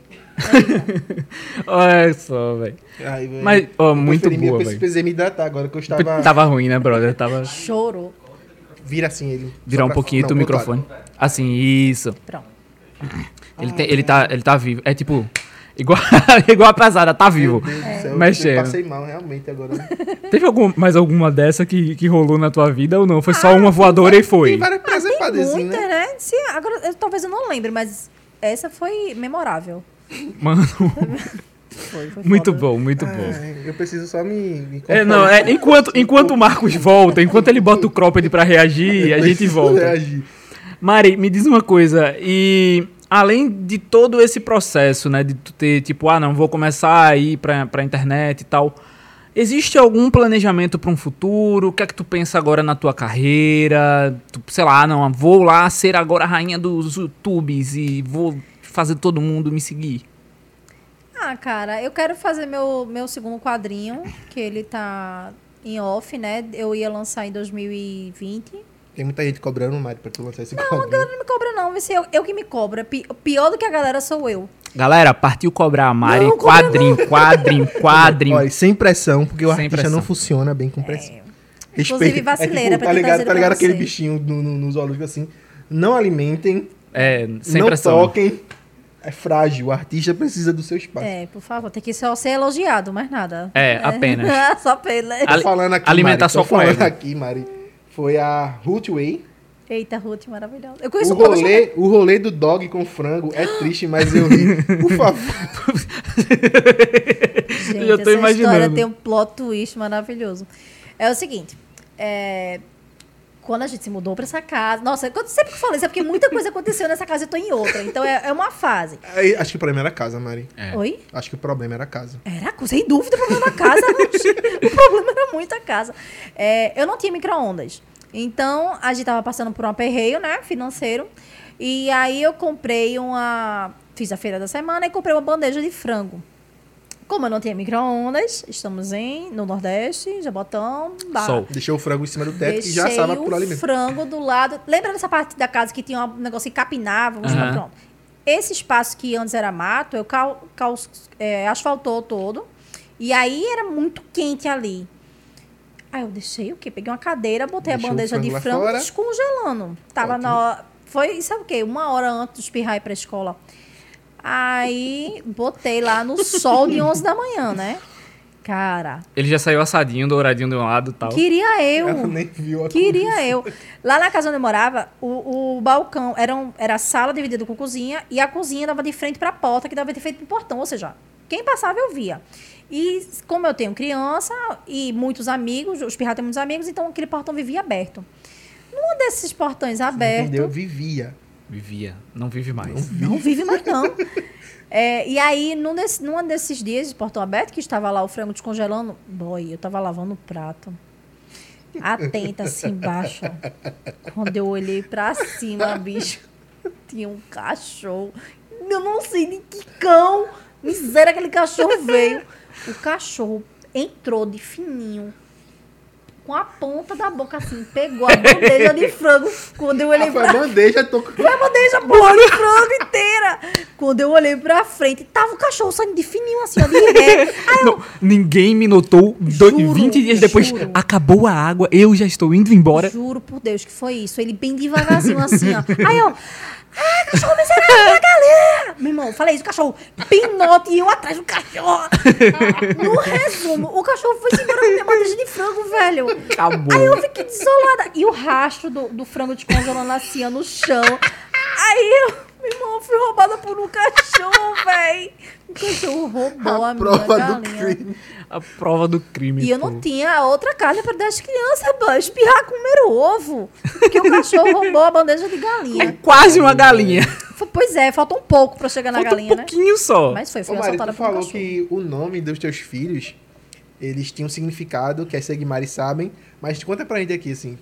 B: olha só, velho.
C: Ai, velho.
B: Mas, ó,
C: Eu
B: muito
C: preferi me-
B: boa,
C: Eu
B: velho.
C: precisei me hidratar agora que eu estava...
B: Tava ruim, né, brother? Tava.
D: Chorou.
C: Vira assim ele. só
B: Virar um
C: pra-
B: pouquinho
C: não,
B: o
C: contrário.
B: microfone. Assim, isso.
D: Pronto.
B: Ele, tem- ele, tá, ele tá vivo. É tipo. Igual, igual a pesada, tá vivo.
C: Meu Deus do
D: É.
C: céu,
B: Mas
C: É. eu
B: chega.
C: passei mal realmente agora.
B: Teve algum, mais alguma dessa que, que rolou na tua vida ou não? Foi
D: Ah,
B: só uma voadora e
C: Tem
B: foi?
C: várias preservadezinhas,
D: Muita,
C: né?
D: né? Se, agora, eu- talvez eu não lembre, mas essa foi memorável.
B: Mano,
D: Foi, foi
B: muito
D: foda. né? É.
B: bom, muito bom.
C: Ai, eu preciso só me, me
B: É, não,
C: conformar.
B: é, enquanto, enquanto o Marcos volta, enquanto ele bota o cropped pra reagir, a gente
C: Preciso
B: volta.
C: reagir.
B: Mari, me diz uma coisa, e além de todo esse processo, né, de tu ter tipo, ah, não, vou começar a ir pra, pra internet e tal, existe algum planejamento pra um futuro? O que é que tu pensa agora na tua carreira? Tu, sei lá, ah, não, vou lá ser agora a rainha dos YouTubes e vou fazer todo mundo me seguir.
D: Ah, cara, eu quero fazer meu, meu segundo quadrinho, que ele tá em off, né? Eu ia lançar em 2020.
C: Tem muita gente cobrando, Mari, pra tu lançar esse quadro.
D: Não me cobra, não. Vai ser eu, eu que me cobra. Pi- Pior do que a galera sou eu.
B: Galera, partiu cobrar a Mari,
D: Não, cobra
B: quadrinho, quadrinho, quadrinho,
C: Olha, sem pressão, porque o
B: Sem
C: artista
B: pressão.
C: não funciona bem com pressão.
D: É. Inclusive, vacileira
C: é tipo,
D: pra
C: tá
D: tentar
C: ligado,
D: dizer
C: tá ligado
D: pra
C: aquele
D: você.
C: bichinho no, no, no zoológico assim? Não alimentem,
B: É, sem
C: não
B: pressão.
C: toquem. É frágil, o artista precisa do seu espaço.
D: É, por favor, tem que só ser elogiado, mais nada.
B: É, apenas.
D: só apenas.
B: Ali-
C: Tô falando aqui,
B: alimentar
C: Mari,
B: só
C: tô
B: com
C: falando
B: ego.
C: aqui, Mari. Foi a Ruth Way.
D: Eita, Ruth, maravilhosa. Eu
C: O
D: conheço um todas.
C: rolê, o rolê do dog com frango é triste, mas eu ri. Por favor.
D: Gente,
B: Eu já tô
D: essa história
B: imaginando.
D: tem um plot twist maravilhoso. É o seguinte, é, quando a gente se mudou pra essa casa... Nossa, quando- sempre que eu falo isso é porque muita coisa aconteceu nessa casa e eu tô em outra. Então é, é uma fase.
C: Aí, Acho que o problema era a casa, Mari.
B: É.
D: Oi?
C: Acho que o problema era a casa.
D: Era, sem dúvida, o problema da casa. o problema era muito a casa. É, eu não tinha micro-ondas. Então, a gente tava passando por um aperreio, né? Financeiro. E aí eu comprei uma. Fiz a feira da semana e comprei uma bandeja de frango. Como eu não tinha micro-ondas, estamos em, no Nordeste, Jabotão, Barra.
B: Sol.
C: Deixou o frango em cima do teto
D: Deixei
C: e já assava por ali
D: o
C: mesmo.
D: frango do lado. Lembra dessa parte da casa que tinha um negócio que capinava? vamos
B: Aham.
D: chamar, pronto. Esse espaço que antes era mato, eu cal, cal- é, asfaltou todo. E aí era muito quente ali. Aí eu deixei o quê? Peguei uma cadeira, botei
C: Deixou
D: a
C: o
D: bandeja
C: frango
D: de
C: lá
D: frango
C: fora.
D: descongelando. Tava na hora. Foi, sabe o quê? Uma hora antes de espirrar e ir pra escola. Aí botei lá no sol de 11 da manhã, né? Cara,
B: Ele já saiu assadinho, douradinho de um lado e tal.
D: queria eu.
C: Ela nem viu a
D: Queria eu. Lá na casa onde eu morava, o, o balcão era, um- era a sala dividida com cozinha e a cozinha dava de frente para a porta, que dava de frente para o portão. Ou seja, quem passava eu via. E como eu tenho criança e muitos amigos, os pirratas têm muitos amigos, então aquele portão vivia aberto. Num desses portões abertos,
C: Entendeu? Vivia.
B: Vivia, não vive mais.
D: não vive mais não. É, e aí, num desse, num desses dias de portão aberto, que estava lá o frango descongelando, boy, eu estava lavando o prato. Atenta, assim, embaixo. Quando eu olhei pra cima, bicho, tinha um cachorro. Eu não sei nem que cão. Miséria, aquele cachorro veio. O cachorro entrou de fininho. com a ponta da boca assim, pegou a bandeja de frango. Quando eu olhei
C: Ah, foi
D: pra
C: a bandeja, tô com-
D: Foi a bandeja, porra, de frango inteira. Quando eu olhei pra frente, tava o cachorro saindo de fininho assim, ó, de ré.
B: Não, ninguém me notou. Do,
D: Juro,
B: 20 dias depois,
D: juro.
B: acabou a água, eu já estou indo embora.
D: Juro por Deus que foi isso. Ele bem devagarzinho, assim, ó. Aí eu. Ah, cachorro miserável da galera! Meu irmão, eu falei isso, cachorro. Pinote e eu atrás do cachorro. No resumo, o cachorro foi se embora com minha bandeja de frango, velho.
B: Acabou.
D: Aí eu fiquei desolada. E o rastro do, do frango descongelando assim, ó, no chão. Aí eu, meu irmão, eu fui roubada por um cachorro, véi. O cachorro roubou a,
C: a
D: minha
C: prova do
D: galinha.
C: crime.
B: A prova do crime.
D: E eu
B: pô.
D: não tinha a outra carne pra dar às crianças, pô. Espirrar comer o ovo. Porque o cachorro roubou a bandeja de
B: É
D: galinha.
B: quase uma galinha.
D: Foi- Pois é, falta um pouco pra eu chegar na
B: Falta um
D: galinha, né?
B: pouquinho só.
D: Mas foi, fui
C: Ô, Mari,
D: assaltada
C: tu
D: por um
C: falou
D: cachorro.
C: que o nome dos teus filhos, eles tinham um significado, que as Segmares sabem, mas conta pra gente aqui, assim,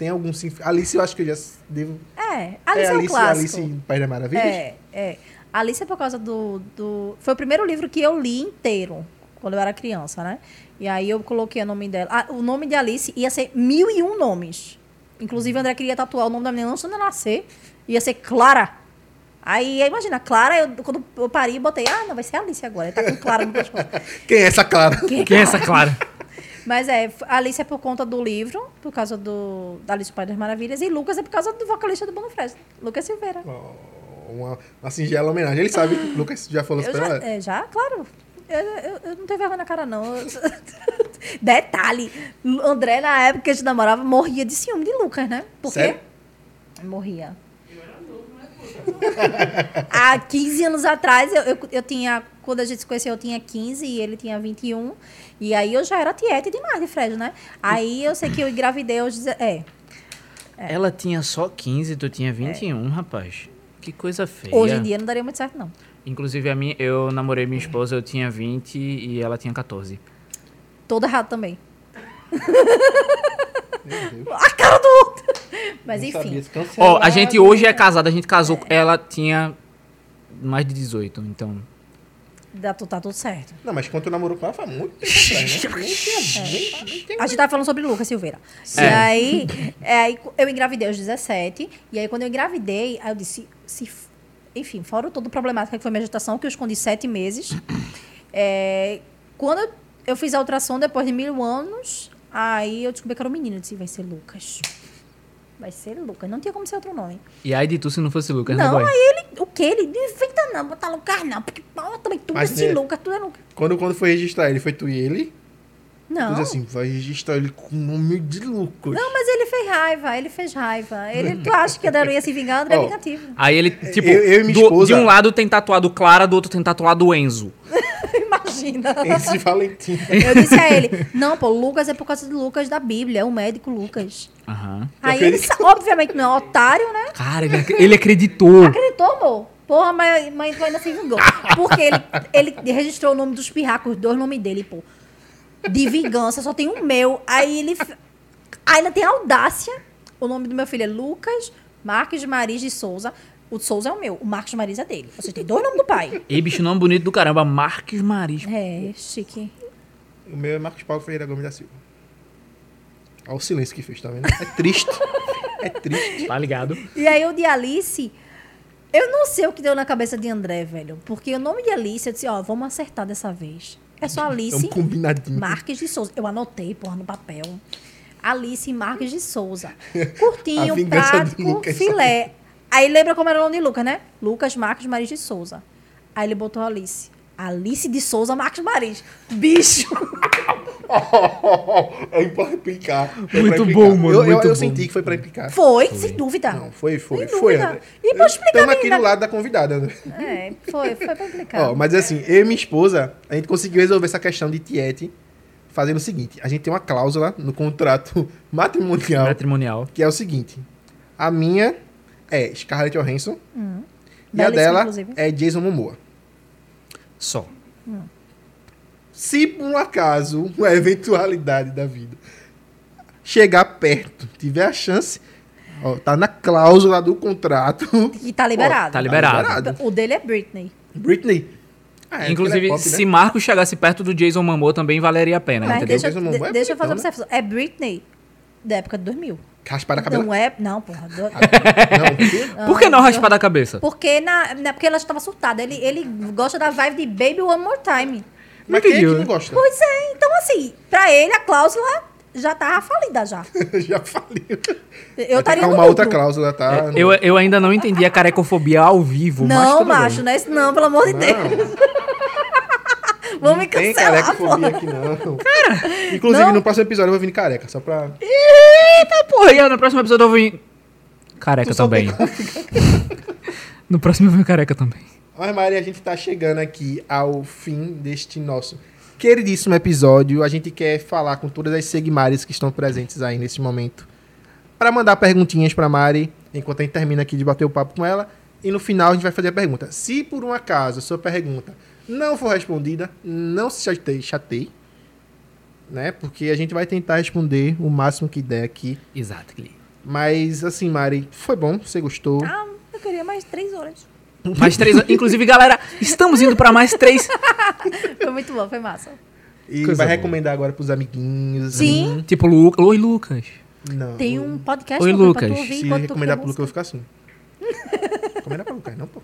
C: tem algum significado? Alice, eu acho que eu já devo...
D: É, Alice é, um
C: Alice,
D: clássico.
C: Alice, País das Maravilhas?
D: É, é. Alice é por causa do, do. Foi o primeiro livro que eu li inteiro, quando eu era criança, né? E aí eu coloquei o nome dela. Ah, o nome de Alice ia ser mil e um nomes. Inclusive, o André queria tatuar o nome da menina antes de nascer. Ia ser Clara. Aí, imagina, Clara, eu, quando eu parei, eu botei, ah, não, vai ser Alice agora. Tá com Clara no pescoço.
C: Quem é essa Clara?
B: Quem é essa Clara?
D: Mas é, f- Alice é por conta do livro, por causa do da Alice no País das Maravilhas, e Lucas é por causa do vocalista do Bono Fresno, Lucas Silveira.
C: Ó, Uma, uma singela homenagem. Ele sabe, o Lucas já falou
D: Ah. Eu
C: isso
D: já,
C: pra ela.
D: é, já, claro. Eu, eu- eu não tenho vergonha na cara, não. Eu- Detalhe, André, na época que a gente namorava, morria de ciúme de Lucas, né? Por
C: Sério?
D: quê? Morria. Há 15 anos atrás, eu, eu, eu tinha. Quando a gente se conheceu, eu tinha 15 e ele tinha 21. E aí eu já era tiete demais de Fred, né? Aí eu sei que eu engravidei aos. deze- É,
F: Ela tinha só 15, tu tinha 21, rapaz. Que coisa feia.
D: hoje em dia não daria muito certo, não.
F: Inclusive, a minha, eu namorei minha esposa, eu tinha 20 e ela tinha 14.
D: Todo errado também.
C: Meu Deus.
D: A cara do outro! Mas
C: Não
D: enfim.
C: sabia, se cancelado.
F: Ó, a gente hoje é casada, a gente casou, ela tinha mais de 18, então.
D: Dá, tu- tá tudo certo.
C: Não, mas quando tu namorou com ela, foi muito tempo atrás, né? Nem
D: É.
C: tinha- nem- nem tinha-
D: A gente tava falando sobre Lucas Silveira.
F: É.
D: E aí, é, aí eu engravidei aos 17. E aí, quando eu engravidei, aí eu disse... se f- enfim, fora o todo o problemático que foi minha gestação, que eu escondi sete meses. É, quando eu- eu fiz a ultrassom, depois de mil anos, aí eu descobri que era um menino. Eu disse, vai ser Lucas. Vai ser Lucas. Não tinha como ser outro nome.
F: E aí de tu se não fosse Lucas, né,
D: não,
F: boy?
D: aí ele... O que Ele não inventa não, botar Lucas não. Porque, pô, também tu é
C: Mas,
D: esse
C: né,
D: Lucas, tu é Lucas.
C: Quando, quando foi registrar ele, foi tu e ele? Tu
D: Não.
C: disse assim, vai registrar ele com o nome de Lucas.
D: Não, mas ele fez raiva, ele fez raiva. Ele, tu acha que a André ia se vingar, André é
C: Ó,
D: vingativo.
F: Aí ele, tipo,
C: Eu- eu e minha
F: do-
C: esposa-
F: de um lado tem tatuado Clara, do outro tem tatuado Enzo.
D: Imagina.
C: Esse Valentim.
D: Eu disse a ele, não, pô, Lucas é por causa do Lucas da Bíblia, é o médico Lucas.
F: Aham.
D: Aí
C: acredito.
D: ele, sa- obviamente, não é otário, né?
B: Cara, ele, ac- ele acreditou.
D: Acreditou, amor? Porra, mas, mas tu ainda se vingou. Porque ele, ele registrou o nome dos pirracos, dois nomes dele, pô. De vingança, só tem um meu. Aí ele. f- Aí ainda tem a audácia. O nome do meu filho é Lucas Marques Maris de Souza. O de Souza é o meu, o Marcos Maris é dele. Ou seja, tem dois nomes do pai.
F: E bicho, nome bonito do caramba, Marques Maris.
D: É, chique.
C: O meu é Marcos Paulo Ferreira Gomes da Silva. Olha o silêncio que fez, tá vendo? É triste. É triste.
F: Tá ligado?
D: E aí o de Alice, eu não sei o que deu na cabeça de André, velho. Porque o nome de Alice, eu disse, ó, vamos acertar dessa vez. É só
C: É um
D: Alice
C: combinadinho.
D: Marques de Souza. Eu anotei, porra, no papel. Alice Marques de Souza.
C: A
D: Curtinho,
C: vingança do
D: prático,
C: Lucas.
D: filé. Aí lembra como era o nome de Lucas, né? Lucas Marques Maris de Souza. Aí ele botou Alice. Alice de Souza Marques Maris. Bicho!
C: é pra implicar. É pra
B: Muito
C: implicar.
B: bom, mano,
C: Eu, eu-
B: muito
C: eu
B: bom.
C: senti que foi pra implicar.
D: Foi, sem dúvida.
C: Não, foi, foi,
D: Sem
C: foi,
D: dúvida.
C: André.
D: E pra explicar
C: Estamos aqui
D: menina-
C: do lado da convidada, André.
D: É, foi, foi complicado.
C: Ó, mas assim, eu e minha esposa, a gente conseguiu resolver essa questão de Tiete fazendo o seguinte: a gente tem uma cláusula no contrato matrimonial
B: Matrimonial.
C: que é o seguinte: a minha é Scarlett Johansson e a
D: Hum. Belíssima,
C: dela
D: inclusive.
C: é Jason Momoa.
F: Só.
C: Se por um acaso, uma eventualidade da vida, chegar perto, tiver a chance, ó, tá na cláusula do contrato.
D: E tá liberado.
F: Tá liberado.
C: liberado.
D: O dele é Britney.
C: Britney, Ah, é,
B: Inclusive,
C: porque ele é pop, né?
B: se Marco chegasse perto do Jason Momoa também valeria a pena,
D: Mas
B: entendeu?
D: deixa,
C: Jason Momoa
D: de-
C: é
D: deixa eu fazer uma
C: bonitão,
D: observação. É Britney da época de 2000.
C: Raspar a cabeça. Ah, tá.
D: Não é... Não, porra. do-
C: Não, porque-
B: Por que não raspar da cabeça?
D: Porque, na, na- porque ela estava surtada. Ele, ele gosta da vibe de Baby One More Time.
C: Mas quem é que
B: Entendi, né?
C: não gosta?
D: Pois é, então assim, pra ele a cláusula já tava falida já.
C: Já falei. Vai ter
D: Eu
C: que
D: estaria no
C: arrumar
D: lucro.
C: outra cláusula, tá?
B: É, Eu, eu ainda não entendi a carecofobia ao vivo, mas
D: Não,
B: tudo bem.
D: macho, não é isso não, pelo amor de Deus. Vão me
C: Tem
D: cancelar, pô.
C: carecofobia aqui, não. Inclusive,
D: não.
C: no próximo episódio eu vou vir careca, só pra...
B: Eita porra, e no próximo episódio eu vou em... Careca também. no próximo eu vou em careca também.
C: Mas, Mari, a gente tá chegando aqui ao fim deste nosso queridíssimo episódio. A gente quer falar com todas as Segmares que estão presentes aí nesse momento para mandar perguntinhas pra Mari, enquanto a gente termina aqui de bater o papo com ela. E no final a gente vai fazer a pergunta. Se por um acaso a sua pergunta não for respondida, não se chateie, chateie, né? Porque a gente vai tentar responder o máximo que der aqui.
B: Exato,
C: Mas, assim, Mari, foi bom, você gostou.
D: Ah, eu queria mais três horas.
B: Mais três... Inclusive, galera, estamos indo pra mais três...
D: Foi muito bom, foi massa.
C: e vai
B: coisa boa.
C: recomendar agora pros amiguinhos.
D: Sim.
B: Tipo, Lu... Oi, Lucas.
C: Não.
D: Tem um podcast
B: Oi,
D: Lucas,
B: Lucas,
D: pra tu ouvir
C: Se
D: enquanto tu
C: recomendar
D: quer
C: pro Lucas, eu
D: música.
C: vou ficar assim. recomendar pro Lucas, não, pô.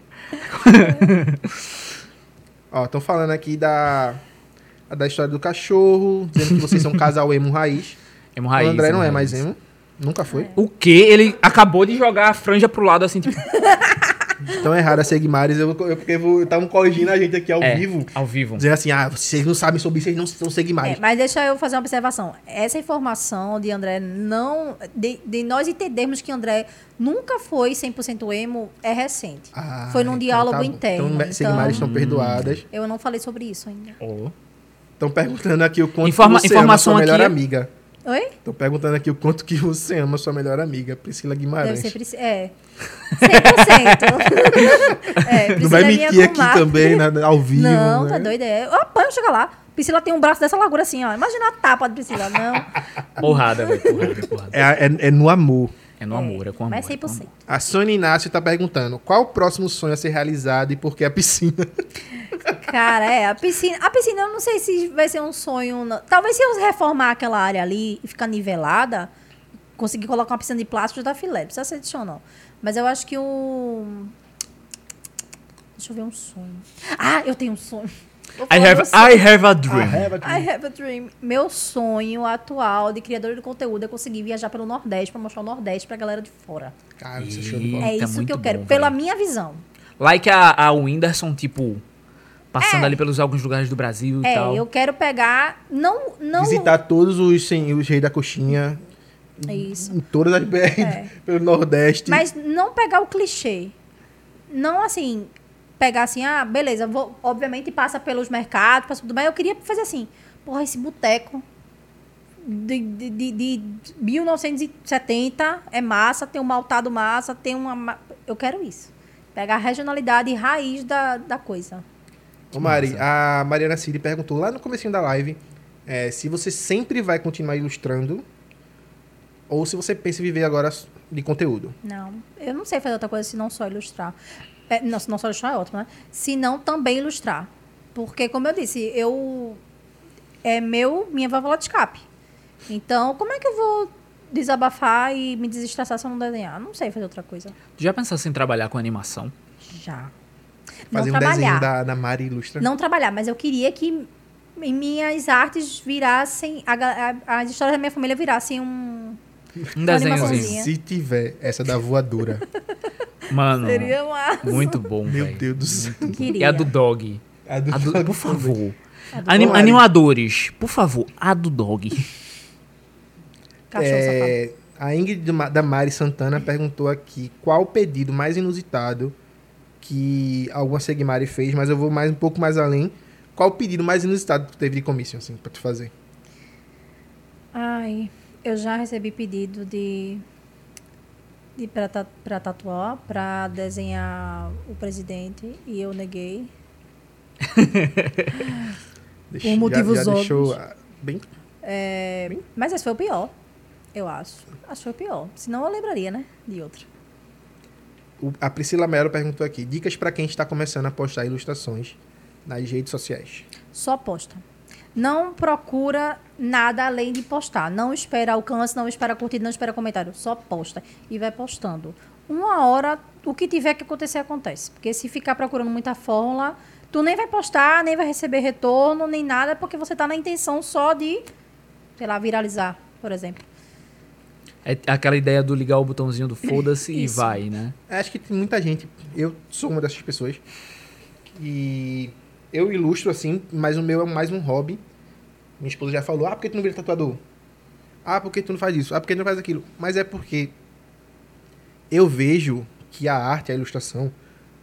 C: Ó, estão falando aqui da, da história do cachorro, dizendo que vocês são um casal emo raiz.
B: Emo
C: o André não é
B: raiz.
C: mais emo. Nunca foi.
D: É.
B: O quê? Ele acabou de jogar a franja pro lado, assim, tipo...
C: Então é errado a Segmares, eu, eu, porque eu estavam corrigindo a gente aqui ao
B: é,
C: vivo.
B: Ao vivo.
C: Dizendo assim, ah, vocês não sabem sobre isso, vocês não são Segmares.
D: É, mas deixa eu fazer uma observação. Essa informação de André não. De, de nós entendermos que André nunca foi 100% emo é recente.
C: Ah,
D: foi num
C: então
D: diálogo
C: tá bom.
D: interno.
C: Então,
D: Então,
C: Segmares estão perdoadas.
D: eu não falei sobre isso ainda.
C: Oh,
B: Ó.
C: Estão perguntando aqui o quanto
B: Informa-
C: que você ama
B: informação
C: sua melhor
B: aqui- é
C: amiga.
D: Oi?
C: Estão perguntando aqui o quanto que você ama sua melhor amiga, Priscila
D: Deve
C: Guimarães.
D: ser. Pris- É. 100%. é,
C: Não
D: Priscila
C: vai
D: é minha
C: mentir aqui
D: comadre.
C: também, né, ao vivo.
D: Não,
C: né?
D: tá doida. É. Eu apanho, chega lá. Priscila tem um braço dessa largura assim, ó. Imagina a tapa de Priscila. Não.
B: Porrada, velho. Porrada, porrada.
C: É, é, é no amor.
B: É no amor, é com amor.
D: Mas
B: é com amor.
D: 100%.
C: A Sônia Inácio tá perguntando qual o próximo sonho a ser realizado e por que a piscina?
D: Cara, é, a piscina, a piscina eu não sei se vai ser um sonho. não. Talvez se eu reformar aquela área ali e ficar nivelada, conseguir colocar uma piscina de plástico já dá filé, não precisa ser de chão não. Mas eu acho que o Deixa eu ver um sonho. Ah, eu tenho um sonho. Vou
B: I
D: falar
B: have,
D: meu sonho.
B: I have a
C: Ah, é?
B: dream.
D: I have a dream. Meu sonho atual de criador de conteúdo é conseguir viajar pelo Nordeste pra mostrar o Nordeste pra galera de fora.
C: Cara, você show de bola.
D: é
B: Eita,
D: isso que eu
B: muito
D: quero,
B: bom,
D: pela
B: velho.
D: minha visão.
B: Like a, a Whindersson, tipo, passando ali pelos alguns lugares do Brasil e
D: É,
B: tal.
D: eu quero pegar não É, não
C: Visitar todos os, sen- os reis da coxinha
D: É isso.
C: em todas as BR
D: É.
C: pelo Nordeste.
D: Mas não pegar o clichê. Não assim, pegar assim, ah, beleza, vou, obviamente passa pelos mercados, passa tudo, mas eu queria fazer assim, porra, esse boteco de, de, de, de 1970 é massa, tem um maltado massa, tem uma. ma- Eu quero isso. Pegar a regionalidade e raiz da, da coisa.
C: Ô, Mari, a Mariana Ciri perguntou lá no comecinho da live é, se você sempre vai continuar ilustrando ou se você pensa em viver agora de conteúdo.
D: Não, eu não sei fazer outra coisa se não só ilustrar. É, não, se não só ilustrar é ótimo, né? Se não também ilustrar. Porque, como eu disse, eu. É meu, minha válvula de escape. Então, como é que eu vou desabafar e me desestressar se eu não desenhar? Não sei fazer outra coisa.
B: Tu Já pensasse em trabalhar com animação?
D: Já.
C: Fazer
D: não
C: um desenho
D: trabalhar.
C: da, da Mari Ilustra.
D: Não trabalhar, mas eu queria que em minhas artes virassem. a ga- a- as histórias da minha família virassem um.
B: Um
D: Uma
B: desenhozinho.
D: animaçãozinha.
C: Assim, Se tiver essa da voadora,
B: Mano,
D: Seria uma.
B: muito bom,
C: meu
B: velho.
C: Deus do céu.
D: Queria.
B: E a do dog.
C: A do
B: A do-
C: Dog
B: por
C: também.
B: favor. Anim-
C: dog.
B: animadores, por favor, a do dog.
D: Cachorro safado.
C: É, a Ingrid do Ma- da Mari Santana perguntou aqui qual o pedido mais inusitado que alguma Segmari fez, mas eu vou mais um pouco mais além. Qual o pedido mais inusitado que tu teve de comício, assim, pra tu fazer?
D: Ai, eu já recebi pedido de, de pra, ta- pra tatuar, pra desenhar o presidente e eu neguei.
C: Deixa,
D: motivos
C: já deixou,
D: óbvios.
C: ah, bem,
D: É, mas esse foi o pior, eu acho. Acho que foi o pior. Senão eu lembraria, né? De outro.
C: o- a Priscila Mello perguntou aqui, dicas pra quem está começando a postar ilustrações nas redes sociais.
D: Só posta. Não procura nada além de postar. Não espera alcance, não espera curtida, não espera comentário. Só posta. E vai postando. Uma hora, o que tiver que acontecer, acontece. Porque se ficar procurando muita fórmula, tu nem vai postar, nem vai receber retorno, nem nada, porque você tá na intenção só de, sei lá, viralizar, por exemplo.
F: É aquela ideia do ligar o botãozinho do foda-se e
D: Isso.
F: vai, né?
C: Acho que tem muita gente. Eu sou uma dessas pessoas. E eu ilustro assim, mas o meu é mais um hobby. Minha esposa já falou: ah, por que tu não vira tatuador? Ah, por que tu não faz isso? Ah, por que tu não faz aquilo? Mas é porque eu vejo que a arte, a ilustração,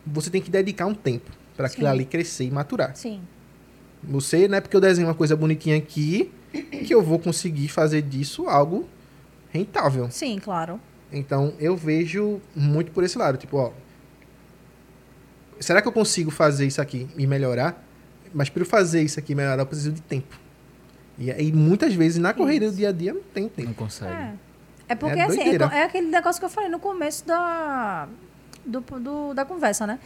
C: você tem que dedicar um tempo para aquilo
D: Sim.
C: ali crescer e maturar.
D: Sim.
C: Você, não é porque eu desenho uma coisa bonitinha aqui que eu vou conseguir fazer disso algo rentável.
D: Sim, claro.
C: Então eu vejo muito por esse lado, tipo, ó, será que eu consigo fazer isso aqui e melhorar? Mas para eu fazer isso aqui e melhorar, eu preciso de tempo. E aí muitas vezes na correria do dia a dia não tem tempo.
F: Não consegue.
D: É. É porque
C: É
D: assim, é,
C: doideira.
D: co- é aquele negócio que eu falei no começo da, do, do- da conversa, né?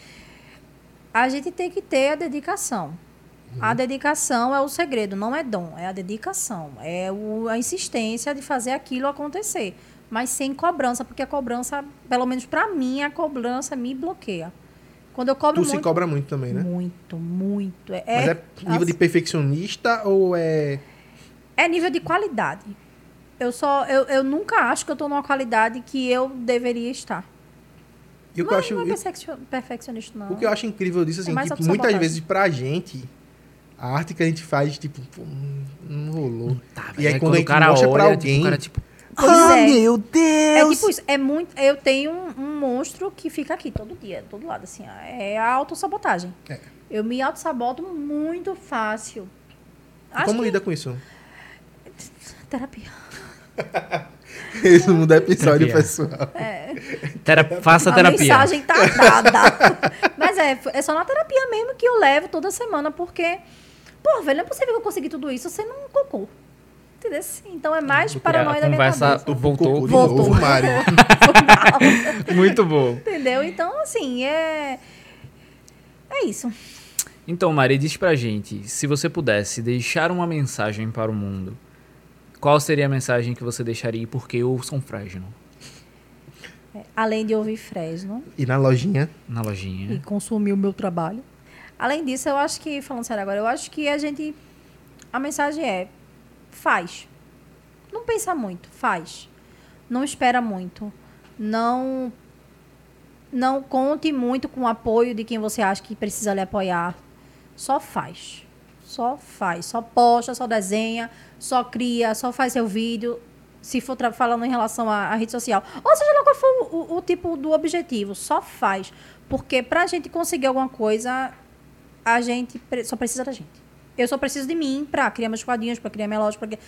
D: A gente tem que ter a dedicação. A
C: Uhum.
D: dedicação é o segredo, não é dom, é a dedicação, é o- a insistência de fazer aquilo acontecer, mas sem cobrança, porque a cobrança, pelo menos pra mim, a cobrança me bloqueia. Quando eu cobro
C: Tu se
D: muito,
C: cobra muito também, né?
D: muito, muito, é,
C: Mas é
D: é
C: nível de perfeccionista ou é
D: é nível de qualidade. Eu só, eu, eu nunca acho que eu tô numa qualidade que eu deveria estar.
C: e o que eu
D: Mas
C: acho
D: não é
C: eu-
D: perfeccio- perfeccionista, não.
C: o que eu acho incrível disso assim,
D: É mais
C: que
D: autossabotagem.
C: muitas vezes pra gente a arte que a gente faz tipo, pô, hum, não rolou.
F: Tá,
C: E aí,
F: velho,
C: quando a gente mostra pra
F: tipo,
C: alguém-
F: o cara, tipo,
B: Ah,
D: Pois é.
F: meu Deus!
D: É tipo isso, é muito. Eu tenho um, um monstro que fica aqui todo dia, todo lado, assim. ó, É a autossabotagem.
C: É.
D: Eu me autossaboto muito fácil.
C: E
D: Acho
C: Como
D: que
C: lida com isso?
D: terapia.
C: Isso muda episódio,
F: Terapia.
C: pessoal.
F: Tera- Faça
D: a
F: terapia.
D: mensagem tá dada. Mas é, é só na terapia mesmo que eu levo toda semana, porque, pô, velho, não é possível que eu consegui tudo isso sem um cocô. Entendeu? Então é mais paranoia da minha
F: Conversa
D: cabeça.
F: voltou.
C: de novo,
D: Voltou.
C: Mari.
F: Muito bom.
D: Entendeu? Então, assim, é. É isso.
F: Então, Mari, diz pra gente, se você pudesse deixar uma mensagem para o mundo, qual seria a mensagem que você deixaria e por que eu sou frágil
D: Além de ouvir Fresno
C: E na lojinha.
F: na
D: e
F: lojinha?
D: consumir o meu trabalho. Além disso, eu acho que, falando sério agora, eu acho que a gente. A mensagem é: faz. Não pensa muito, faz. Não espera muito. Não. Não conte muito com o apoio de quem você acha que precisa lhe apoiar. Só faz. Só faz. Só posta, só desenha, só cria, só faz seu vídeo. Se for tra- falando em relação à, à rede social. Ou seja lá qual for o, o- o tipo do objetivo, só faz. Porque pra gente conseguir alguma coisa, a gente pre- só precisa da gente. Eu só preciso de mim pra criar meus quadrinhos, pra criar minha loja, pra... cri-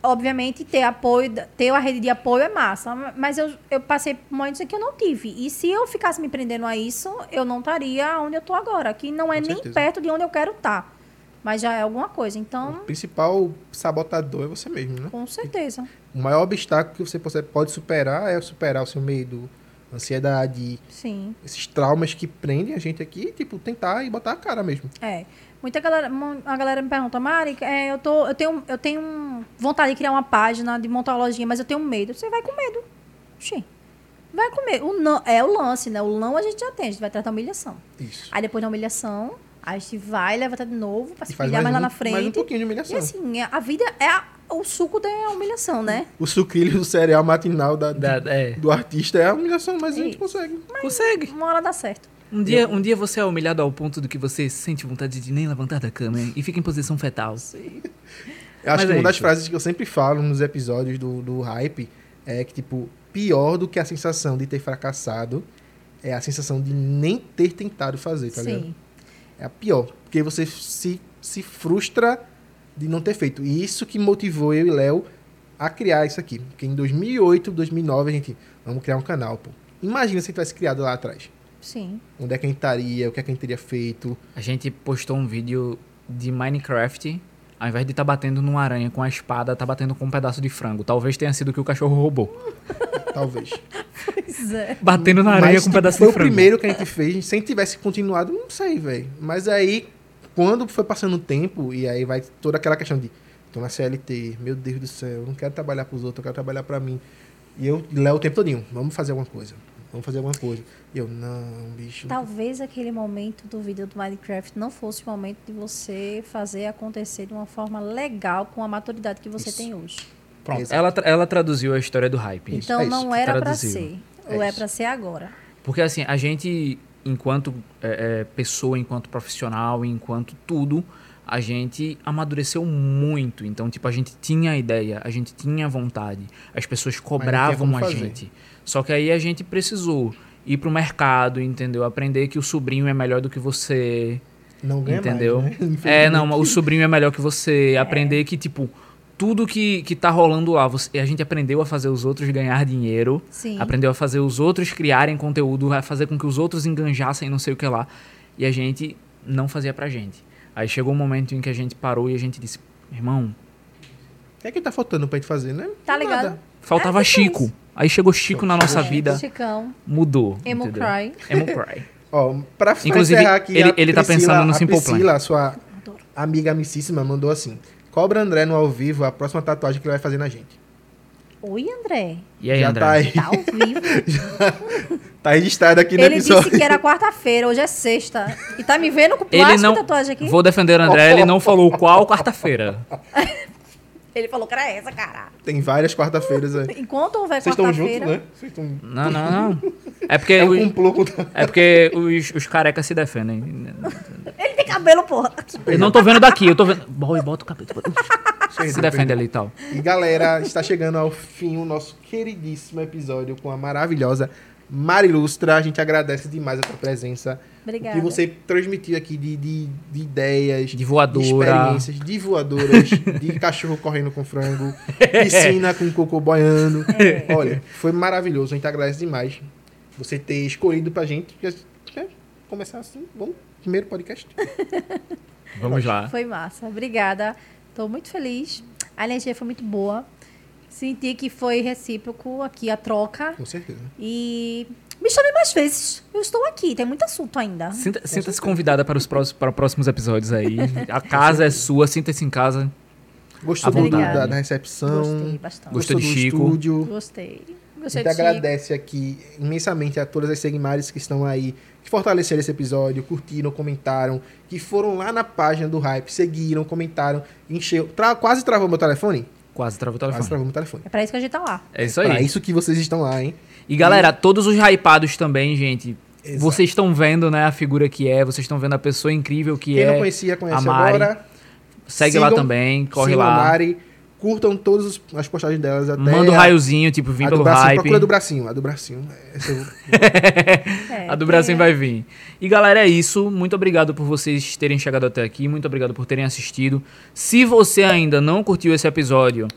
D: Obviamente, ter apoio, da- ter uma rede de apoio é massa, mas eu, eu passei por momentos em que eu não tive. E se eu ficasse me prendendo a isso, eu não estaria onde eu tô agora, que não é
C: Com
D: nem
C: certeza.
D: perto de onde eu quero tá. estar. Mas já é alguma coisa, então,
C: O principal sabotador é você mesmo, né?
D: com certeza.
C: O maior obstáculo que você pode- pode superar é superar o seu medo, ansiedade,
D: Sim.
C: esses traumas que prendem a gente aqui, tipo, tentar e botar a cara mesmo.
D: É. Muita galera, mu- a galera me pergunta, Mari, é, eu, tô, eu, tenho, eu tenho vontade de criar uma página, de montar uma lojinha, mas eu tenho medo. Você vai com medo. Oxi. Vai com medo. O não, é o lance, né? O não a gente já tem, a gente vai tratar a humilhação.
C: Isso.
D: Aí depois da humilhação, a gente vai, levantar de novo, pra se
C: E faz
D: humilhar mais, lá
C: um-
D: na
C: Mais um
D: frente.
C: pouquinho de humilhação.
D: e assim, é- a vida é a- o suco da humilhação, né?
C: O sucrilho do cereal matinal da,
F: Da- é.
C: do artista é a humilhação, mas a gente
D: Isso.
C: consegue.
F: Consegue.
D: Uma hora dá certo.
F: Um dia, um dia você é humilhado ao ponto do que você sente vontade de nem levantar da cama hein, e fica em posição fetal.
C: Eu acho
F: Mas
C: que
F: é
C: uma das
F: isso.
C: frases que eu sempre falo nos episódios do, do hype é que, tipo, pior do que a sensação de ter fracassado é a sensação de nem ter tentado fazer, tá ligado?
D: Sim.
C: É a pior. Porque você se, se frustra de não ter feito. E isso que motivou eu e Léo a criar isso aqui. Porque em 2008, 2009, a gente... Vamos criar um canal, pô. Imagina se a gente tivesse criado lá atrás.
D: Sim.
C: Onde é que a gente estaria, o que é que a gente teria feito.
F: A gente postou um vídeo de Minecraft, ao invés de estar batendo numa aranha com a espada, tá batendo com um pedaço de frango. Talvez tenha sido o que o cachorro roubou.
C: Talvez.
D: Pois é.
F: Batendo na aranha
C: Mas,
F: com um
C: tipo,
F: pedaço
C: foi
F: de frango.
C: o primeiro que a gente fez. Se a gente tivesse continuado, não sei, velho. Mas aí quando foi passando o tempo, e aí vai toda aquela questão de tô na CLT, meu Deus do céu, eu não quero trabalhar pros outros, eu quero trabalhar pra mim. E eu levo o tempo todinho, vamos fazer alguma coisa. Vamos fazer alguma coisa. E eu, não, bicho.
D: Talvez aquele momento do vídeo do Minecraft não fosse o momento de você fazer acontecer de uma forma legal com a maturidade que você tem hoje.
C: Pronto.
F: Ela, tra- ela traduziu a história do hype.
C: Isso,
D: Então
C: é isso.
D: não era pra
F: traduziu.
D: ser.
C: É
D: ou é
C: isso.
D: pra ser agora.
F: Porque assim, a gente, enquanto é, é, pessoa, enquanto profissional, enquanto tudo, a gente amadureceu muito. Então, tipo, a gente tinha a ideia, a gente tinha a vontade, as pessoas cobravam
C: como
F: a
C: fazer.
F: gente. Só que aí a gente precisou ir pro mercado, entendeu? Aprender que o sobrinho é melhor do que você,
C: Não ganha
F: entendeu?
C: mais, né?
F: É, não, mas o sobrinho é melhor que você. Aprender que, tipo, tudo que, que tá rolando lá, você- a gente aprendeu a fazer os outros ganhar dinheiro.
D: Sim.
F: Aprendeu a fazer os outros criarem conteúdo, a fazer com que os outros enganjassem não sei o que lá. E a gente não fazia pra gente. Aí chegou um momento em que a gente parou e a gente disse, irmão,
C: O que é que tá faltando pra gente fazer, né?
D: Tá
C: Nada.
D: ligado?
F: faltava
D: É, tipo
F: Chico.
D: isso.
F: Aí chegou Chico na nossa vida,
D: Chicão,
F: mudou.
D: Emo
F: entendeu?
D: Cry.
F: Emo Cry.
C: Ó, pra pra
F: Inclusive,
C: encerrar aqui,
F: ele-
C: a
F: ele tá pensando no
C: a
F: Simple Plan.
C: Priscila, a sua amiga amicíssima, mandou assim: Cobra André no ao vivo a próxima tatuagem que ele vai fazer na gente.
D: Oi, André.
F: E aí,
C: Já
F: André?
C: tá aí.
D: Tá ao vivo.
C: Tá registrado aqui no
D: Ele disse
C: episódio.
D: que era quarta-feira, hoje é sexta. E tá me vendo com plástico
F: Ele não-
D: tatuagem aqui?
F: Vou defender o André, ele não falou qual quarta-feira.
D: Ele falou que era essa, cara.
C: Tem várias quarta-feiras aí.
D: Enquanto houver
C: Vocês estão juntos, né?
D: quarta-feira.
C: Vocês estão.
F: Não, não, não. É porque,
C: É um
F: os-
C: complô contra.
F: é porque os, os carecas se defendem.
D: Ele tem cabelo, porra.
F: Eu não tô vendo daqui, eu tô vendo. Boy, bota o cabelo. bota- Se defende ali e tal.
C: E galera, está chegando ao fim o nosso queridíssimo episódio com a maravilhosa Mari Ilustra. A gente agradece demais a tua presença. O
D: Obrigada.
C: que você transmitiu aqui de, de, de ideias,
F: De voadora.
C: de experiências, de voadoras, de cachorro correndo com frango, piscina com cocô boiando.
D: É.
C: Olha, foi maravilhoso. A gente agradece demais você ter escolhido pra gente. Quer- quer Começar assim, bom, primeiro podcast.
F: Vamos lá.
D: Foi massa. Obrigada. Tô muito feliz. A energia foi muito boa. Senti que foi recíproco aqui a troca.
C: Com certeza.
D: E me chame mais vezes. Eu estou aqui. Tem muito assunto ainda.
F: Sinta- Sinta-se convidada para os próximos, para próximos episódios aí. A casa é sua, sinta-se em casa.
C: Gostou
F: À
C: do-
D: vontade.
C: da, da recepção?
D: Gostei bastante.
F: Gostou de
C: do
F: Chico?
C: estúdio?
D: Gostei.
C: A
D: Gostei
C: gente
D: de Chico.
C: Então, agradece aqui imensamente a todas as Segmares que estão aí, que fortaleceram esse episódio, curtiram, comentaram, que foram lá na página do Hype, seguiram, comentaram, encheu. Tra- quase travou meu telefone?
F: Quase travou o
C: Quase
F: telefone.
C: travou meu telefone.
D: É pra isso que a gente tá lá.
F: É isso
C: Pra
F: aí.
C: isso que vocês estão lá, hein?
F: E galera, todos os hypados também, gente.
C: Exato.
F: Vocês estão vendo, né, a figura que é, vocês estão vendo a pessoa incrível que
C: Quem
F: é.
C: não conhecia, conhece
F: a Mari,
C: agora.
F: Segue
C: sigam-
F: lá também, corre
C: Sigam a
F: lá.
C: Mari, curtam todas os- as postagens delas até.
F: Manda o
C: a-
F: raiozinho, tipo,
C: a
F: vim
C: do
F: pelo
C: bracinho,
F: hype.
C: Procura do bracinho, a do bracinho. Essa eu-
D: É,
F: A do Brasil
D: é.
F: vai vir. E galera, é isso. Muito obrigado por vocês terem chegado até aqui. Muito obrigado por terem assistido. Se você ainda não curtiu esse episódio,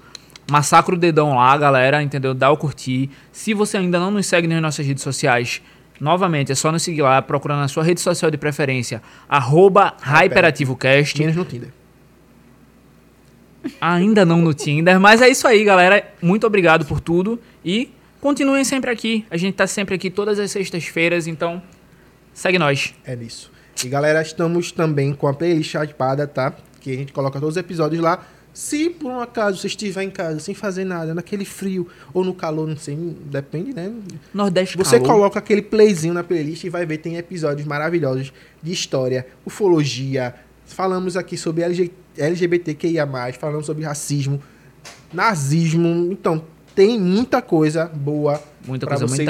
F: massacra o dedão lá, galera, entendeu? Dá o curtir. Se você ainda não nos segue nas nossas redes sociais, novamente, é só nos seguir lá, procurando na sua rede social de preferência, arroba HyperativoCast.
C: Menos no Tinder.
F: Ainda não no Tinder, mas é isso aí, galera. Muito obrigado por tudo e continuem sempre aqui. A gente tá sempre aqui todas as sextas-feiras, então segue nós.
C: É nisso. E galera, estamos também com a playlist ativada, tá? Que a gente coloca todos os episódios lá. Se por um acaso você estiver em casa sem fazer nada, naquele frio ou no calor, não sei, depende, né?
F: Nordeste
C: Você
F: calor.
C: coloca aquele playzinho na playlist e vai ver tem episódios maravilhosos de história, ufologia. Falamos aqui sobre LG LGBTQIA+, falamos sobre racismo, nazismo. Então, tem muita coisa boa
F: Muita
C: pra
F: coisa muito
C: vocês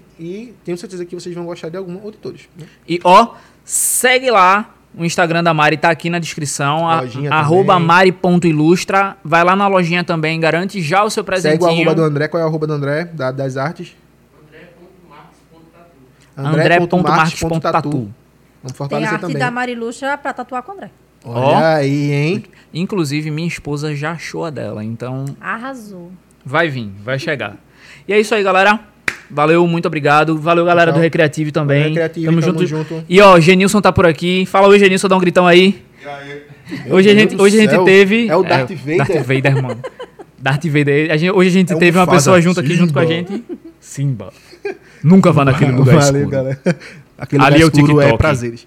C: verem e tenho certeza que vocês vão gostar de alguma ou de todos. né?
F: E ó, segue lá. O Instagram da Mari tá aqui na descrição. a-
C: Lojinha
F: arroba
C: também.
F: mari.ilustra. Vai lá na lojinha também, garante já o
C: Segue
F: seu
C: o
F: presentinho.
C: arroba do André. Qual é o arroba do André? Da- das artes?
F: André.marques.tatu.
C: Vamos
D: Tem a
C: fortalecer
D: arte
C: também.
D: da Mariluxa pra tatuar com o André.
C: Olha
F: Ó.
C: aí, hein?
F: Inclusive, minha esposa já achou a dela, então
D: Arrasou.
F: vai vir, vai chegar. E é isso aí, galera. Valeu, muito obrigado. Valeu, galera
C: Tchau.
F: do Recreativo também.
C: Valeu, Recreative, tamo junto.
F: E ó, Genilson tá por aqui. Fala oi, Genilson, dá um gritão aí. Hoje a
C: Meu
F: gente,
C: Deus
F: hoje a
C: do
F: gente
C: céu.
F: teve.
C: É o Darth Vader?
F: Darth Vader, mano. Darth Vader. A gente- hoje a gente
C: É um
F: teve uma
C: Mufasa.
F: pessoa junto aqui, junto com a
C: Simba.
F: gente. Simba. Nunca vá naquele lugar
C: Valeu,
F: escuro.
C: galera. Aquele
F: Ali
C: lugar
F: é o
C: escuro é
F: TikTok.
C: prazeres.